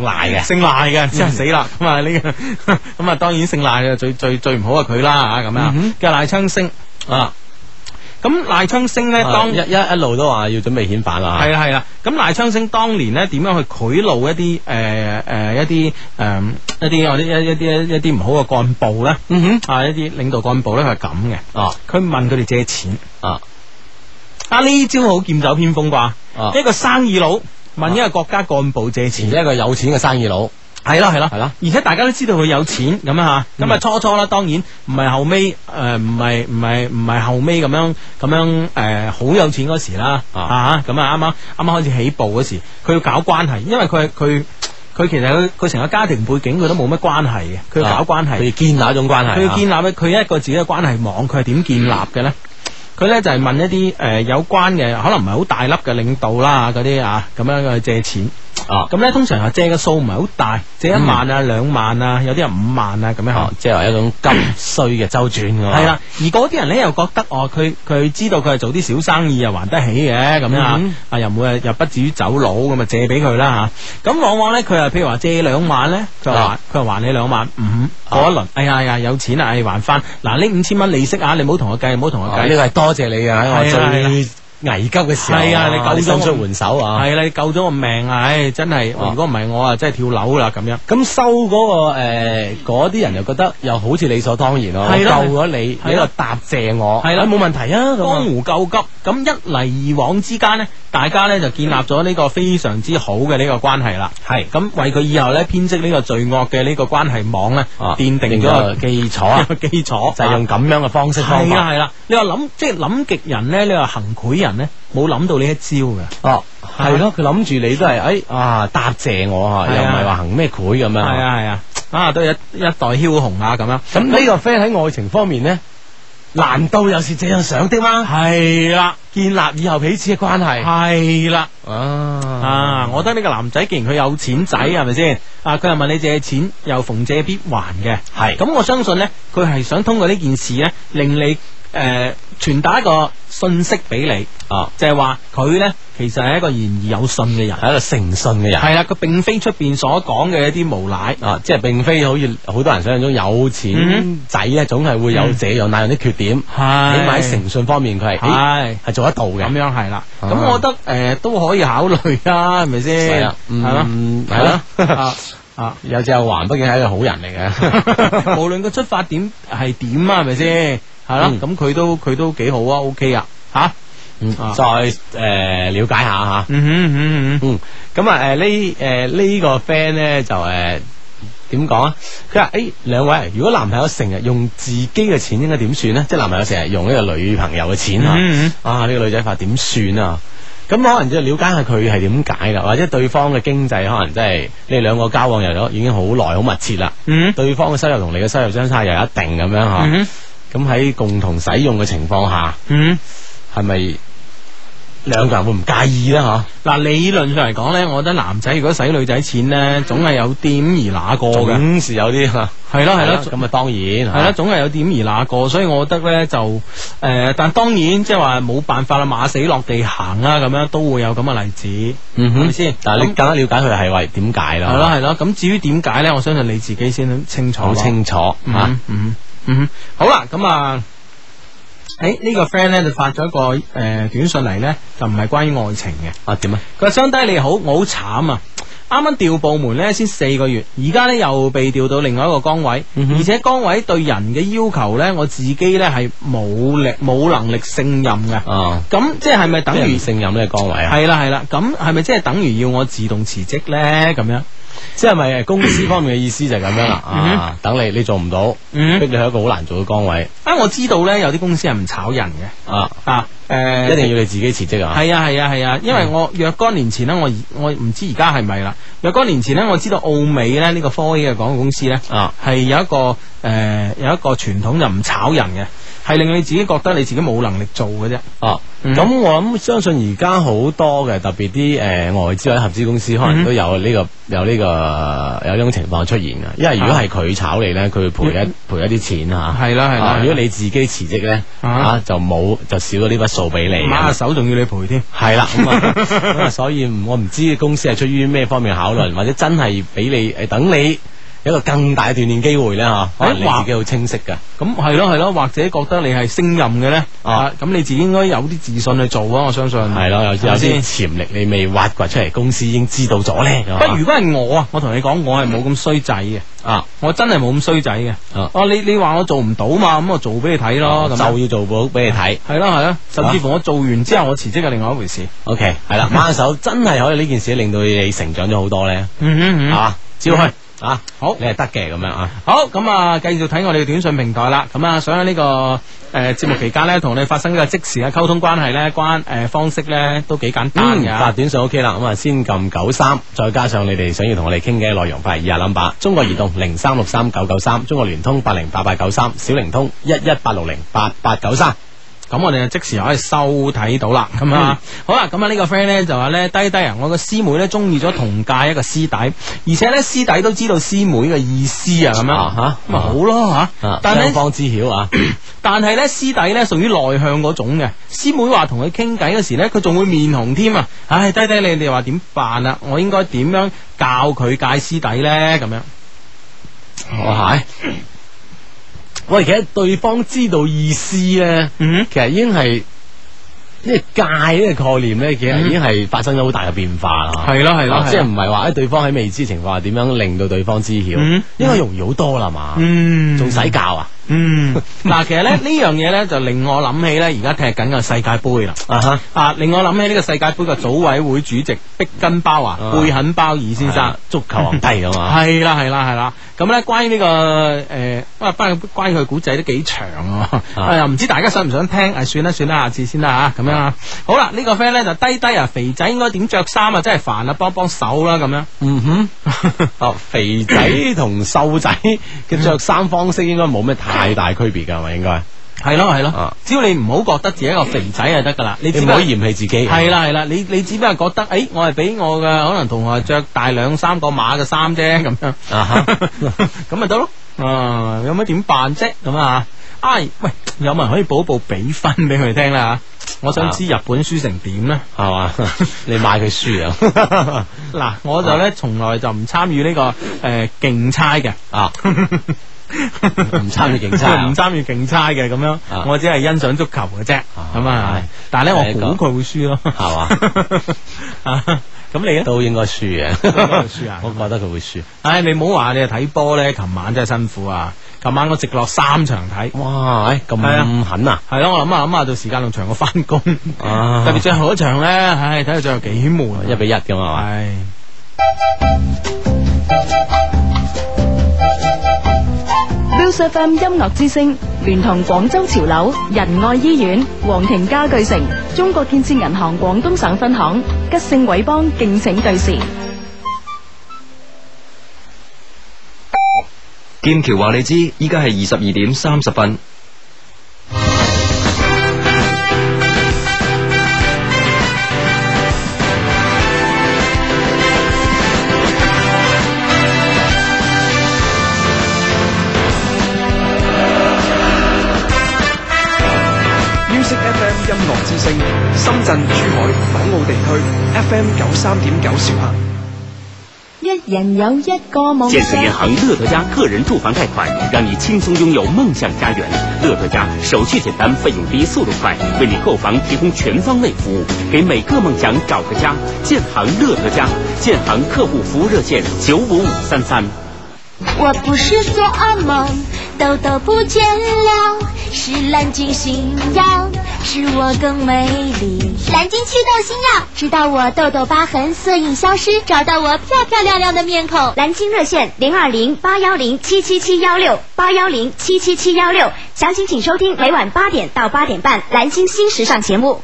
Speaker 11: 賴嘅嗯
Speaker 3: 姓賴嘅，真係死啦！咁啊呢個，咁 啊當然姓賴嘅最最最唔好係佢啦啊咁
Speaker 11: 嗯
Speaker 3: 啊，叫賴昌星啊。咁賴昌星咧，
Speaker 11: 啊
Speaker 3: 當
Speaker 11: 一一一路都話要準備遣返啦，
Speaker 3: 系啦系啦，咁賴昌星當年咧點樣去賄賂一啲诶诶一啲诶一啲我啲一一啲一啲唔好嘅幹部咧，
Speaker 11: 嗯
Speaker 3: 哼，啊一啲領導幹部咧佢係咁嘅，
Speaker 11: 哦，
Speaker 3: 佢問佢哋借錢，
Speaker 11: 啊，
Speaker 3: 啊呢招好劍走偏鋒
Speaker 11: 啊
Speaker 3: 啩，一個生意佬問一個國家幹部借錢，
Speaker 11: 一個有錢嘅生意佬。
Speaker 3: 系啦系啦
Speaker 11: 係啦，嗯
Speaker 3: 而且大家都知道佢有錢咁啊吓，咁啊初初啦，當然唔係後尾诶，唔係唔係唔係後尾咁樣咁樣诶，好、有錢嗰時啦啊咁啊啱啱啱啱開始起步嗰時，佢要搞關係，因為佢佢佢其實佢佢成個家庭背景佢都冇乜關係嘅，佢要搞關係，
Speaker 11: 啊佢要建立一種關係
Speaker 3: 佢要
Speaker 11: 啊
Speaker 3: 建立佢一個自己嘅關係網，佢係點建立嘅咧？佢咧就係、問一啲誒、呃有關嘅，可能唔係好大粒嘅領導啦，嗰啲啊咁樣去借錢。
Speaker 11: 啊，嗯
Speaker 3: 咁咧通常啊借嘅數唔係好大，借一萬啊、兩萬啊，有啲人五萬啊咁樣。
Speaker 11: 哦即係話一種急需嘅周轉㗎嘛
Speaker 3: 系啦，而嗰啲人咧又覺得哦，佢佢知道佢係做啲小生意啊又還得起嘅咁樣啊
Speaker 11: 嗯，
Speaker 3: 啊又唔會又不至於走佬咁啊借俾佢啦吓。咁往往咧佢啊，譬如話借兩萬咧，佢
Speaker 11: 啊
Speaker 3: 話還佢話還你兩萬五嗰一輪，哎呀呀有錢啊，哎還翻嗱呢五千蚊利息啊，你唔好同我計，唔好同我
Speaker 11: 啊
Speaker 3: 計，
Speaker 11: 呢個係多謝你啊！喺
Speaker 3: 係啊
Speaker 11: 我
Speaker 3: 係啊
Speaker 11: 最危急嘅時候，
Speaker 3: 係啊，你
Speaker 11: 你
Speaker 3: 救
Speaker 11: 伸
Speaker 3: 咗我
Speaker 11: 出援手啊！哦
Speaker 3: 係啦，你救咗我命啊！唉，真係，如果唔係我啊，真係跳樓啦咁樣。
Speaker 11: 咁收嗰個诶，嗰啲人又覺得又好似理所當然咯，我
Speaker 3: 係啦
Speaker 11: 救咗你，
Speaker 3: 係啦
Speaker 11: 你又答謝我，
Speaker 3: 係啦
Speaker 11: 哎冇問題啊！咁啊
Speaker 3: 江湖救急，咁一嚟二往之間呢，大家呢就建立咗呢個非常之好嘅呢個關係啦。
Speaker 11: 係
Speaker 3: 咁為佢以後呢編織呢個罪惡嘅呢個關係網呢，
Speaker 11: 啊
Speaker 3: 奠定咗個
Speaker 11: 奠定咗基礎啊
Speaker 3: 一個 基 礎
Speaker 11: 就係用咁樣嘅方式方
Speaker 3: 係啦
Speaker 11: 法
Speaker 3: 係啦，你話諗即係諗極人呢，你話行賄人呢，冇諗到呢一招嘅。
Speaker 11: 哦，係咯，佢諗住你都係诶啊答謝我啊，
Speaker 3: 係啊
Speaker 11: 又唔係話行咩賄咁樣。
Speaker 3: 係啊係啊，啊都係一一代枭雄啊咁樣。
Speaker 11: 咁呢個 friend 喺愛情方面呢，難道又是這樣想的嗎？
Speaker 3: 係啦，
Speaker 11: 建立以後彼此嘅關係。
Speaker 3: 係啦。
Speaker 11: 啊
Speaker 3: 啊！我覺得呢個男仔既然佢有錢仔，係咪先？啊，佢又問你借錢，又逢借必還嘅，
Speaker 11: 係
Speaker 3: 咁我相信呢，佢係想通過呢件事呢，令你诶传达一個信息俾你，
Speaker 11: 啊，
Speaker 3: 就係話佢呢，其實係一個言而有信嘅人，
Speaker 11: 係一個誠信嘅人。
Speaker 3: 係啦，佢並非出边所講嘅一啲無賴。
Speaker 11: 啊，即係並非好似好多人想象中有錢
Speaker 3: 嗯
Speaker 11: 仔咧，總係會有
Speaker 3: 嗯
Speaker 11: 這樣那樣的缺點。起碼
Speaker 3: 係
Speaker 11: 喺誠信方面，佢係
Speaker 3: 係
Speaker 11: 咦係做得到嘅。
Speaker 3: 咁樣係啦，
Speaker 11: 啊
Speaker 3: 咁我覺得诶都可以考慮啊，係咪
Speaker 11: 係
Speaker 3: 先？
Speaker 11: 啊
Speaker 3: 係咯
Speaker 11: 嗯，
Speaker 3: 係咯
Speaker 11: 係咯
Speaker 3: 啊啊！
Speaker 11: 有隻有還，畢竟係一個好人嚟嘅。
Speaker 3: 无论个出发点系点啊，系咪先？系啦
Speaker 11: 嗯，
Speaker 3: 咁佢都佢都几好啊，OK 啊，吓，
Speaker 11: 嗯
Speaker 3: 啊
Speaker 11: 再誒了解下嚇。
Speaker 3: 嗯哼嗯
Speaker 11: 嗯，咁啊誒呢誒呢個 friend 咧就誒。點講啊？佢話：誒兩位，如果男朋友成日用自己嘅錢，應該點算呢？即係男朋友成日用呢個女朋友嘅錢啊！
Speaker 3: 嗯
Speaker 11: 啊，呢、個女仔發點算啊？咁可能就了解下佢係點解啦，或者對方嘅經濟可能真係你哋兩個交往又咗已經好耐好密切啦，
Speaker 3: 嗯
Speaker 11: 對方嘅收入同你嘅收入相差又有一定咁樣嚇，
Speaker 3: 嗯
Speaker 11: 咁喺、共同使用嘅情況下，
Speaker 3: 嗯，
Speaker 11: 係咪兩個人會唔介意呢？嚇？
Speaker 3: 嗱，理论上嚟讲咧，我觉得男仔如果使女仔钱咧，总系有點而那個嘅，
Speaker 11: 總是有啲嚇，
Speaker 3: 系咯系咯。
Speaker 11: 咁啊當然係
Speaker 3: 系啦，，總係有點而那個，所以我覺得咧就诶、呃但當然即係話冇辦法啦，馬死落地行啦，咁樣都會有咁嘅例子，
Speaker 11: 嗯
Speaker 3: 係咪
Speaker 11: 哼，
Speaker 3: 先？
Speaker 11: 但係你
Speaker 3: 咁
Speaker 11: 更加了解佢係為點解啦，
Speaker 3: 係咯係咯，咁至於點解咧，我相信你自己先清楚
Speaker 11: 好
Speaker 3: 咯。
Speaker 11: 清楚嚇。
Speaker 3: 嗯嗯嗯，好啦，咁啊。诶，呢、個 friend 咧就發咗一個诶、呃短信嚟咧，就唔係關於愛情嘅。
Speaker 11: 啊點啊？
Speaker 3: 佢話：相低你好，我好慘啊！啱啱調部門咧，先四個月，而家咧又被調到另外一個崗位，
Speaker 11: 嗯
Speaker 3: 而且崗位對人嘅要求咧，我自己咧係冇力冇能力勝任嘅。
Speaker 11: 啊，
Speaker 3: 咁即係咪等
Speaker 11: 等
Speaker 3: 於
Speaker 11: 於勝任呢個崗位啊？
Speaker 3: 係啦係啦？咁係咪即係等於要我自動辭職咧？咁樣
Speaker 11: 即係咪呃公司方面嘅意思就係咁樣啦？
Speaker 3: 嗯
Speaker 11: 啊，等你你做唔到，
Speaker 3: 嗯
Speaker 11: 逼你去一個好難做嘅崗位
Speaker 3: 啊，我知道咧有啲公司係唔炒人嘅
Speaker 11: 啊，
Speaker 3: 啊，诶、
Speaker 11: 一定要你自己辭職啊！
Speaker 3: 系啊系啊系啊，因為我若干年前咧，我而我唔知而家係咪啦。若干年前咧，我知道澳美咧呢、個科 A 嘅廣告公司咧，
Speaker 11: 啊
Speaker 3: 係有一個诶、呃有一個傳統就唔炒人嘅，係令你自己覺得你自己冇能力做嘅啫。
Speaker 11: 啊，
Speaker 3: 嗯
Speaker 11: 咁我諗相信而家好多嘅特別啲誒外資或者合資公司，可能
Speaker 3: 嗯
Speaker 11: 都有呢個有呢個有呢種情況出現嘅。因為如果係佢炒你咧，佢會賠一賠一啲錢嚇。
Speaker 3: 係啊嗯啦係啦
Speaker 11: 啊
Speaker 3: 係啦
Speaker 11: 如果你自己辭職咧，
Speaker 3: 啊
Speaker 11: 啊就冇就少咗呢筆數俾你。啊
Speaker 3: 馬手仲要你賠添。
Speaker 11: 系 啦，咁啊，咁啊，所以唔我唔知公司係出於咩方面考慮，或者真係俾你诶等你有一個更大嘅鍛炼機會咧吓，可能你
Speaker 3: 哇
Speaker 11: 自己好清晰噶，
Speaker 3: 咁係咯係咯，或者覺得你係升任嘅咧，
Speaker 11: 啊
Speaker 3: 啊，咁你自己應該有啲自信去做啊，我相信。
Speaker 11: 係咯，有有
Speaker 3: 係咪
Speaker 11: 啲
Speaker 3: 先
Speaker 11: 潛力你未挖掘出嚟，公司已經知道咗咧，咁啊
Speaker 3: 不如果係我啊，我同你講，我係冇咁衰仔嘅，
Speaker 11: 啊
Speaker 3: 我真係冇咁衰仔嘅。
Speaker 11: 啊
Speaker 3: 哦，你你話我做唔到嘛，咁我做俾你睇咯，咁樣
Speaker 11: 就要做報俾你睇啊
Speaker 3: 系啦系啦，甚至乎我做完之後，我辭職係另外一回事。
Speaker 11: ，OK，係 啦，掹手真係可以呢件事令到你成長咗好多咧，
Speaker 3: 嗯
Speaker 11: 啊，照去啊，
Speaker 3: 好
Speaker 11: 你係得嘅咁樣啊。
Speaker 3: 好咁啊，繼續睇我哋嘅短信平台啦。咁啊，想喺呢個诶节目期間呢，同你發生呢個即時嘅溝通關係呢，關诶方式呢，都幾簡單
Speaker 11: 嗯，發
Speaker 3: 嘅。
Speaker 11: 短信 OK 啦，咁啊先撳九三，再加上你哋想要同我哋傾嘅內容，發以下 number：中國移動零三六三九九三，中國聯通八零八八九三，小靈通一一八六零八八九三。
Speaker 3: 咁我哋就即時可以收睇到啦。咁啊，
Speaker 11: 嗯
Speaker 3: 好啦，咁啊呢個 friend 咧就話咧低低啊，我個師妹咧中意咗同屆一個師弟，而且咧師弟都知道師妹嘅意思啊，咁樣
Speaker 11: 啊
Speaker 3: 咁咪好咯吓。
Speaker 11: 啊
Speaker 3: 但係
Speaker 11: 雙方知曉啊，
Speaker 3: 但係咧師弟咧屬於內向嗰種嘅，師妹話同佢傾偈嗰時咧，佢仲會面紅添啊！唉，低低你哋話點辦啊？我應該點樣教佢戒師弟咧？咁樣。
Speaker 11: 哇哦係。喂，其實對方知道意思咧，
Speaker 3: 嗯
Speaker 11: 其實已經係。呢個界呢個概念咧，其實已經係發生咗好大嘅變化啦。
Speaker 3: 嗯係咯係咯
Speaker 11: 啊
Speaker 3: 係咯
Speaker 11: 即係唔係話誒對方喺未知情況下點樣令到對方知曉，
Speaker 3: 嗯
Speaker 11: 應該容易好多啦嘛。
Speaker 3: 嗯
Speaker 11: 仲使教啊？
Speaker 3: 嗯，嗱，其實咧呢樣嘢咧就令我諗起咧，而家踢緊嘅世界盃啦。
Speaker 11: 啊哈！
Speaker 3: 啊，令我諗起呢個世界盃嘅組委會主席碧根包啊，貝肯包爾先生，
Speaker 11: 足球皇帝啊嘛。
Speaker 3: 係啦係啦係啦，咁咧關於呢、個誒，哇、關於關於佢古仔都幾長啊，哎呀唔知大家想唔想聽？誒算啦算啦，下次先啦嚇，咁樣啊。好啦，呢、個 friend 咧就低低啊，肥仔應該點着衫啊？真係煩啊，幫幫手啦咁樣。
Speaker 11: 嗯哼，哦，肥仔同瘦仔嘅着衫方式應該冇咩太大區別㗎，係咪應該？啊
Speaker 3: 係咯係咯，只要你唔好覺得自己一個肥仔就得噶啦，你
Speaker 11: 你
Speaker 3: 只
Speaker 11: 唔
Speaker 3: 不過
Speaker 11: 可以嫌棄自己。
Speaker 3: 係 啦係啦，你你只不過覺得，誒，我係俾我嘅可能同學着大兩三個碼嘅 衫啫，咁樣，
Speaker 11: 啊
Speaker 3: 咁咪得咯。啊，有乜點辦啫？咁啊，唉，喂，有冇人可以報一報比分俾佢聽啦？我想知日本輸成點呢？
Speaker 11: 啊係嘛？ 你買佢輸啊？
Speaker 3: 嗱，我就咧從來就唔參與呢個誒競猜嘅
Speaker 11: 啊。唔參與競猜啊啊
Speaker 3: 唔參與競猜嘅咁樣，我只係欣賞足球嘅啫，咁啊，但係咧我估佢會輸咯，啊
Speaker 11: 係嘛？
Speaker 3: 咁你咧
Speaker 11: 都應該輸嘅，
Speaker 3: 輸 啊！
Speaker 11: 我覺得佢會輸。
Speaker 3: 唉，你唔好話你係睇波咧，琴晚真係辛苦啊！琴晚我直落三場睇，
Speaker 11: 哇，唉咁狠啊！
Speaker 3: 係咯，我諗下諗下，到時間仲長過翻工，
Speaker 11: 啊
Speaker 3: 特別最後一場咧，唉，睇到最後幾悶啊，
Speaker 11: 一比一咁啊嘛。
Speaker 3: 係。
Speaker 13: Music FM 音樂之聲聯同廣州潮流仁愛醫院、皇庭家具城、中國建設銀行廣東省分行、吉盛偉邦敬請對視。
Speaker 22: 劍橋話你知，依家係二十二點三十分。
Speaker 7: Music FM 音樂之聲，深圳、珠海、港澳地區 FM 九三點九兆赫。
Speaker 17: 一人有一个梦
Speaker 12: 建设银行乐德家个人住房贷款，让你轻松拥有梦想家园。乐德家手续简单，费用低，速度快，为你购房提供全方位服务，给每个梦想找个家。建行乐德家，建行客户服务热线九五五三 三。
Speaker 10: 我不是做噩梦，痘痘不见了，是蓝鲸新药，使我更美丽。蓝鲸祛痘新药，直到我痘痘疤痕色印消失，找到我漂漂亮亮的面孔。蓝鲸热线零二零八幺零七七七幺六八幺零七七七幺六，详情请收听每晚八点到八点半蓝鲸新时尚节目。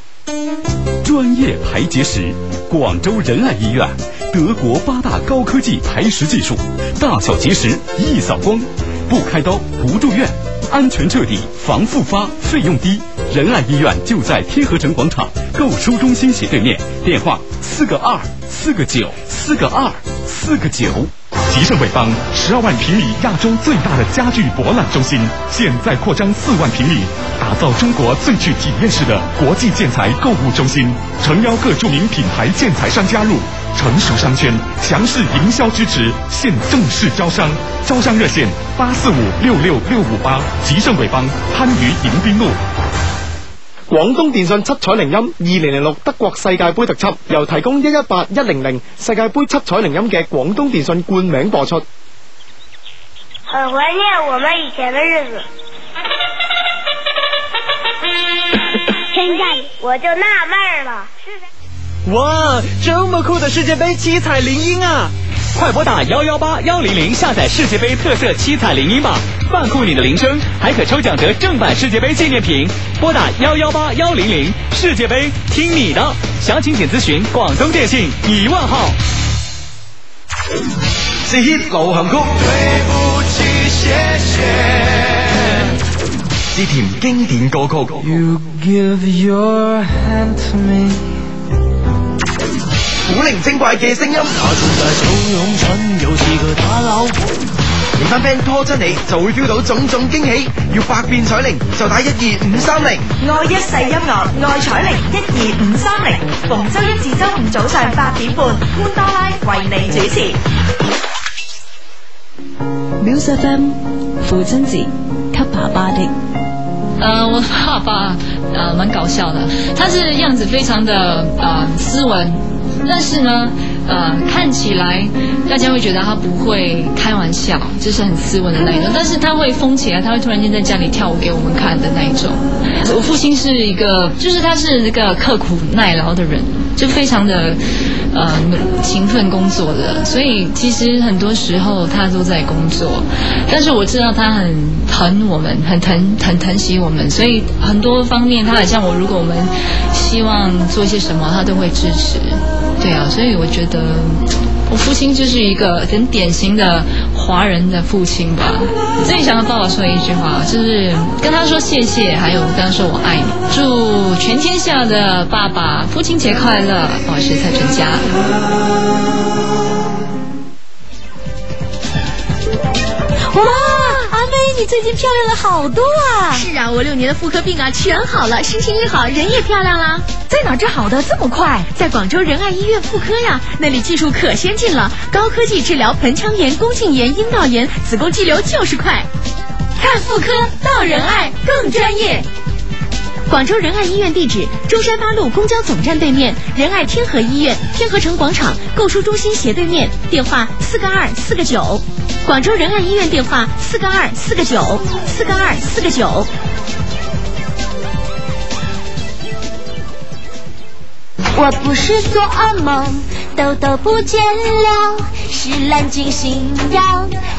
Speaker 23: 专业排结石，广州仁爱医院，德国八大高科技排石技术，大小结石一扫光，不开刀不住院，安全彻底，防复发，费用低。仁爱医院就在天河城广场购书中心斜对面，电话四个二四个九四个二四个九。
Speaker 5: 吉盛伟邦十二万平米亚洲最大的家具博览中心，现在扩张四万平米，打造中国最具体验式的国际建材购物中心，诚邀各著名品牌建材商加入，成熟商圈强势营销支持，现正式招商，招商热线八四五六六六五八，吉盛伟邦番禺迎宾路。
Speaker 14: 廣東電信七彩鈴音二零零六德國世界盃特輯，由提供一一八一零零世界盃七彩鈴音嘅廣東電信冠名播出。
Speaker 24: 很怀念我们以前的日子。现在我就纳闷了。
Speaker 25: 哇，这么酷的世界杯七彩铃音啊！
Speaker 4: 快拨打幺幺八幺零零下载世界杯特色七彩铃音吧，放酷你的铃声，还可抽奖得正版世界杯纪念品。拨打幺幺八幺零零，世界杯听你的，详情请咨询广东电信一万号。
Speaker 7: 是 hit 流行曲。
Speaker 26: 之甜經典歌曲。
Speaker 27: You give your hand to me。
Speaker 5: 古靈精怪嘅聲音。連班 band 拖出你，就會 feel 到種種驚喜。要百變彩鈴，就打一二五三零。
Speaker 13: 愛一世音樂，愛彩鈴一二五三零，逢周一至周五早上八點半，潘多拉為你主持。
Speaker 17: Music FM 父亲节，给爸爸的。
Speaker 28: 呃，我爸爸呃蛮搞笑的，他是样子非常的呃斯文，但是呢呃看起来大家会觉得他不会开玩笑，就是很斯文的那一种，但是他会疯起来，他会突然间在家里跳舞给我们看的那一种。我父亲是一个，就是他是一个刻苦耐劳的人，就非常的呃努勤奋工作的，所以其实很多时候他都在工作，但是我知道他很疼我们，很疼很疼惜我们，所以很多方面他很像我，如果我们希望做些什么，他都会支持。对啊，所以我觉得我父亲就是一个很典型的华人的父亲吧。最想跟爸爸说的一句话，就是跟他说谢谢，还有跟他说我爱你。祝全天下的爸爸父亲节快乐！我是蔡淳佳。
Speaker 10: 哇，阿妹，你最近漂亮了好多啊！
Speaker 6: 是啊，我六年的妇科病啊全好了，心情一好，人也漂亮啦。
Speaker 10: 在哪儿治好的这么快？
Speaker 6: 在广州仁爱医院妇科呀，那里技术可先进了，高科技治疗盆腔炎、宫颈炎、阴道炎、子宫肌瘤就是快。
Speaker 10: 看妇科到仁爱更专业。
Speaker 6: 广州仁爱医院地址：中山八路公交总站对面，仁爱天河医院天河城广场购书中心斜对面，电话四个二四个九。广州仁爱医院电话四个二四个九四个二四个九。
Speaker 10: 我不是做噩梦，痘痘不见了，是蓝鲸新药，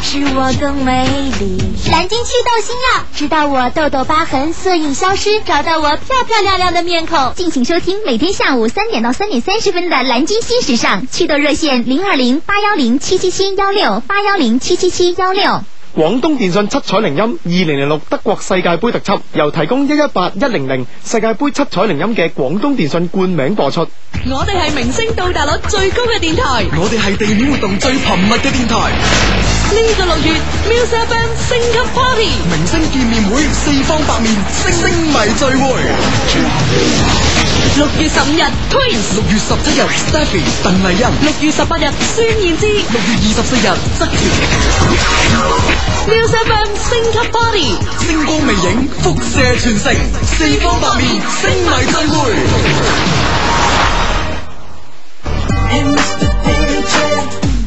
Speaker 10: 使我更美丽。蓝鲸祛痘新药，直到我痘痘疤痕色印消失，找到我漂漂亮亮的面孔。
Speaker 29: 敬请收听每天下午三点到三点三十分的《蓝鲸新时尚》，祛痘热线零二零八幺零七七七幺六八幺零七七七幺六。
Speaker 5: 廣東電信七彩鈴音二零零六德國世界盃特輯，由提供一一八一零零世界盃七彩鈴音嘅廣東電信冠名播出。
Speaker 30: 我哋系明星到达率最高嘅电台，
Speaker 7: 我哋系地面活動最頻密嘅電台，
Speaker 30: 呢個六月 Music FM 升級 Party，
Speaker 7: 明星見面會四方八面，星星迷聚會。
Speaker 30: 六月十五日 Twins，
Speaker 7: 六月十七日 Stephy 鄧麗欣，
Speaker 30: 六月十八日孫燕姿，
Speaker 7: 六月二十四日側田。
Speaker 30: Music FM 升級 Party，
Speaker 7: 星光魅影輻射全城，四方八面星迷聚
Speaker 1: 會。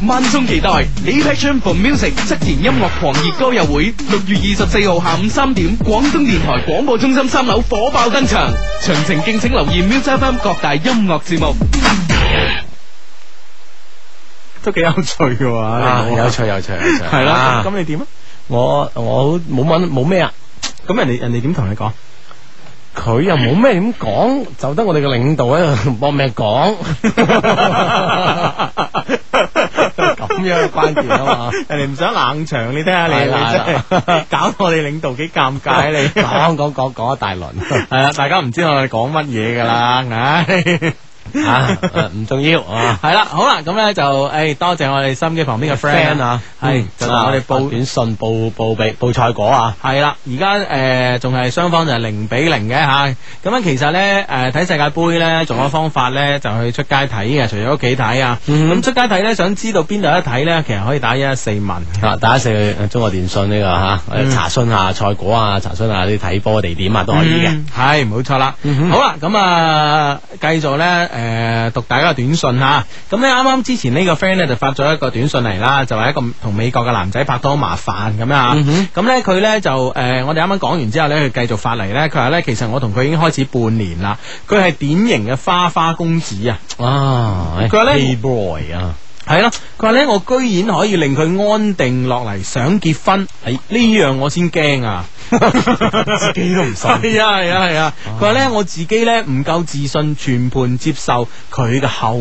Speaker 1: 萬眾期待，New Passion for Music 側田音樂狂熱歌友會，六月二十四號下午三點，廣東電台廣播中心三樓火爆登場。詳情敬請留意 Music FM 各大音樂節目。
Speaker 3: 都幾有趣嘅喎，
Speaker 12: 啊有趣有趣有趣，
Speaker 3: 係啦。咁你點啊？
Speaker 12: 我我冇揾冇咩啊？
Speaker 3: 咁人哋人哋點同你講？
Speaker 12: 佢又冇咩點講，就得我哋嘅領導 喺度搏命講。
Speaker 3: 咁樣關 鍵啊嘛，人哋唔想冷場，你睇下你，
Speaker 12: 係啦
Speaker 3: 你真係搞我哋領導幾尷尬你。
Speaker 12: 講講講講一大輪，
Speaker 3: 係啦，大家唔知我哋講乜嘢噶啦，唉。
Speaker 12: 啊，呃唔重要啊。
Speaker 3: 系啦，好啦，咁咧就诶，多謝我哋心機旁邊嘅 friend
Speaker 12: friend 啊，
Speaker 3: 係就同我哋報
Speaker 12: 發短信報報備報賽果啊，
Speaker 3: 系啦，而家诶仲係雙方就係零比零嘅吓。咁樣其實咧诶睇世界盃咧，仲有方法咧就去出街睇嘅，除咗屋企睇啊。
Speaker 12: 嗯
Speaker 3: 咁出街睇咧，想知道邊度一睇咧，其實可以打一一四嗯問。
Speaker 12: 啊，大家四去中國電信呢個吓，我哋查詢下賽果啊，查詢下啲睇波嘅地點啊，都可以嘅。
Speaker 3: 系冇錯啦。好啦，咁啊繼續咧诶讀大家嘅短信吓。咁咧啱啱之前呢個 friend 咧就發咗一個短信嚟啦，就話一個同美國嘅男仔拍拖麻煩咁樣啊。咁咧佢咧就诶我哋啱啱講完之後咧，佢繼續發嚟咧，佢話咧其實我同佢已經開始半年啦，佢係典型嘅花花公子啊。
Speaker 12: 啊，
Speaker 3: 佢
Speaker 5: 哎
Speaker 3: 話呢
Speaker 12: Hey boy 啊，
Speaker 3: 系咯，佢話咧，我居然可以令佢安定落嚟，想結婚，係呢樣我先驚啊！
Speaker 12: 自己都唔信哦
Speaker 3: 係啊係啊係啊！佢話咧，我自己咧唔夠自信，全盤接受
Speaker 12: 哦
Speaker 3: 佢嘅厚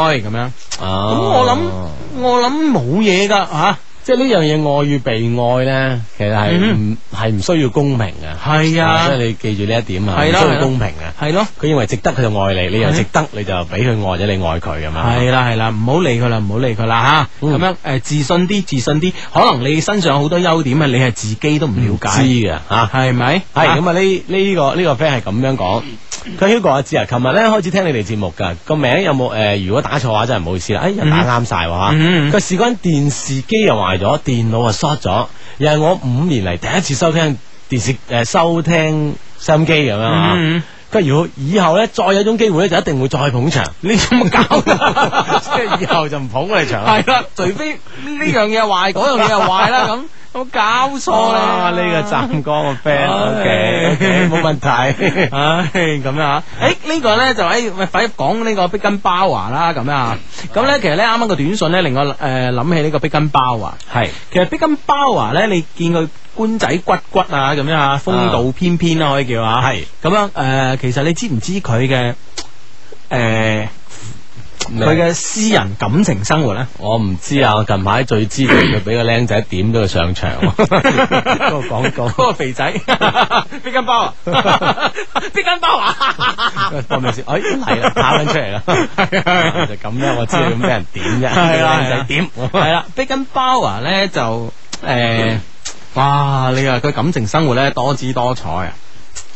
Speaker 3: 愛咁樣。
Speaker 12: 咁
Speaker 3: 咁我諗我諗冇嘢噶吓，
Speaker 11: 即係呢樣嘢愛與被愛咧，其實係唔
Speaker 3: 嗯
Speaker 11: 係唔需要公平嘅。
Speaker 3: 係啊
Speaker 11: 即係你記住呢一點啊，唔
Speaker 3: 係啦
Speaker 11: 需要
Speaker 3: 係啦
Speaker 11: 公平嘅。
Speaker 3: 係咯，
Speaker 11: 佢認為值得佢就愛你，你又
Speaker 3: 係
Speaker 11: 值得你就俾佢愛咗，你愛佢咁樣。
Speaker 3: 系啦系啦，唔好理佢啦，唔好理佢啦吓，咁样诶自信啲，自信啲，可能你身上有好多優點啊，你係自己都唔了解，
Speaker 11: 知嘅吓，
Speaker 3: 係咪？
Speaker 11: 系咁啊！呢呢個呢個 friend 係咁樣講，佢 Hugo 阿志啊，琴日咧開始聽你哋節目㗎，個名有冇诶？如果打錯嘅話真係唔好意思啦，哎呀
Speaker 3: 嗯
Speaker 11: 打啱晒喎吓，
Speaker 3: 嗯
Speaker 11: 佢事關電視機又壞咗，電腦啊 short 咗，又係我五年嚟第一次收聽電視诶收聽收音機咁樣啊
Speaker 3: 嗯。
Speaker 11: 佢話如果以後咧再有種機會咧，就一定會再捧場。
Speaker 3: 你有冇搞？
Speaker 11: 即係以後就唔捧我哋場啦。
Speaker 3: 係啦，除非呢樣嘢壞，嗰樣嘢又壞啦，咁有冇搞錯咧？
Speaker 11: 啊呢個湛江嘅 friend，OK，冇問題。
Speaker 3: 唉，咁樣啊！诶，呢個咧就诶，喂，快啲講呢個碧根包華啦，咁樣啊！咁咧，其實咧啱啱個短信咧令我诶諗起呢個碧根包華。
Speaker 11: 係
Speaker 3: 其實碧根包華咧，你見佢官仔骨骨啊，咁樣啊，風度翩翩啦，可以叫啊。
Speaker 11: 係
Speaker 3: 咁樣诶，其實你知唔知佢嘅诶佢嘅私人感情生活咧？
Speaker 11: 我唔知啊，我近排最知道佢俾個僆仔點咗佢上 場，嗰個廣告，嗰
Speaker 3: 個肥 仔碧根包華， 碧根包
Speaker 12: 啊
Speaker 3: 華。
Speaker 11: 我咪先，哎嚟啦，跑緊出
Speaker 3: à?
Speaker 11: 嚟啦，就咁樣，我知道咁俾人點啫，
Speaker 3: 係啦
Speaker 11: 僆仔點，
Speaker 3: 系啦，碧根包華咧就诶、哇！你話佢感情生活咧多姿多彩啊！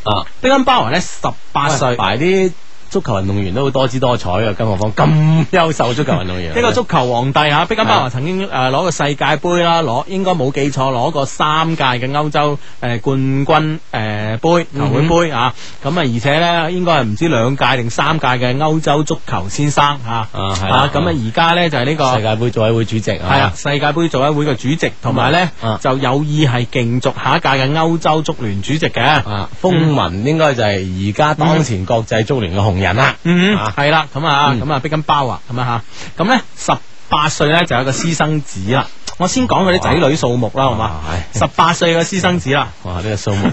Speaker 11: 啊，
Speaker 3: 碧根包華咧十八歲，
Speaker 11: 排啲足球運動員都好多姿多彩
Speaker 3: à,
Speaker 11: 嘅，更何況 咁優秀足球運動員，
Speaker 3: 一個足球皇帝啊！碧根包華曾經诶攞過世界盃啦，攞應該冇記錯攞過三屆嘅歐洲诶、呃冠軍诶、呃、杯球會杯啊！咁啊，而且咧應該係唔知兩屆定三屆嘅歐洲足球先生啊！
Speaker 11: 啊係啦
Speaker 3: 啊，咁啊，而家咧就係呢個
Speaker 11: 世界盃組委會主席啊，
Speaker 3: 系啊，世界杯组委会嘅主席，同埋咧
Speaker 11: 啊
Speaker 3: 就有意系竞逐下一届嘅欧洲足联主席嘅。
Speaker 11: 啊，風雲應該就係而家當前國際足聯嘅紅人啦，
Speaker 3: 嗯
Speaker 11: 啊，
Speaker 3: 系啦，咁啊，
Speaker 11: 嗯
Speaker 3: 咁啊，碧根包啊，咁啊吓，咁咧十八岁咧就有一个私生子啦。我先讲佢啲仔女數目啦，好
Speaker 11: 啊
Speaker 3: 嘛？十八歲嘅私生子啦，
Speaker 11: 哇！呢個數目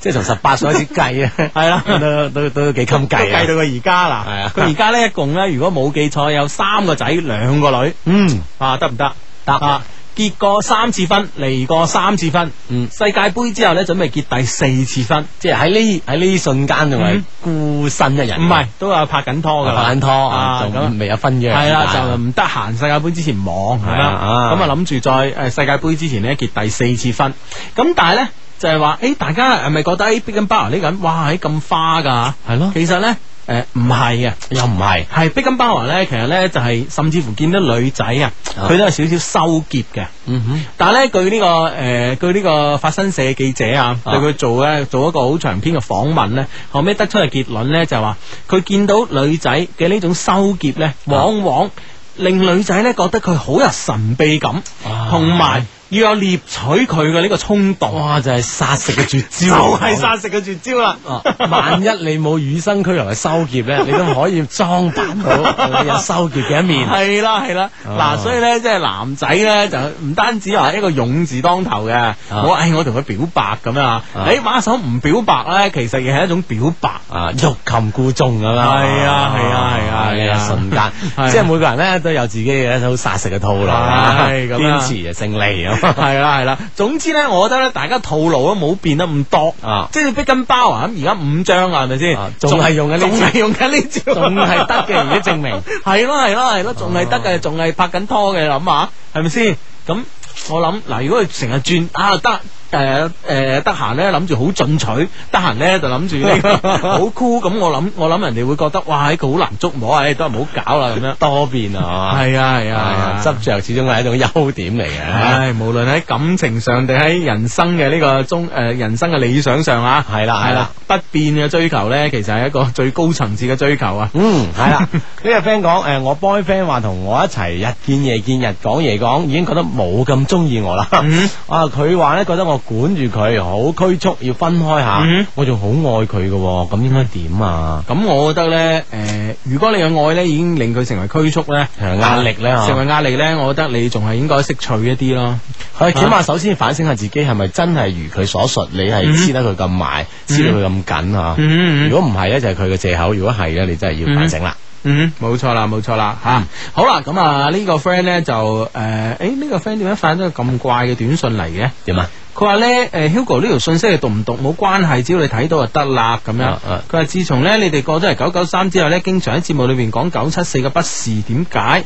Speaker 11: 即係從十八歲開始計啊，
Speaker 3: 係啦，
Speaker 11: 都都都幾襟計啊，
Speaker 3: 計到佢而家啦。
Speaker 11: 係啊
Speaker 3: 佢而家咧一共咧，如果冇記錯，有三個仔兩個女。
Speaker 11: 嗯，
Speaker 3: 啊，得唔得？得啊！結過三次婚，離過三次婚。
Speaker 11: 嗯，
Speaker 3: 世界盃之後咧，準備結第四次婚。嗯
Speaker 11: 即係喺呢喺呢瞬間仲係孤身一人，
Speaker 3: 唔係，都有拍緊拖噶啦，
Speaker 11: 拍緊拖
Speaker 3: 啊
Speaker 11: 仲
Speaker 3: 咁
Speaker 11: 未有婚約
Speaker 3: 係啦，
Speaker 11: 之間
Speaker 3: 就唔得閒世界盃之前忙咁
Speaker 11: 係
Speaker 3: 樣，
Speaker 11: 啊
Speaker 3: 咁啊諗住再誒世界盃之前呢結第四次婚，咁但係咧就係話，誒大家係咪覺得誒 Big and Bar 呢個人哇係咁花㗎？
Speaker 11: 係咯
Speaker 3: 其實咧。誒唔係嘅，
Speaker 11: 又唔係
Speaker 3: 係碧根包華咧，其實咧就係、甚至乎見到女仔啊，
Speaker 11: 啊
Speaker 3: 佢都有少少羞澀嘅。
Speaker 11: 嗯哼，
Speaker 3: 但系咧，據呢、個个呃據呢個法新社嘅記者啊，
Speaker 11: 啊
Speaker 3: 對佢做咧做一個好長篇嘅訪問咧，後尾得出嘅結論咧就話，佢見到女仔嘅呢種羞澀
Speaker 11: 啊
Speaker 3: 咧，往往令女仔咧覺得佢好有神秘感，同埋要有獵取佢嘅呢個衝動。
Speaker 11: 哇！就係殺食嘅絕
Speaker 3: 就
Speaker 11: 招，
Speaker 3: 係殺食嘅絕招啦！
Speaker 11: 啊！ 萬一你冇與生俱來嘅羞澀咧，你都可以裝扮 到你有羞澀嘅一面。
Speaker 3: 系啦系啦，
Speaker 11: 哦
Speaker 3: 嗱，所以咧，即系男仔咧就唔單止話一個勇字當頭嘅，
Speaker 11: 啊
Speaker 3: 我唉我同佢表白咁啊，你馬手唔表白咧，其實亦係一種表白。
Speaker 11: 啊，欲擒故縱咁樣，
Speaker 3: 係啊係啊係啊
Speaker 11: 係
Speaker 3: 係
Speaker 11: 啊，
Speaker 3: 啊
Speaker 11: 瞬間，
Speaker 3: 係
Speaker 11: 即係每個人咧都有自己嘅一種殺食嘅套路啊，
Speaker 3: 係咁啊
Speaker 11: 堅持就勝利咁啊，
Speaker 3: 係啦係啦，總之咧，我覺得咧，大家套路都冇變得咁多
Speaker 11: 啊
Speaker 3: 即係碧根包啊，咁而家五張啊，係咪先？
Speaker 11: 仲係用緊呢
Speaker 3: 仲
Speaker 11: 招
Speaker 3: 係用緊呢招，
Speaker 11: 仲係得嘅而家證明
Speaker 3: 係咯係咯係咯，仲係得嘅，仲係拍緊拖嘅，諗下係咪先？咁我諗嗱，如果佢成日轉啊得。誒誒得閒咧諗住好進取，得閒咧就諗住 呢個好酷咁，我諗我諗人哋會覺得哇，佢好難捉摸，唉，都係唔好搞啦咁樣。
Speaker 11: 多變啊，
Speaker 3: 係啊係啊係啊
Speaker 11: 執着始終係一種優點嚟嘅。啊
Speaker 3: 唉，無論喺感情上定喺人生嘅呢個中诶、呃人生嘅理想上啊，
Speaker 11: 係啦係啦
Speaker 3: 係啦，不變嘅追求咧，其實係一個最高層次嘅追求啊。
Speaker 11: 嗯，系 啦，呢個 friend 講，诶，我 boyfriend 話同我一齊日見夜見，日講夜講，已經覺得冇咁中意我啦。
Speaker 3: 嗯
Speaker 11: 啊，佢話咧覺得我管住佢，好拘束，要分開下
Speaker 3: 嗯，
Speaker 11: 我仲好愛佢嘅喎，咁應該點啊？
Speaker 3: 咁我覺得咧，诶、如果你嘅愛咧已經令佢成為拘束咧，
Speaker 11: 係壓力呢啊
Speaker 3: 成為壓力咧，我覺得你仲係應該識趣一啲咯。啊
Speaker 11: 去起碼首先反省下自己係咪真係如佢所述，你係黐得佢咁埋，黐到佢咁緊嚇。
Speaker 3: 嗯嗯嗯
Speaker 11: 如果唔係咧，就係佢嘅借口；如果係咧，你真係要反省啦。
Speaker 3: 嗯，冇錯啦，冇錯啦，吓、
Speaker 11: 嗯
Speaker 3: 好啦，咁啊呢個 friend 咧就呃誒，誒、呢、個 friend 點解發咗個咁怪嘅短信嚟嘅？
Speaker 11: 點啊？
Speaker 3: 佢話咧，誒、Hugo 呢條信息你讀唔讀冇關係，只要你睇到就得啦，咁
Speaker 11: 啊
Speaker 3: 樣。佢話、自從咧你哋過咗嚟九九三之後咧，經常喺節目裏邊講九七四嘅不是，點解？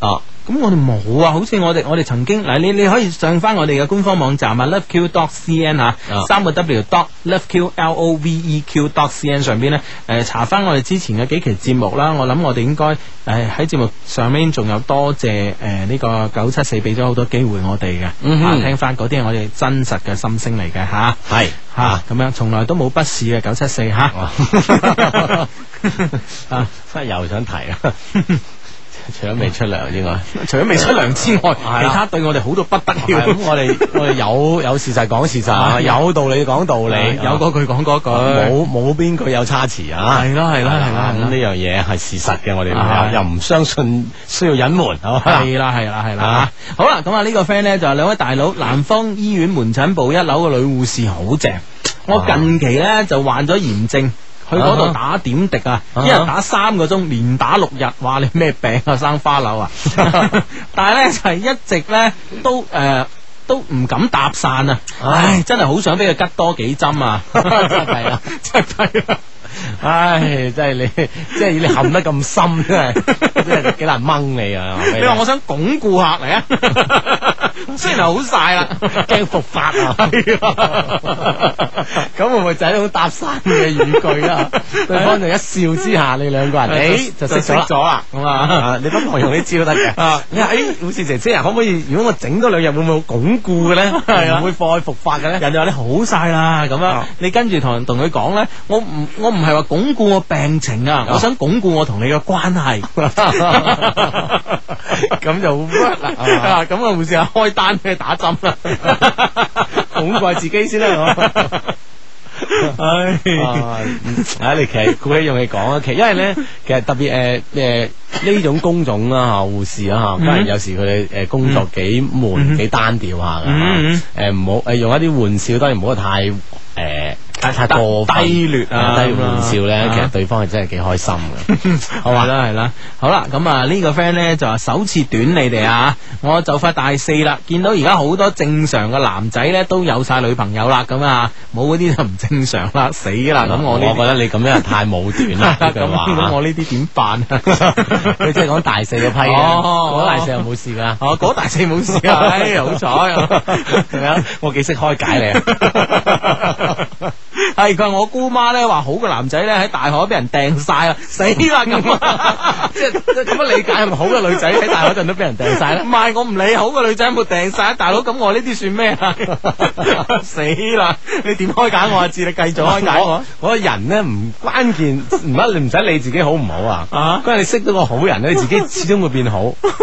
Speaker 11: 啊，
Speaker 3: 咁我哋冇啊，好似我哋我哋曾經嗱，你你可以上翻我哋嘅官方網站啊，loveq dot cn 啊
Speaker 11: 啊，
Speaker 3: 三個 w dot loveq l o v e q dot cn 上邊咧，誒、查翻我哋之前嘅幾期節目啦，我諗我哋應該誒喺節目上面仲有多謝誒呢、個九七四俾咗好多機會我哋嘅，
Speaker 11: 嗯哼
Speaker 3: 啊聽翻嗰啲係我哋真實嘅心聲嚟嘅吓，
Speaker 11: 係哦
Speaker 3: 吓咁樣，從來都冇筆試嘅九七四吓，
Speaker 11: 啊，真係又想提啊！ 除咗未出糧之外， 啊
Speaker 3: 除咗未出糧之 外，其他對我哋好到不得
Speaker 11: 係啊
Speaker 3: 了。
Speaker 11: 咁我哋我哋有有事實講事實，
Speaker 3: 係啊
Speaker 11: 有道理講道理，啊
Speaker 3: 有嗰句講嗰句，
Speaker 11: 冇冇邊句有差池啊？
Speaker 3: 係咯係咯係咯
Speaker 11: 咁
Speaker 3: 係咯
Speaker 11: 呢樣嘢係事實嘅，我哋啊
Speaker 3: 係
Speaker 11: 又唔相信需要隱瞞，係嘛
Speaker 3: 係啦係啦係啦
Speaker 11: 啊，
Speaker 3: 好啦，咁啊呢個 friend 咧就係兩位大佬，南方醫院門診部一樓嘅女護士好正，我
Speaker 11: 啊
Speaker 3: 近期咧就患咗炎症。去嗰度打點滴啊，
Speaker 11: 啊哈
Speaker 3: 一日打三個鐘，連打六日，哇！你咩病啊？生花柳 啊？但係咧就係一直咧都誒、呃都唔敢搭訕啊！唉，真係好想俾佢吉多幾針 啊！真係啊，真係弊啊！
Speaker 11: 唉，真係你，即係你陷得咁深，真係真係幾難掹你 啊！話俾
Speaker 3: 你話我想鞏固客嚟 啊，雖然係好晒 啦，
Speaker 11: 驚復發啊！咁會唔會就係一種搭訕嘅 語句啦？對方就一笑之下，你兩個人誒就識
Speaker 3: 就識咗啦啊
Speaker 11: 咁啊！你不妨用呢招得 嘅。你話誒，護士姐姐啊，可唔可以？如果我整多兩日，會唔會好鞏固嘅咧？
Speaker 3: 係啊
Speaker 11: 唔會快復發嘅咧？啊
Speaker 3: 人哋話你好晒啦，咁樣你跟住同同佢講咧，我唔我唔係話鞏固我病情啊，我想鞏固我同你嘅關 係。
Speaker 11: 咁就 work 啦係嘛
Speaker 3: 啊咁啊，護士啊開單俾你打針啦，
Speaker 11: 恐怪自己先啦。
Speaker 3: 唉
Speaker 11: 啊，唉你其實鼓起勇氣講啊，其實因為 咧，其實特別誒誒呢種工種啦嚇，護士啊嚇，
Speaker 3: 嗯
Speaker 11: 家人有時佢哋誒呃工作幾悶幾單調下㗎
Speaker 3: 嗯
Speaker 11: 嚇，誒唔好誒用一啲玩笑，當然唔好太誒。太太過分
Speaker 3: 低劣啊
Speaker 11: 低劣玩笑咧
Speaker 3: 咁，啦啊
Speaker 11: 其實對方係真係幾開心嘅。
Speaker 3: 好嘛，啦，系啦，好啦，咁啊呢個 friend 咧就話首次短你哋啊，我就快大四啦，見到而家好多正常嘅男仔咧都有晒女朋友啦，咁啊冇嗰啲就唔正常啦， 死啦！咁我呢
Speaker 11: 我覺得你咁樣係太武斷啦 呢句
Speaker 3: 咁
Speaker 11: 話
Speaker 3: 咁我呢啲點 辦啊？
Speaker 11: 你即係講大四嗰批啊，
Speaker 3: 哦
Speaker 11: 嗰大四有冇事㗎？
Speaker 3: 哦，嗰大四冇事 啊，唉，好彩。
Speaker 11: 係咪啊？我幾識開解你 啊！
Speaker 3: 系佢話我姑媽咧話好嘅男仔咧喺大海俾人掟晒啦，啊死啦咁啊！即係咁樣理解係咪好嘅女仔喺大海陣都俾人掟晒咧？ 唔係，我唔理好嘅女仔有冇掟晒，大佬咁我呢啲算咩 啊？死啦！你點開解我啊？志你繼續開解我啊。
Speaker 11: 我個人咧唔關鍵，唔一你唔使理自己好唔好啊。關鍵你識到個好人咧，你自己始終會變 好。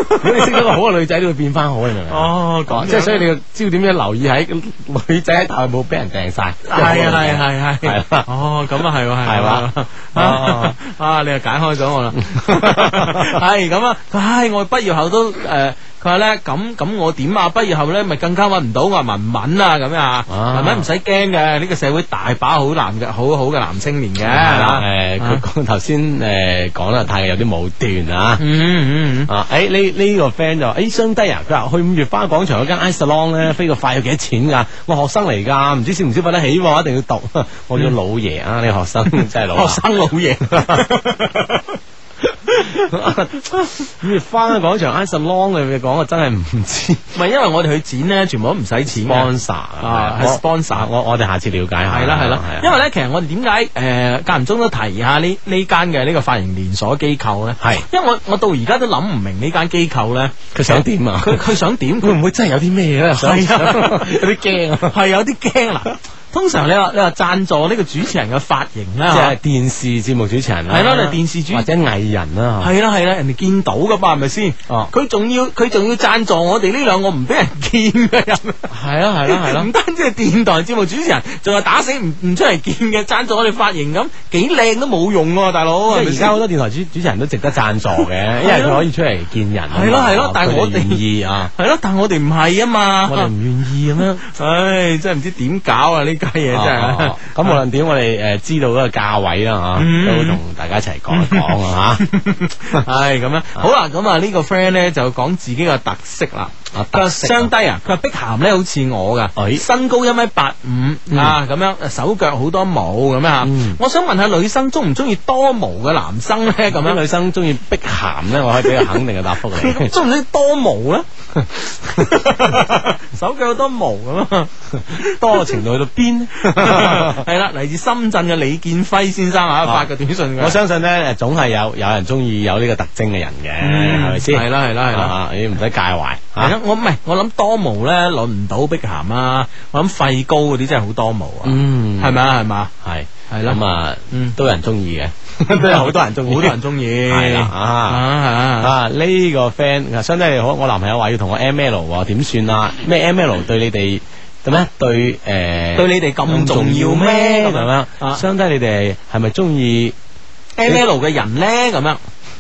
Speaker 11: 如果你識到個好嘅女仔，都會變翻好，你明唔明啊？
Speaker 3: 哦，講
Speaker 11: 即係所以你嘅焦點要留意喺女仔喺大有冇俾人掟晒。
Speaker 3: 係啊係啊係啊
Speaker 11: 係啦
Speaker 3: 哦，咁啊係喎，係
Speaker 11: 係嘛
Speaker 3: 嘛，啊啊，你又解開咗我啦， 係咁啊，佢唉，我畢業後都誒。佢話咧咁咁我點啊？畢業後咧咪更加揾唔到我話文文啊咁樣啊，文文唔使驚嘅，呢個社會大把好男嘅好好嘅男青年嘅，啊
Speaker 11: 係啦，誒，佢講頭先誒講得太有啲武斷啊。
Speaker 3: 嗯嗯
Speaker 11: 啊！誒呢呢個 friend 就話誒雙低啊，佢話去五月花廣場嗰間 i salon
Speaker 3: 嗯
Speaker 11: 咧，飛個快要幾多錢㗎？我學生嚟㗎，唔知消唔消費得起喎，一定要讀。 我叫老爺啊，你學 生真係老
Speaker 3: 嗯
Speaker 11: 啊
Speaker 3: 學生老爺。
Speaker 11: 五月花廣場 i salon 你講我真係唔知，
Speaker 3: 唔係因為我哋去剪咧，全部都唔使錢
Speaker 11: sponsor
Speaker 3: 啊，係 sponsor。
Speaker 11: 我我哋下次了解下。
Speaker 3: 系啦系啦
Speaker 11: 係啊，
Speaker 3: 因為咧，其實我哋點解誒間唔中都提下呢呢間嘅呢個髮型連鎖機構咧？
Speaker 11: 係
Speaker 3: 因為我我到而家都諗唔明呢間機構咧，
Speaker 11: 佢想點啊
Speaker 3: 佢佢想點？
Speaker 11: 會唔會真係有啲咩咧？想
Speaker 3: 係啊
Speaker 11: 有啲驚啊！
Speaker 3: 係有啲驚啦。通常你話你話贊助呢個主持人嘅髮型啦，
Speaker 11: 即
Speaker 3: 嚇
Speaker 11: 係電視節目主持人啦，
Speaker 3: 係咯你電視主
Speaker 11: 啊或者藝人啊啦，
Speaker 3: 係啦係啦，人哋見到噶嘛，係咪先？
Speaker 11: 啊
Speaker 3: 哦，佢仲要佢仲要贊助我哋呢兩個唔俾人見嘅人，係
Speaker 11: 啦係啦係啦
Speaker 3: 唔單止係電台節目主持人，仲係打死唔唔出嚟見嘅，贊助我哋髮型咁，幾靚都冇用喎，大佬。
Speaker 11: 即係
Speaker 3: 係咪
Speaker 11: 而
Speaker 3: 先
Speaker 11: 家好多電台主主持人都值得贊助嘅，因為佢可以出嚟見人啊嘛。
Speaker 3: 係咯係咯但係
Speaker 11: 佢
Speaker 3: 我哋
Speaker 11: 願意 啊，
Speaker 3: 係咯，但我哋唔係啊嘛，
Speaker 11: 我哋唔願意咁樣。
Speaker 3: 唉，真係唔知點搞啊！呢家嘢真
Speaker 11: 哦
Speaker 3: 係
Speaker 11: 哦。咁無論點，我哋誒知道嗰個價位啦
Speaker 3: 嗯
Speaker 11: 嚇，都同大家一齊講一講 啊嚇。
Speaker 3: 系咁样，好啦，咁啊呢個 friend 咧就講自己嘅特色啦。佢話相低啊，佢話碧咸咧好似我噶，
Speaker 11: 哎
Speaker 3: 身高一米八
Speaker 11: 嗯
Speaker 3: 五啊，咁樣手腳好多毛咁樣啊。我想問下女生中唔中意多毛嘅 男生咧？咁樣
Speaker 11: 女生中意碧咸咧，我可以俾個肯定嘅答覆 你。
Speaker 3: 中唔中意多毛咧？手腳好多毛咁啊，
Speaker 11: 多程度去到邊？
Speaker 3: 係啦，嚟自深圳嘅李建輝先生啊，發個短信嘅。
Speaker 11: 我相信咧，誒總係有有人中意有呢個特徵嘅人嘅，
Speaker 3: 嗯
Speaker 11: 係咪先？
Speaker 3: 係啦係啦係啦
Speaker 11: 啊你唔使介懷
Speaker 3: 系
Speaker 11: 嚇
Speaker 3: 咯，。我唔系，我谂多毛咧輪唔到碧咸啊，我諗肺高嗰啲真係好多毛啊，
Speaker 11: 嗯
Speaker 3: 係咪啊？係嘛？
Speaker 11: 係
Speaker 3: 係啦
Speaker 11: 咁啊，都有人中 意嘅，都有好多人中意，
Speaker 3: 好多人中意
Speaker 11: 係啦 啊啊！呢個 friend 啊，相低你好，我男朋友話要同我 M L 喎，點算啊？咩 M L 對你哋咁咩？對誒，
Speaker 3: 對你哋咁重要咩
Speaker 11: 咁樣
Speaker 3: 啊
Speaker 11: 相低你哋係咪中意
Speaker 3: M L 嘅人咧咁樣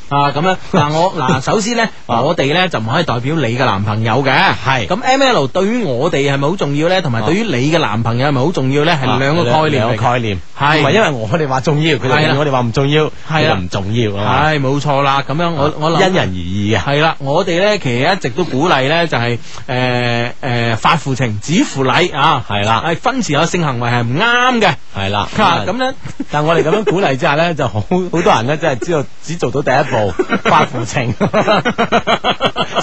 Speaker 3: 啊，咁樣嗱，我嗱首先 咧，我哋咧就唔可以代表你嘅男朋友嘅，係咁 M L 對於我哋係咪好重要咧？同埋對於你嘅男朋友係咪好重要咧？係兩個概念
Speaker 11: 兩
Speaker 3: 嚟
Speaker 11: 個
Speaker 3: 嘅，
Speaker 11: 啊概念，
Speaker 3: 係
Speaker 11: 唔係因為我哋話重要，佢
Speaker 3: 係啦
Speaker 11: 哋我哋話唔重要，
Speaker 3: 係
Speaker 11: 佢
Speaker 3: 啦
Speaker 11: 就唔重要啊嘛。啊
Speaker 3: 係冇錯啦，咁樣我我諗
Speaker 11: 因人而啊異嘅。
Speaker 3: 系啦，我哋咧其實一直都鼓勵咧就呃係诶诶發乎情，止乎禮啊，
Speaker 11: 係啦
Speaker 3: 係婚前有性行為係唔啱嘅，
Speaker 11: 係啦，
Speaker 3: 啊咁咧，
Speaker 11: 但我哋咁樣鼓勵之下咧， 就好好多人咧，真係知道只做到第一步，發乎情，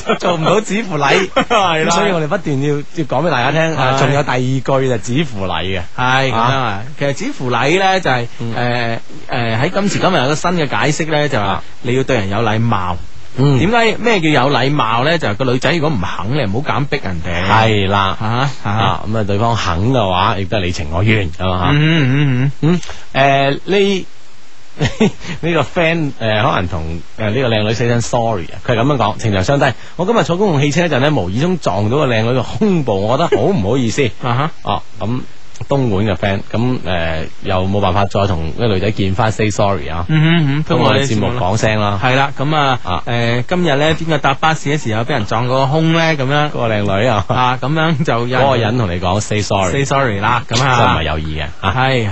Speaker 11: 就做唔到止乎禮，
Speaker 3: 係啦
Speaker 11: 所以我哋不斷要要講俾大家聽，啊
Speaker 3: 係
Speaker 11: 仲有第二句就止乎禮嘅，
Speaker 3: 係咁樣啊
Speaker 11: 啊。嗯
Speaker 3: 其實止乎禮咧就係诶诶喺今時今日有個新嘅解釋咧，就話你要對人有禮貌。
Speaker 11: 啊嗯
Speaker 3: 點解咩叫有禮貌咧？就係個女仔如果唔肯，你唔好咁逼人哋。
Speaker 11: 係啦，
Speaker 3: 吓
Speaker 11: 啊咁啊，對方肯嘅話，亦都係你情我願，係嘛
Speaker 3: 嗯嗯
Speaker 11: 嗯，诶呢。 呢個 friend 誒、可能同誒呢個靚女 say 聲 sorry 啊，佢係咁樣講，情場相低。我今日坐公共汽車嗰陣咧，無意中撞到個靚女嘅胸部，我覺得好唔好意思。
Speaker 3: 啊
Speaker 11: 哦，咁東莞嘅 friend，咁誒又冇辦法再同呢個女仔見翻 say sorry 啊。
Speaker 3: 嗯哼嗯哼
Speaker 11: 咁我哋節目講聲啦。
Speaker 3: 系啦，咁啊，诶，今日咧邊個搭巴士嘅時候俾人撞過個胸咧？咁樣
Speaker 11: 個靚女啊，
Speaker 3: 啊，咁樣就有
Speaker 11: 嗰個人同你講 say sorry，say
Speaker 3: say sorry 啦，咁啊，
Speaker 11: 真係唔係有意嘅啊。
Speaker 3: 系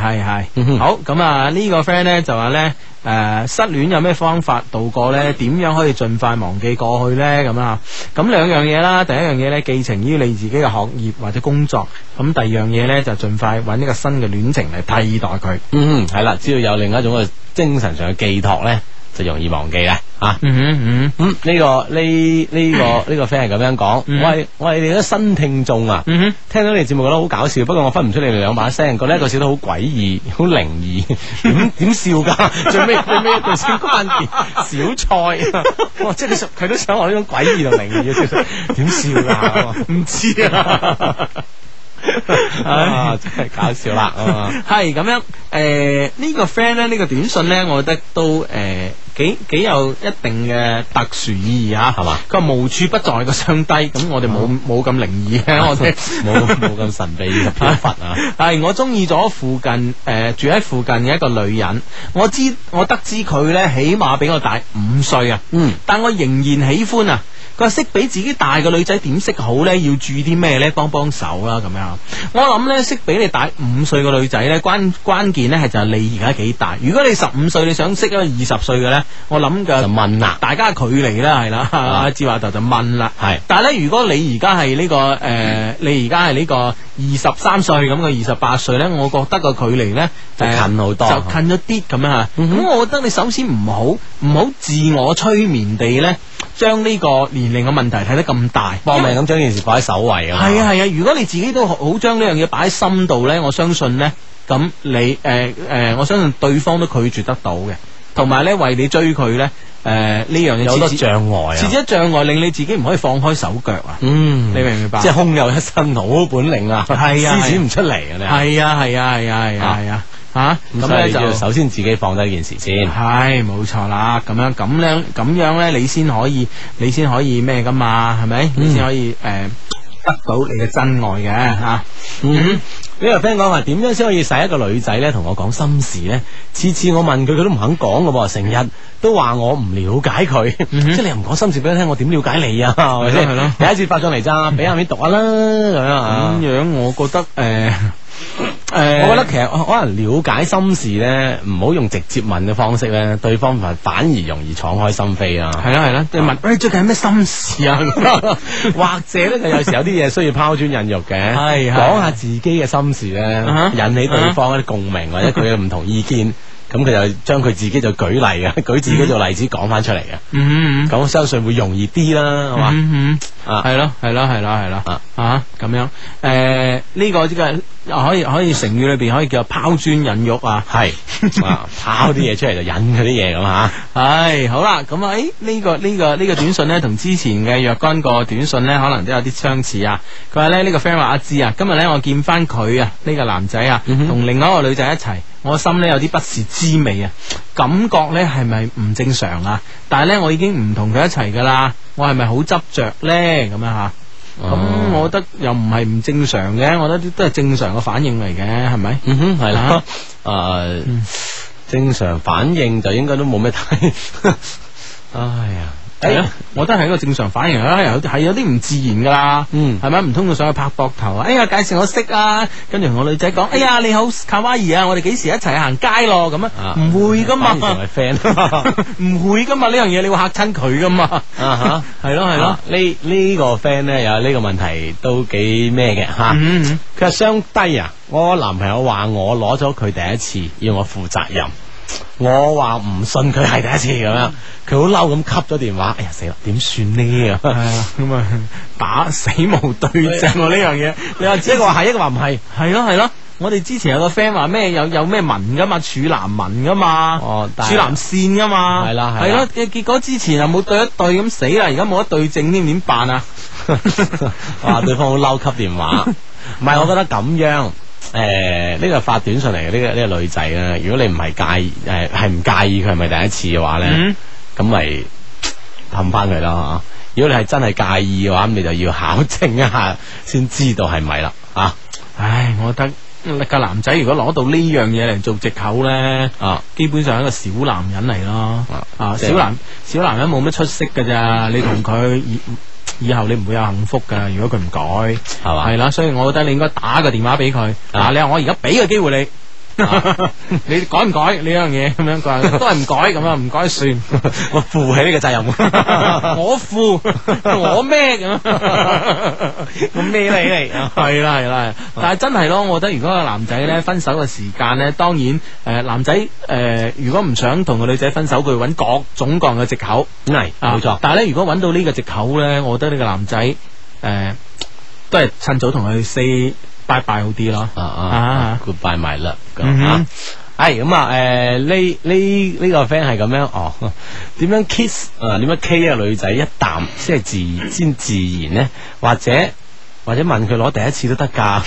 Speaker 3: 系系，好咁啊！呢個 friend 咧就話咧，诶，失戀有咩方法度過咧？點樣可以盡快忘記過去咧？咁啊，咁兩樣嘢啦，第一樣嘢咧，寄情於你自己嘅學業或者工作，咁第二樣嘢咧就盡快揾一個新嘅戀情嚟替代佢。
Speaker 11: 嗯，係啦，只要有另一種嘅精神上嘅寄託咧，就容易忘記啦。啊，
Speaker 3: 嗯
Speaker 11: 嗯，呢個呢呢 個呢個 friend 係咁樣講，喂我係你啲新聽眾啊，
Speaker 3: 嗯
Speaker 11: 聽到你節目覺得好搞笑，不過我分唔出你哋兩把聲，覺得一個笑得好詭異，好靈異，點點笑 㗎？最尾最尾一句先關鍵，小菜，哇！即係佢想佢都想我呢種詭異同靈異嘅笑聲，點笑㗎？
Speaker 3: 唔知啊。
Speaker 11: 啊，真係搞笑啦！啊
Speaker 3: 系咁样，诶、呢、個个 friend 咧，呢、個个短信咧，我覺得都诶、幾几有一定嘅特殊意義啊，
Speaker 11: 係嘛？
Speaker 3: 佢話無處不在嘅上帝，咁我哋冇冇咁靈異嘅，
Speaker 12: 啊
Speaker 3: 我哋
Speaker 11: 啊 冇冇咁神秘嘅飄忽啊！
Speaker 3: 系我中意咗附近诶、誒住喺附近嘅一個女人，我知我得知佢咧起碼比我大五歲啊，
Speaker 11: 嗯，
Speaker 3: 但我仍然喜歡啊。佢話識比自己大嘅女仔點識好咧？要注意啲咩咧？幫幫手啦咁樣。我諗咧，識比你大五歲嘅女仔咧，關關鍵咧係就係你而家幾大。如果你十五歲，你想識一個二十歲嘅咧，我諗嘅就
Speaker 11: 問啦，啊
Speaker 3: 大家距離啦係啦。 阿志華頭就問啦，
Speaker 11: 係。
Speaker 3: 但係咧，如果你而家係呢個誒、呃你而家係呢個二十三歲咁嘅二十八歲咧，我覺得個距離咧
Speaker 11: 就近好多嗯
Speaker 3: 就近咗啲咁樣啊。咁、我覺得你首先唔好唔好自我催眠地咧，將呢個年齡嘅問題睇得咁大，
Speaker 11: 搏命咁將件事擺喺首位啊！
Speaker 3: 係啊係啊，如果你自己都好好將呢樣嘢擺喺心度咧，我相信咧，咁你誒誒、呃呃我相信對方都拒絕得到嘅。同埋咧為你追佢咧。诶，呢樣嘢
Speaker 11: 有好多
Speaker 3: 設置
Speaker 11: 障礙啊
Speaker 3: 設置一障礙令你自己唔可以放開手腳啊！
Speaker 11: 嗯，
Speaker 3: 你明唔明白？
Speaker 11: 即係空有一身好本 領啊，
Speaker 3: 係啊，
Speaker 11: 施展唔出嚟啊，你
Speaker 3: 係啊，係啊，係啊，係啊，係啊，吓
Speaker 11: 咁
Speaker 3: 咁咧
Speaker 11: 所以要
Speaker 3: 就
Speaker 11: 首先自己放低呢件事先。
Speaker 3: 系冇錯啦，咁樣咁樣咁樣咧，你先可以，你先可以咩噶嘛？係咪？
Speaker 11: 嗯
Speaker 3: 你先可以诶、得到你嘅真愛嘅啊吓。
Speaker 11: 嗯，呢個 friend 講話點樣先可以使一個女仔咧同我講心事咧？次次我問佢，佢都唔肯講嘅喎，成日都話我唔了解佢，即係你又唔講心事俾佢聽，我點了解你啊？係咪
Speaker 3: 嗯係咯係咯
Speaker 11: 先？第一次發上嚟 咋，俾下面讀下啦，咁樣啊
Speaker 3: 咁。樣我覺得诶诶，
Speaker 11: 我覺得其實可能了解心事咧，唔好用直接問嘅方式咧，對方反反而容易敞開心扉啊。
Speaker 3: 係啦係啦，你問喂最近有咩心事啊？
Speaker 11: 或者咧，就有時有啲嘢需要拋磚引玉嘅，
Speaker 3: 係係
Speaker 11: 講下自己嘅心事咧
Speaker 3: 啊哈，啊
Speaker 11: 引起對方一啲共鳴或者佢嘅唔同意見，咁佢就將佢自己就舉例啊， 舉自己做例子講翻出嚟嘅，
Speaker 3: 嗯
Speaker 11: 咁相信會容易啲啦，係嘛？
Speaker 3: 嗯
Speaker 11: 啊，
Speaker 3: 係咯，係咯，係咯，係咯，啊咁樣诶，呢、個呢、個可以可以成語裏边可以叫拋磚引玉啊，
Speaker 11: 係啊，拋啲嘢出嚟就引佢啲嘢咁啊吓。
Speaker 3: 唉，好啦，咁啊，诶，呢、個呢、個呢、個短信呢，同之前嘅若干個短信呢，可能都有啲相似啊。佢話呢，呢、個 friend 話阿芝啊，今日呢，我見翻佢啊，呢、個男仔啊，
Speaker 11: 嗯
Speaker 3: 同另外一個女仔一齊，我心呢有啲不是滋味啊，感覺呢係咪唔正常啊？但係呢，我已經唔同佢一齊噶啦，我係咪好執着呢？咁樣吓。
Speaker 11: 哦
Speaker 3: 咁、我覺得又唔係唔正常嘅，我覺得都係正常嘅反應嚟嘅，係咪？
Speaker 11: 嗯哼，係啦
Speaker 3: 啊，
Speaker 11: 诶，
Speaker 3: 嗯
Speaker 11: 正常反應就應該都冇咩太，
Speaker 3: 哎
Speaker 11: 唉呀。
Speaker 3: 係咯，我覺得係一個正常反應啦，有係有啲唔自然噶啦，嗯，係咪？唔通佢上去拍膊頭啊？哎呀，介紹我識啊，跟住同個女
Speaker 11: 嗯
Speaker 3: 仔講，哎呀，你好卡哇伊啊，我哋幾時一齊行街咯？咁啊，唔會噶嘛，
Speaker 11: 反而仲係 friend，
Speaker 3: 唔會噶嘛，呢樣嘢你會嚇親佢噶嘛，
Speaker 11: 啊
Speaker 3: 吓，係咯係咯
Speaker 11: 啊，呢呢個 friend 咧有呢個問題都幾咩嘅吓，
Speaker 3: 嗯
Speaker 11: 佢話相低啊，我男朋友話我攞咗佢第一次，要我負責任。我話唔信佢係第一次咁樣，佢好嬲咁扱咗電話，哎呀死啦，點算呢？咁
Speaker 3: 咁啊打死無對證 喎呢樣嘢，你話
Speaker 11: 一個話係，一個話唔係，
Speaker 3: 係咯係咯。我哋之前有個 friend 話咩有有咩文噶嘛，處男文噶嘛，
Speaker 11: 哦但係
Speaker 3: 處男線噶嘛，
Speaker 11: 係啦係啦
Speaker 3: 係咯，結結果之前又冇對一對咁死啦，而家冇得對證添，點辦啊？
Speaker 11: 哇！對方好嬲，扱電 話。唔係，我覺得咁樣。诶，呢、個發短信嚟嘅呢個呢、個女仔咧，如果你唔係介意，诶係唔介意佢係咪第一次嘅話咧，咁咪氹翻佢啦啊吓。如果你係真係介意嘅話，咁你就要考證一下先知道係咪啦啊。
Speaker 3: 唉，我覺得個男仔如果攞到呢樣嘢嚟做藉口咧，
Speaker 11: 啊，
Speaker 3: 基本上係一個小男人嚟咯，啊，
Speaker 11: 即係
Speaker 3: 小男小男人冇乜出息噶咋，你同佢以以後你唔會有幸福噶，如果佢唔改，系
Speaker 11: 嘛
Speaker 3: 係啦，所以我覺得你應該打個電話俾佢，嗱，你話我而家俾個機會你。你改唔改呢樣嘢咁樣佢話都係唔改咁啊，唔改算，
Speaker 11: 我負起呢個責任，
Speaker 3: 我負我咩咁
Speaker 11: 我孭你 嚟啊
Speaker 3: 系啦系啦，但系真系咯，我覺得如果個男仔咧分手嘅時間咧，當然诶、呃男仔诶、呃如果唔想同個女仔分手，佢揾各種各樣嘅藉口，
Speaker 11: 係
Speaker 3: 啊
Speaker 11: 冇錯
Speaker 3: 但系咧，如果揾到呢個藉口咧，我覺得呢個男仔诶、呃都係趁早同佢 say bye bye 好啲咯。
Speaker 11: 啊啊
Speaker 3: 啊
Speaker 11: ，goodbye my love
Speaker 3: 嗯
Speaker 11: 咁
Speaker 3: 哼
Speaker 11: 啊。系咁啊，诶呢呢呢個 friend 係咁樣哦，點樣 kiss 啊？點樣 K 啊女仔一啖先係自先自然呢？或者或者問佢攞第一次都得 㗎，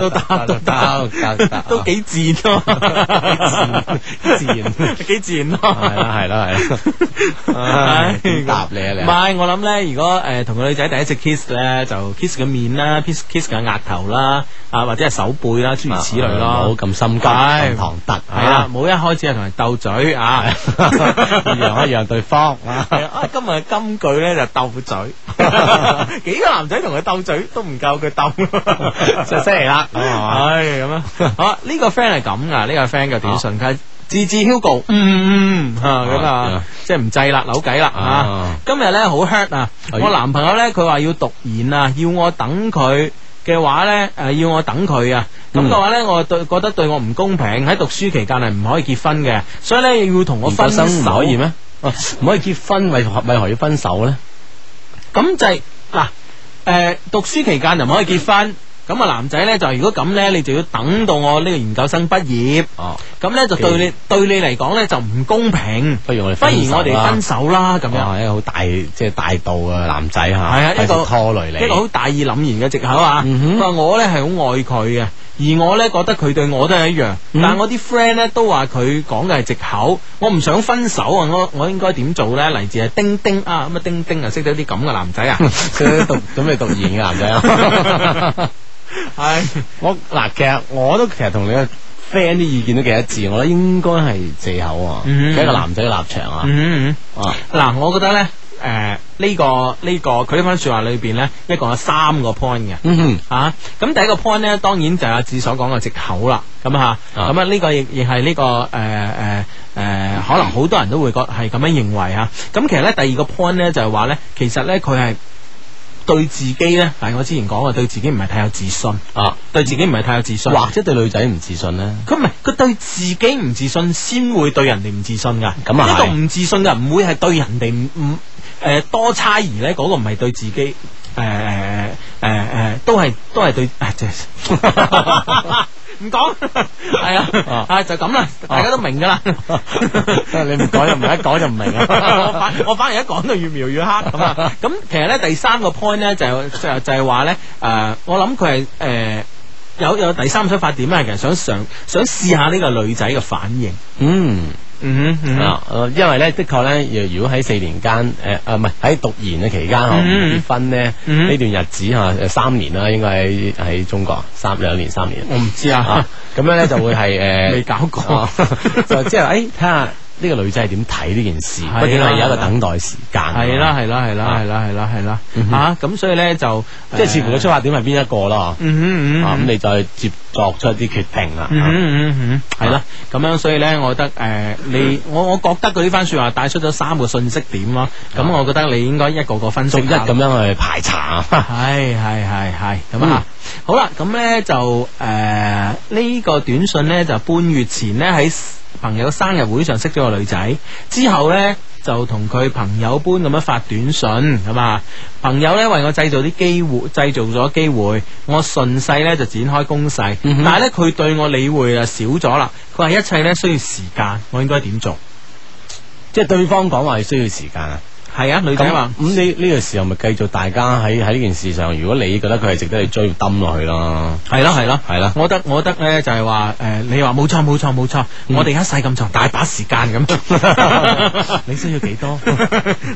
Speaker 11: 都得都得都得
Speaker 3: 都幾自然咯，
Speaker 11: 自然
Speaker 3: 幾自然咯，
Speaker 11: 係啦係啦係啦，唉點答你啊你
Speaker 3: 唔
Speaker 11: 啊？
Speaker 3: 係，我諗咧，如果诶同個女仔第一次 kiss 咧，就 kiss 佢面啦，kiss kiss 佢額頭啦，啊或者係手背啦，諸如此類
Speaker 11: 啊
Speaker 3: 咯。
Speaker 11: 唔好咁心急，咁
Speaker 3: 係
Speaker 11: 唐突啊
Speaker 3: 係啦，，冇一開始係同人鬥嘴啊，
Speaker 11: 讓一讓對方啊。
Speaker 3: 係啊，啊今日金句咧就鬥嘴，幾個男仔同佢鬥嘴都唔夠佢鬥，
Speaker 11: 就犀利 啦咁係嘛
Speaker 3: 唉，咁啊，好呢個 friend 係咁噶，呢個 friend 嘅短信佢係自志 Hugo，嗯嗯嗯啊咁啊
Speaker 11: 啊，
Speaker 3: 即係唔制啦，扭計啦
Speaker 11: 啊
Speaker 3: 啊！今日咧好 hurt 啊，
Speaker 11: 哎
Speaker 3: 我男朋友咧佢話要讀研啊，要我等佢。嘅話咧，誒、要我等佢啊，
Speaker 11: 嗯
Speaker 3: 咁嘅話咧，我對覺得對我唔公平，喺讀書期間係唔可以結婚嘅，所以咧要同我
Speaker 11: 唔
Speaker 3: 分手
Speaker 11: 生唔可以 咩？哦唔可以結婚，為何為何要分手咧？
Speaker 3: 呃咁就係嗱，诶、讀書期間就唔可以結婚，咁啊男仔咧就如果咁咧，你就要等到我呢個研究生畢業。
Speaker 11: 哦，
Speaker 3: 咁咧就對你對你嚟講咧就唔公平。
Speaker 11: 不如我哋
Speaker 3: 不如我哋分手啦，咁
Speaker 11: 樣
Speaker 3: 樣
Speaker 11: 哦係一個好大即係大度嘅男仔吓，
Speaker 3: 係啊一個
Speaker 11: 費事拖累你，
Speaker 3: 一個好大義凛然嘅藉口啊。
Speaker 11: 嗯
Speaker 3: 佢話我咧係好愛佢嘅。而我咧覺得佢對我都係一樣，
Speaker 11: 嗯
Speaker 3: 但係我啲 friend 咧都話佢講嘅係藉口，我唔想分手啊！我我應該點做咧？嚟自係丁丁啊，咁啊丁丁啊識到啲咁嘅男 仔啊，
Speaker 11: 讀準備讀研嘅男 仔啊，
Speaker 3: 系
Speaker 11: 我嗱，其實我都其實同你嘅 friend 啲意見都幾一致，我覺得應該係借口啊，
Speaker 3: 嗯
Speaker 11: 一個男仔嘅立場啊，
Speaker 3: 嗯
Speaker 11: 啊，
Speaker 3: 嗱，我覺得咧，誒、呢、個呢、個佢呢番説話裏邊咧，一共有三個 point 嘅，
Speaker 11: 嗯
Speaker 3: 啊，咁第一個 point 咧，當然就係阿志所講嘅藉口啦，咁啊，咁啊呢個亦亦係呢個誒誒誒，可能好多人都會覺係咁樣認為啊，咁其實咧第二個 point 咧就係話咧，其實咧佢係。對自己咧，係我之前講嘅，對自己唔係太有自信
Speaker 11: 啊，
Speaker 3: 對自己唔係太有自信，
Speaker 11: 或者對女仔唔自信咧，
Speaker 3: 佢唔係佢對自己唔自信，先會對人哋唔自信噶。
Speaker 11: 咁啊
Speaker 3: 一
Speaker 11: 係
Speaker 3: 個唔自信嘅人唔會係對人哋唔唔誒多猜疑咧，嗰、個唔係對自己誒誒誒誒，都係都係對 啊，即係 唔講係啊啊就咁啦，大家都明 噶啦。
Speaker 11: 你哦唔講就唔係一講就唔明
Speaker 3: 我
Speaker 11: 啊，
Speaker 3: 反我反而一講到越描越黑咁啊！咁其實咧第三個 point 咧就係就係就係話咧誒，我諗佢係誒有有第三個出發點咧，其實想想想試下呢個女仔嘅反應。
Speaker 11: 嗯。
Speaker 3: 嗯哼
Speaker 11: 啊，呃因為咧，的確咧，如如果喺四年間，誒、啊，唔係喺讀研嘅期間嗬，唔
Speaker 3: 嗯
Speaker 11: 結婚咧，呢、
Speaker 3: 嗯
Speaker 11: 呢段日子嚇、呃三年啦，應該喺喺中國三兩年三年，
Speaker 3: 我唔知啊
Speaker 11: 咁樣咧就會 係誒，呃
Speaker 3: 未搞過
Speaker 11: 啊 就即係誒睇下呢個女仔係點睇呢件事，
Speaker 3: 係啦
Speaker 11: 畢竟係有一個等待啊時間，
Speaker 3: 係啦係啦係啦係啦係啦係啦嚇咁，所以咧就
Speaker 11: 嗯即係視乎個出發點係邊一個咯，
Speaker 3: 嗯哼嗯哼
Speaker 11: 啊咁你再接作出一啲決定啊啦，
Speaker 3: 嗯嗯嗯嗯，系啦，咁樣所以咧，我覺得诶、呃你我我覺得佢呢番说話帶出咗三個信息點咯，咁我覺得你應該一個個分析
Speaker 11: 啊逐一咁樣去排查，
Speaker 3: 係係係係咁
Speaker 11: 嗯
Speaker 3: 啊，好啦，咁咧就诶呢、個短信咧就半月前咧喺朋友生日會上識咗個女仔，之後咧。就同佢朋友般咁樣發短信咁啊，朋友咧為我製造啲機會，製造咗機會，我順勢咧就展開攻勢，但係咧佢對我理會啊少咗啦，佢話一切咧需要時間，我應該點做？
Speaker 11: 即係對方講話係需要時間啊。
Speaker 3: 係啊，女仔話。
Speaker 11: 咁呢呢個時候咪繼續大家喺喺呢件事上，如果你覺得佢係值得你追，抌落去咯。
Speaker 3: 係咯係咯
Speaker 11: 係啦。
Speaker 3: 我覺得我覺得咧就係話誒，你話冇錯冇錯冇錯，我哋而家細咁 長，大把時間 咁， 你需要幾 多？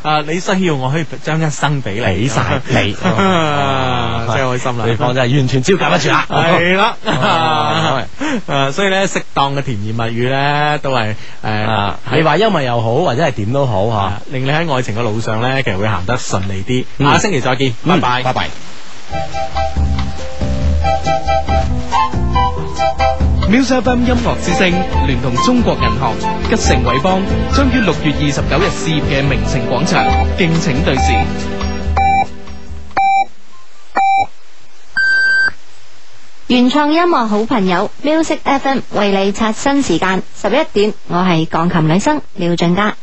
Speaker 3: 啊，你需要我可以將一生俾你，
Speaker 11: 俾 晒你
Speaker 3: 啊真係開心啦！
Speaker 11: 對方真係完全招架不住啦。
Speaker 3: 係啦，
Speaker 11: 哦啊
Speaker 3: 誒，所以咧適當嘅甜言蜜語咧都係誒啊
Speaker 11: 啊，你話幽默又好，或者係點都好吓，
Speaker 3: 令你喺愛情嘅路上咧，其實會行得順利啲。下星期再見，拜
Speaker 11: 嗯
Speaker 3: 拜，
Speaker 11: 拜拜。
Speaker 7: Music FM 音樂之聲聯同中國銀行、吉盛偉邦，將於六月二十九日試業嘅名城廣場，敬請對視。
Speaker 2: 原创音乐好朋友 Music FM 为你刷新时间十一点，我系钢琴女生廖俊嘉。